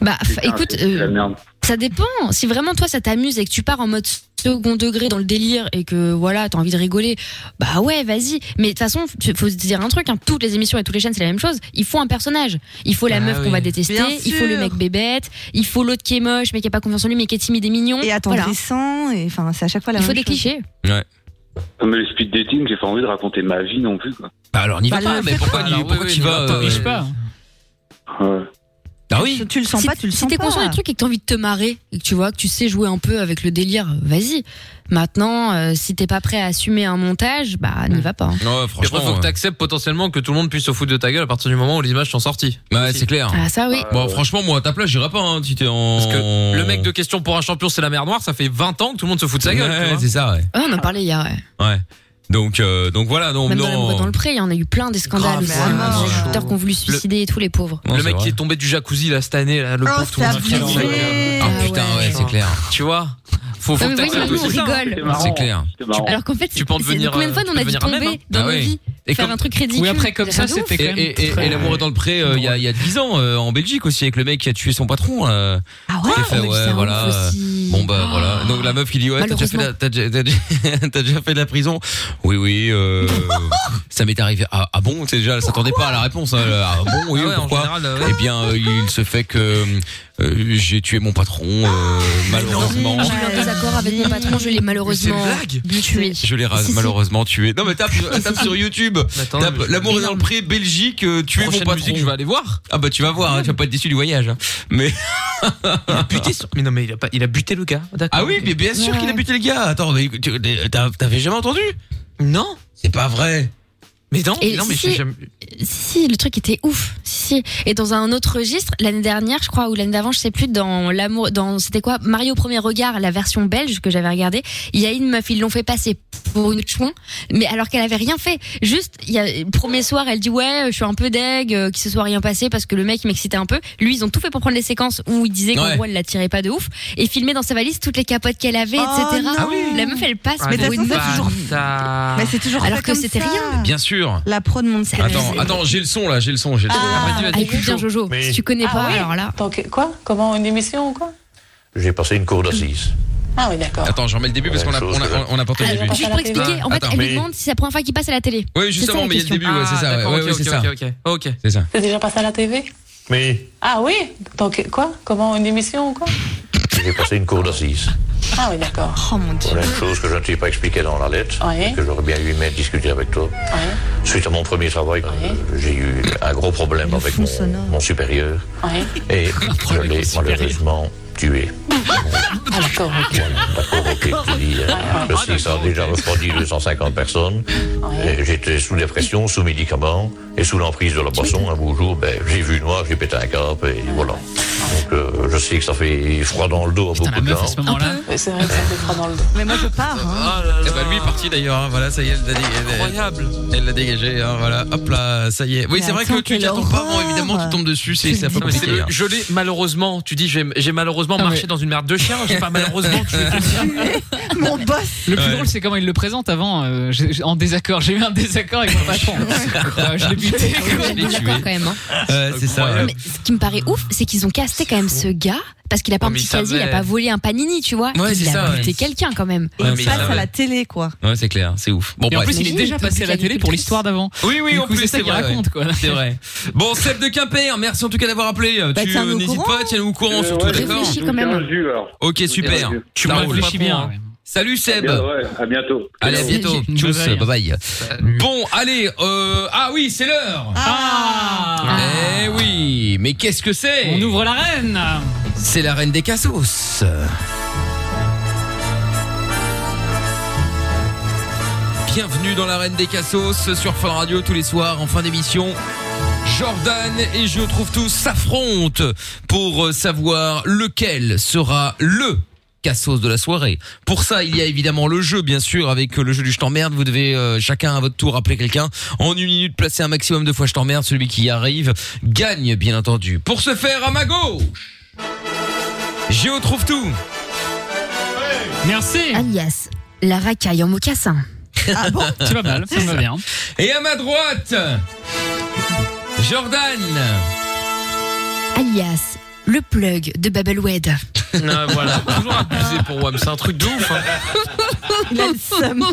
Bah, f-
Putain,
écoute,
c'est de la
euh,
merde.
ça dépend. Si vraiment toi ça t'amuse et que tu pars en mode second degré dans le délire et que voilà, t'as envie de rigoler, bah ouais, vas-y. Mais de toute façon, tu- faut se dire un truc, hein, toutes les émissions et toutes les chaînes c'est la même chose. Il faut un personnage. Il faut la
Ah
meuf qu'on
oui.
va détester,
Bien
il faut le
sûr.
mec bébête, il faut l'autre qui est moche mais qui a pas confiance en lui mais qui est timide et mignon.
et
Voilà.
attendrissant et enfin c'est à chaque fois la
Il faut
même
des
chose.
clichés.
Ouais.
Comme le speed dating, j'ai pas envie de raconter ma vie non plus quoi.
Bah alors n'y va pas, mais pourquoi,
Ah,
n'y- pourquoi tu vas euh,
pas. Bah
Ah oui
Tu le sens pas, tu le
si
sens
t'es
pas.
conscient du truc et que t'as envie de te marrer et que tu vois que tu sais jouer un peu avec le délire, vas-y. Maintenant, euh, si t'es pas prêt à assumer un montage, bah n'y va pas. hein.
Non,
Puis après, faut
ouais.
que t'acceptes potentiellement que tout le monde puisse se foutre de ta gueule à partir du moment où les images sont sorties.
Bah, c'est clair.
Ah, ça oui.
Bah,
Bon, franchement, moi, à ta place, j'irai pas, hein, si t'es en.
Parce que le mec de question pour un champion, c'est la mer noire, ça fait 20 ans que tout le monde se fout de sa gueule.
Ouais, c'est ça, ouais.
Ah, on en parlait hier. Ouais.
Ouais. Donc, euh, donc voilà, non,
Même dans, la
non.
Bretagne, dans le pré, il y en a eu plein des scandales.
Grave,
aussi,
ouais,
hein,
ouais,
des
ouais.
acteurs qui ont voulu se suicider et tous les pauvres.
le mec qui est tombé du jacuzzi là cette année, là, le
Oh,
pauvre tout le monde
abusé.
s'en fout de sa gueule.
Ah putain, ouais, c'est clair.
Tu vois Faut, faut
Non, mais
que
voyez,
t'acceptes
nous, on
aussi ça.
rigole. C'était marrant.
C'est clair.
C'était marrant. Alors qu'en fait,
tu peux en
c'est-
devenir,
combien de fois
euh,
on
tu
a
peux
dû
devenir un
tomber
même, hein.
Ah
dans nos vies, faire un truc ridicule,
Oui, après, comme
c'est
ça,
un ouf.
c'était quand
Et,
même.
et- et-
très-
et l'amour est dans le pré, euh, il y a- il y, a 10 ans, euh, en Belgique aussi, avec le mec qui a tué son patron. euh,
Ah ouais
qui a fait,
Oh, mais c'est
ouais,
un
voilà.
ouf Ah.
euh, Bon, bah voilà. Donc la meuf qui dit, ouais, t'as déjà, fait la- t'as déjà- t'as déjà- t'as déjà fait de la prison Oui, oui, euh, ça m'est arrivé. Ah, ah bon, tu sais, déjà, elle s'attendait pas à la réponse. hein, elle, Ah bon, oui,
Ah ouais, en
pourquoi
général, euh,
Eh bien, euh, il se fait que euh, j'ai tué mon patron,
Ah,
euh, malheureusement.
J'ai eu un désaccord avec mon patron, je l'ai malheureusement tué.
Je l'ai ra- malheureusement tué. Non mais tape, tape sur YouTube. Tape L'amour est dans le pré, Belgique, euh, tuer mon
Prochaine
patron.
musique, je vais aller voir.
Ah bah tu vas voir, hein, tu vas pas être déçu du voyage. hein. Mais
Il a buté son- Mais non, mais il a, pas... il a buté le gars. D'accord.
Ah oui oui, mais bien sûr qu'il a buté le gars. Attends, mais tu- t'as- t'avais jamais entendu Non. C'est pas vrai. Mais non,
Et
non, mais
si-
j'ai jamais.
Si, si, le truc était ouf. Si, si. Et dans un autre registre, l'année dernière, je crois, ou l'année d'avant, je sais plus, dans l'amour, dans c'était quoi, Mario au premier regard, la version belge que j'avais regardée. Il y a une meuf, ils l'ont fait passer pour une chouin, mais alors qu'elle avait rien fait. Juste, il y a le premier soir, elle dit ouais, je suis un peu deg, euh, qu'il se soit rien passé parce que le mec il m'excitait un peu. Lui, ils ont tout fait pour prendre les séquences où il disait qu'en
Ouais.
gros, elle la tirait pas de ouf et filmer dans sa valise toutes les capotes qu'elle avait, etc. La meuf, elle passe
Ah,
pour
mais
une meuf.
pas ça.
Mais c'est toujours
alors
fait
que
comme
c'était
ça.
rien.
Bien sûr.
La pro de mon service.
Attends, attends, j'ai le son là, j'ai le son, j'ai le son.
Ah, écoute bien Jojo, si tu
Ah
connais pas, alors là.
Donc, quoi Comment Une émission ou quoi
J'ai passé une cour d'assises.
Ah oui, d'accord.
Attends, j'en remets le début parce qu'on a, on a, on a pas entendu le début.
Ah, Juste pour expliquer, en fait, elle lui demande si c'est la première fois qu'il passe à la télé.
Oui, justement, mais il y a le début, ouais, c'est ça. ouais,
Ah, d'accord,
ouais,
ok,
ouais, c'est
ok,
ça.
ok,
Ok, c'est ça.
T'es déjà passé à la TV
Mais
Ah oui Donc, quoi Comment Une émission ou quoi
j'ai passé une cour d'assises.
Ah oui, d'accord. Oh mon dieu.
Voilà une chose que je ne t'ai pas expliquée dans la lettre,
Ouais.
et que j'aurais bien aimé discuter avec toi. Suite à mon premier travail, euh, j'ai eu un gros problème avec mon, mon supérieur. Et je l'ai malheureusement tué.
Ah d'accord, ok.
D'accord, ok, tu dis, euh, le CIS a déjà refroidi 250 personnes. Et J'étais sous dépression, sous médicaments et sous l'emprise de la boisson. Un beau jour, ben, j'ai vu noir, j'ai pété un cap et voilà. Donc, euh, je sais que ça fait froid dans le dos à beaucoup
bah,
de gens.
Ouais, C'est vrai que ça me fera dans le dos.
Mais moi, je pars. hein.
Eh ben, lui est parti d'ailleurs, hein, voilà, ça y est, elle l'a dé- elle- elle- elle l'a dégagé, hein, voilà, hop là, ça y est. Oui, c'est vrai que tu t'y attends pas, bon, évidemment, tu tombes dessus, c'est c'est un peu
Non, mais c'est
compliqué.
le-
hein.
Je l'ai malheureusement, tu dis j'ai j'ai malheureusement marché dans une merde de chien, j'ai pas malheureusement tué
Mon boss
Le plus
Ouais.
drôle, c'est comment il le présente avant, euh, j'ai- j'ai- en désaccord. J'ai eu un désaccord avec mon patron. Euh, je l'ai buté. quoi.
Je suis d'accord quand même. hein.
Ouais, c'est ça. ouais.
Mais ce qui me paraît ouf, c'est qu'ils ont casté quand même ce gars parce qu'il a pas
Ouais,
un
mais
petit
il
casier, il a
savait.
pas volé un panini, tu vois.
Ouais,
il
c'est
a
ça,
buté
ouais.
quelqu'un quand même.
Ouais, mais il
Passe à
savait.
la télé, quoi.
Ouais, c'est clair, c'est ouf. Bon,
Et en
bref.
plus, il est déjà passé à la télé pour l'histoire d'avant.
Oui, oui,
Du
en
coup,
plus,
c'est ça
c'est
qu'il
vrai.
raconte, quoi.
C'est vrai. Bon, Seb de Quimper, merci en tout cas d'avoir appelé.
Bah,
tu
tiens-nous
euh,
au
n'hésites
courant.
pas, tiens-nous au courant
Euh,
surtout,
ouais,
d'accord
réfléchis quand même.
Ok, super.
Tu
Ça
me
roule.
réfléchis bien, ouais.
Salut Seb.
Bien, ouais, à bientôt.
Eh ben. Allez, à bientôt. Tchuss, bye bye. Bon, allez, euh, ah oui, c'est l'heure. Ah. Eh oui, mais qu'est-ce que c'est On
ouvre la reine.
C'est la reine des cassos. Bienvenue dans la reine des cassos sur Fun Radio tous les soirs en fin d'émission. Jordan et je trouve tout s'affrontent pour euh, savoir lequel sera le cassos de la soirée. Pour ça, il y a évidemment le jeu, bien sûr, avec euh, le jeu du je t'emmerde. Vous devez euh, chacun à votre tour appeler quelqu'un. En une minute, placer un maximum de fois je t'emmerde. Celui qui y arrive gagne, bien entendu. Pour ce faire, à ma gauche, Géo trouve tout.
Merci.
Alias, la racaille en mocassin.
Ah bon C'est pas mal, ça me va bien.
Et à ma droite, Jordan.
Alias, le plug de Babelwed.
Non, Ah, voilà, toujours abusé pour WAM, c'est un truc de ouf. hein.
Il a le seum.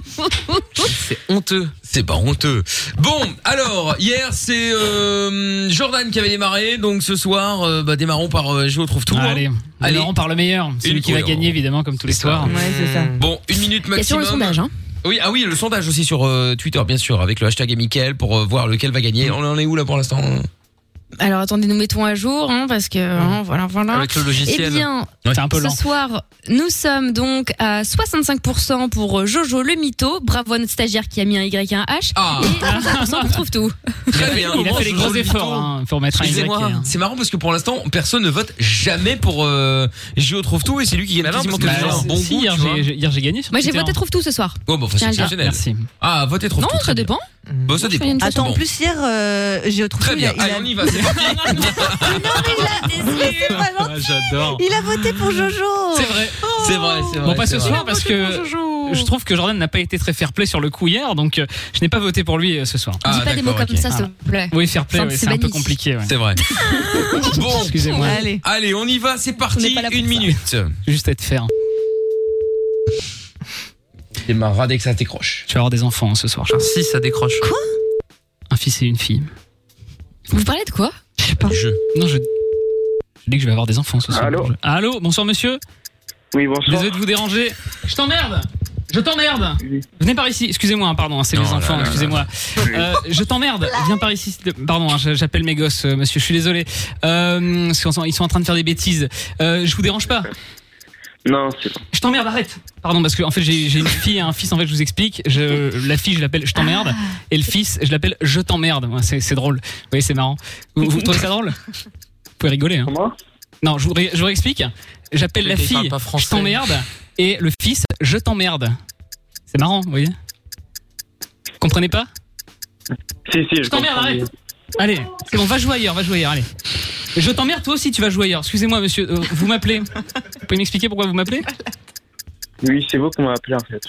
C'est honteux. C'est pas honteux. Bon, alors, hier, c'est euh, Jordan qui avait démarré. Donc ce soir, euh, bah, démarrons par euh, Géo trouve tout. hein.
Allez, allez, on par le meilleur. Celui qui va
couleur.
gagner, évidemment, comme tous les soirs.
hein. Bon, une minute maximum.
Question, le sondage, hein.
Oui, ah oui, le sondage aussi sur euh, Twitter, bien sûr, avec le hashtag et Mickaël pour euh, voir lequel va gagner. On en est où là pour l'instant
Alors attendez, nous mettons à jour, hein, parce que hein, voilà, voilà.
Avec le logiciel.
Eh bien,
Ouais. C'est un peu lent.
ce soir, nous sommes donc à 65% pour euh, Jojo le mytho, bravo à notre stagiaire qui a mis un Y et un H,
Ah.
et 35% pour trouve tout.
Il a fait,
il a fait les gros efforts, hein, pour mettre un Y, hein.
C'est marrant parce que pour l'instant, personne ne vote jamais pour euh, JO trouve tout et c'est lui qui gagne
Bah non,
quasiment tous
parce
les
que
jours.
si,
Bon
si,
goût,
hier,
tu vois.
j'ai- j'ai- hier, j'ai gagné sur
Moi j'ai
Twitter.
voté trouve tout ce soir.
Bon, bah,
Tiens,
c'est
Gérard.
exceptionnel.
Merci.
Ah, votez trouve
Non,
tout.
ça dépend.
Bon, ça
je fais
dépend.
une chose.
Attends, en plus, hier, euh, j'ai retrouvé.
Très bien.
il a- il a-
Allez, on y va. c'est
Mais c'est pas gentil.
J'adore.
Il a voté pour Jojo.
C'est vrai.
C'est vrai, c'est vrai.
Bon, pas
c'est
ce
vrai.
soir parce que je trouve que Jordan n'a pas été très fair play sur le coup hier, donc euh, je n'ai pas voté pour lui euh, ce soir. Ah.
Dis pas des mots comme ça, s'il te plaît.
Oui, fair play,
Enfin,
ouais,
c'est
c'est un peu
banni.
compliqué.
Ah, C'est vrai. Bon,
Excusez-moi.
Allez. on y va, c'est parti. Une minute.
Juste être fair.
Démarra dès que ça décroche.
Tu vas avoir des enfants hein, ce soir.
Si ça décroche. Quoi
Un fils et une fille.
Vous parlez de quoi
Non, je. Je dis que je vais avoir des enfants ce soir. Allô, bonsoir monsieur.
Oui, bonsoir.
Désolé de vous déranger. Je t'emmerde Je t'emmerde Venez par ici, excusez-moi, hein, pardon, hein, c'est
Non,
les
là,
enfants,
là, là.
excusez-moi. Euh, je t'emmerde, viens par ici. s'il te- Pardon, hein, je- j'appelle mes gosses, euh, monsieur, je suis désolé. Euh, parce qu'ils sont- ils sont en train de faire des bêtises. Euh, je vous dérange pas
Non, c'est bon.
Je t'emmerde, arrête. Pardon, parce que en fait j'ai j'ai une fille et un fils. En fait, je vous explique. Je, la fille, je l'appelle je t'emmerde, et le fils, je l'appelle je t'emmerde. Ouais, c'est c'est drôle. Vous voyez, c'est marrant. Vous, vous trouvez ça drôle Vous pouvez rigoler. Hein. Non, je vous, ré- je vous réexplique. J'appelle la
Le mec, il
fille
parle pas français.
je t'emmerde et le fils je t'emmerde. C'est marrant, vous voyez. Vous Comprenez pas
Si, si, je,
Je t'emmerde,
comprends
arrête. Allez, c'est bon, va jouer ailleurs, va jouer ailleurs, allez. Je t'emmerde, toi aussi, tu vas jouer ailleurs. Excusez-moi, monsieur, euh, vous m'appelez. Vous pouvez m'expliquer pourquoi vous m'appelez
bien. Oui, c'est vous qui m'avez appelé en fait.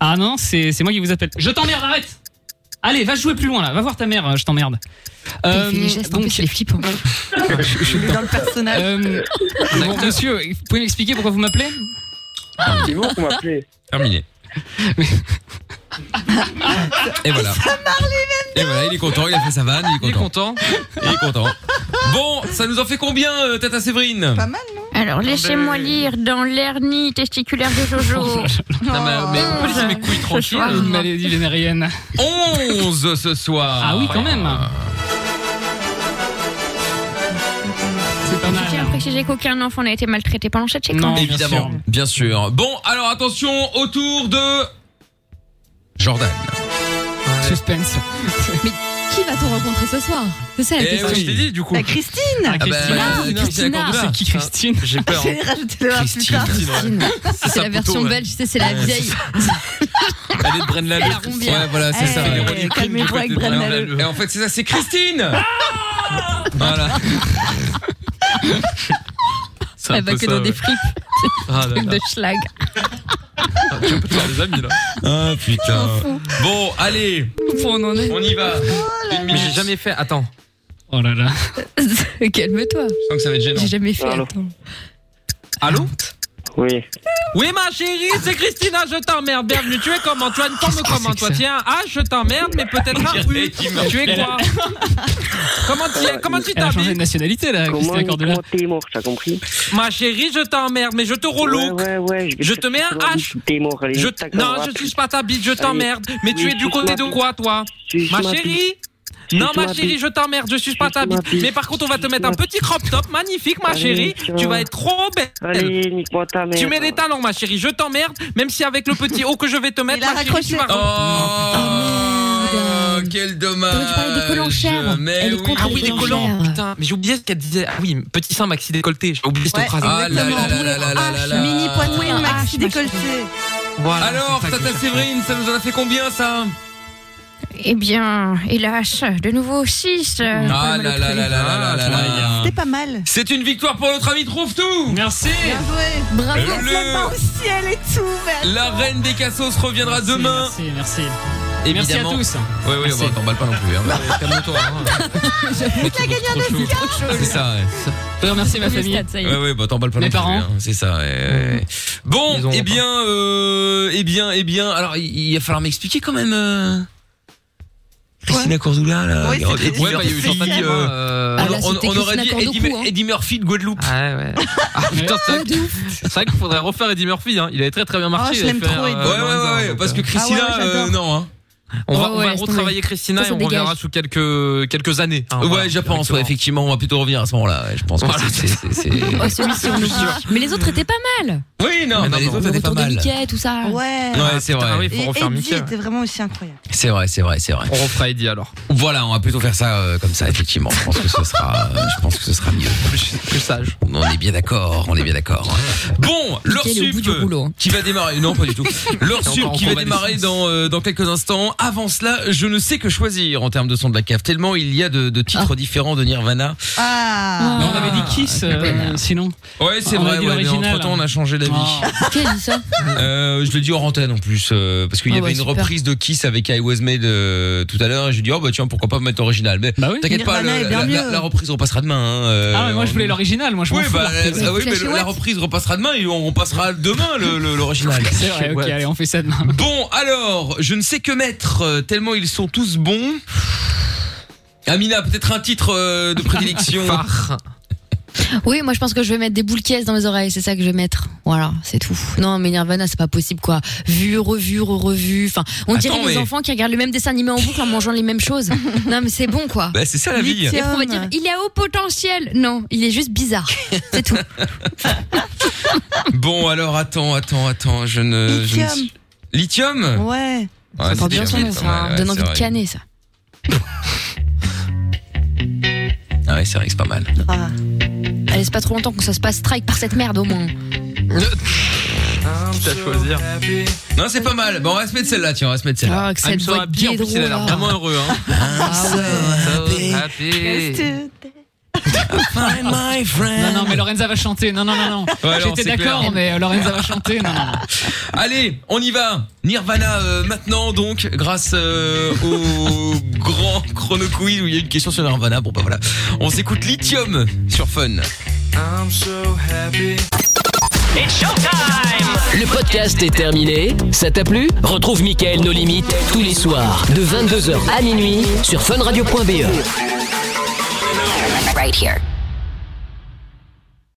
Ah non, c'est c'est moi qui vous appelle. Je t'emmerde, arrête Allez, va jouer plus loin là, va voir ta mère, euh, je t'emmerde. Euh, donc, les flippants.
Euh,
je, je suis dans le personnage. Euh, monsieur, vous pouvez m'expliquer pourquoi vous m'appelez
C'est vous qui m'avez appelé.
Terminé. Et voilà. Et voilà, il est content, il a fait sa vanne, il est content. Il est content. Bon, ça nous en fait combien, euh, Tata Séverine Pas mal.
Alors, laissez-moi
ben,
lire dans l'hernie testiculaire de Jojo.
Non, Ah,
Oh.
mais, mais on peut laisser
Ah.
mes couilles tranquilles.
Ah, Une maladie vénérienne.
11 ce soir.
Ah oui, quand même. C'est pas
Je tiens à préciser qu'aucun enfant n'a été maltraité pendant cette séquence.
Non, évidemment, bien sûr. Bon, alors attention, autour de Jordan.
Ah,
Suspense.
Mais qui va-t-on rencontrer ce soir C'est ça la
Eh
question.
oui, je t'ai dit, du coup.
Bah, Christine
Ah, Christina. Ah,
ben,
bah, Christina Cordula.
C'est qui Christine
J'ai peur.
J'ai rajouté le A plus tard.
Christine, ouais.
C'est la
sa poteau,
version
ouais.
belge, tu sais, c'est la
Ouais,
vieille.
Elle est de Brennan. Ouais, voilà, c'est ça.
Eh,
ouais.
calmez-vous avec Brennan.
Et en fait, c'est ça, c'est Christine.
Ah.
Voilà. C'est un
Elle va
peu
que
ça,
dans
ouais.
des fripes.
Ah, là, là.
de schlag.
Tu peux te faire des amis là. Ah putain. Bon, allez.
On en est. Oh
On y va. Une minute.
Mais j'ai jamais fait. Attends.
Oh là là.
Calme-toi.
Je sens que ça va être gênant.
J'ai jamais fait.
Allô.
attends.
Allô
Oui.
Oui, ma chérie, c'est Christina, je t'emmerde. Bienvenue. Tu es comment Toi, une forme comment Toi, tiens, ah, je t'emmerde, mais peut-être
On
pas.
dirait
Oui.
qu'il me-
Tu es quoi Comment tu es Comment tu
Elle a changé
t'habilles
de nationalité là, Christina Cordula.
t'es mort, t'as compris
Ma chérie, je t'emmerde, mais je te relook.
Ouais, ouais, ouais.
Je te mets un H.
T'es mort, allez.
Je-
t'as qu'à
Non,
voir.
je suis pas ta bite, je
Allez.
t'emmerde. Mais
Oui,
tu es du
suce
côté
ma
de
bite.
quoi, toi
Suce
Ma
ma
chérie
bite.
Non,
Suce
ma
ma
chérie,
bite.
je t'emmerde, je suis pas ta
ma
bite.
bite.
Mais par contre, on va te mettre un petit crop top magnifique, ma
Allez,
chérie.
tiens.
Tu vas être trop belle.
Allez, nique-moi ta mère.
Tu mets des talons, ma chérie, je t'emmerde, même si avec le petit haut que je vais te mettre, ma chérie, tu vas...
Oh, quel dommage.
des collants chers.
Mais Elle est oui. contre
ah
les
oui, des
collants
collants.
chers.
Putain, mais j'ai oublié ce qu'elle disait. Ah oui, petit sein maxi décolleté. J'ai oublié cette
Ouais,
phrase.
Ah là exactement. là là là là là là.
Mini poitrine,
Ah,
maxi décolleté.
Voilà,
Alors,
c'est ça que
Tata
je
Séverine, ça nous en a fait combien ça
Eh bien, hélas, de nouveau euh, 6.
Euh,
Ah là là là là là là là.
C'était pas mal.
C'est une victoire pour notre ami Trouve tout.
Merci.
Bien joué. Bravo.
Le-
La main au ciel et tout. vers-
La reine des cassos reviendra demain.
Merci, merci. Merci à
Évidemment.
tous.
Oui, oui, bah, t'emballes pas non plus. Hein. Calme-toi. hein.
J'avoue qu'il a gagné un
C'est ça. Ouais.
Je remercie ma
Premier
famille.
Ouais, ouais, bah t'emballes pas
Mes
non plus,
parents.
hein, C'est ça. ouais, ouais. Bon, eh
pas.
bien, euh, eh bien, eh bien. Alors, il, il va falloir m'expliquer quand même. euh, Christina Cordula, là.
Ouais,
il y aura
c'est-
des
ouais, bah, il y a eu
filles,
Jean-Baptiste,
euh,
euh, Ah, là,
on,
c'était
on aurait dit
Christina
Eddie,
Cordoue, hein.
Eddie Murphy de Guadeloupe.
Ouais, ouais. Ah, putain, c'est vrai que- c'est vrai qu'il faudrais refaire Eddie Murphy. Hein. Il avait très très bien marché.
Ah, je
il avait
l'aime
fait,
trop, Eddie. Ouais, ouais,
Lorenza,
ouais,
donc,
parce que
euh,
Christina, Ah ouais, ouais, j'adore. euh, non, hein.
On va,
Oh,
on
ouais,
va
laisse
retravailler
tomber.
Christina
Ça,
et
ça
on reviendra
dégage.
sous quelques, quelques années. hein,
ouais,
voilà,
je pense, ouais,
directement.
effectivement, on va plutôt revenir à ce moment-là. ouais, Je pense
Voilà.
que c'est- c'est- c'est. c'est-
Oh, celui-ci, on oublie. Mais les autres étaient pas mal.
Oui, non, mais, les autres étaient pas
Autour de
mal.
Mickey, tout ça.
Ouais.
Ouais, c'est
Ah
vrai.
Et Eddie était vraiment aussi incroyable.
C'est vrai, c'est vrai, c'est vrai.
On refera Eddie alors.
Voilà, on va plutôt faire ça euh, comme ça, effectivement. Je pense que ce sera, euh, je pense que ce sera mieux. Plus,
sage.
On est bien d'accord, on est bien d'accord. hein. Bon, l'heure
Mickaël est au
sup
bout du rouleau, hein.
qui va démarrer. Non, pas du tout. L'heure
Encore
sup
en
qui va
convalescence.
démarrer dans euh, dans quelques instants. Avant cela, je ne sais que choisir en termes de son de la cave. Tellement il y a de, de titres
Ah.
différents de Nirvana.
Ah.
on avait dit Kiss, euh, sinon.
Ouais, c'est
On
vrai.
a dit
ouais, mais
l'original. Ah.
entre-temps, on a changé d'avis.
Ah.
Qui a dit ça
Euh, je le dis hors antenne en plus euh, parce qu'il y
Ah
avait
ouais,
une
super.
reprise de Kiss avec I Was Made euh, tout à l'heure et je lui dis oh bah tiens pourquoi pas mettre l'original mais t'inquiète pas
Nirvana
le-
est bien
la, la-
mieux.
la reprise repassera demain hein, euh,
Bah Ah, mais moi je
on-
voulais l'original, moi je m'en
oui,
fous.
bah,
la reprise.
euh, ah oui, mais le- la reprise repassera demain et on, on passera demain le- le- l'original.
C'est vrai, ok, allez, on fait ça demain.
Bon, alors, je ne sais que mettre, euh, tellement ils sont tous bons. Amina, peut-être un titre euh, de prédilection.
Phare.
Oui, moi je pense que je vais mettre des boules caisses dans mes oreilles, c'est ça que je vais mettre. Voilà, c'est tout. Non, mais Nirvana, c'est pas possible quoi. Vu, revu, re- revu. Enfin, on dirait
Attends,
les
mais-
enfants qui regardent le même dessin animé en boucle en mangeant les mêmes choses. non, mais c'est bon quoi.
Bah, c'est ça, la vie.
Lithium. Et après, on va dire, il est à haut potentiel. Non, il est juste bizarre. C'est tout.
Bon, alors attends, attends, attends, je ne. je ne suis- Lithium
Ouais.
Ouais,
ça porte
c'est
bien son
bien,
nom,
c'est
ça
pas mal, ouais,
donne
c'est
envie de
vrai.
canner ça.
Ah ouais, c'est vrai que c'est pas mal.
Ah. Allez, c'est pas trop longtemps que ça se passe strike par cette merde au moins.
à choisir. Non, c'est pas mal. Bon, on va se mettre celle-là, tiens, on va se mettre celle-là.
Ah, que Ah, cette il me voix sera bien, en plus, il a l'air
vraiment
heureux, hein.
Non, non, mais Lorenza va chanter. Non, non, non, non.
Ouais, non,
J'étais
c'est
d'accord,
clair.
mais euh, Lorenza va chanter. Non, non, non.
Allez, on y va. Nirvana euh, maintenant donc grâce euh, au grand chrono quiz où il y a une question sur Nirvana. Bon bah voilà. On s'écoute Lithium sur Fun.
Le podcast est terminé. Ça t'a plu Retrouve Mickaël nos limites tous les soirs E. de 22h à minuit sur funradio.be.
Right here.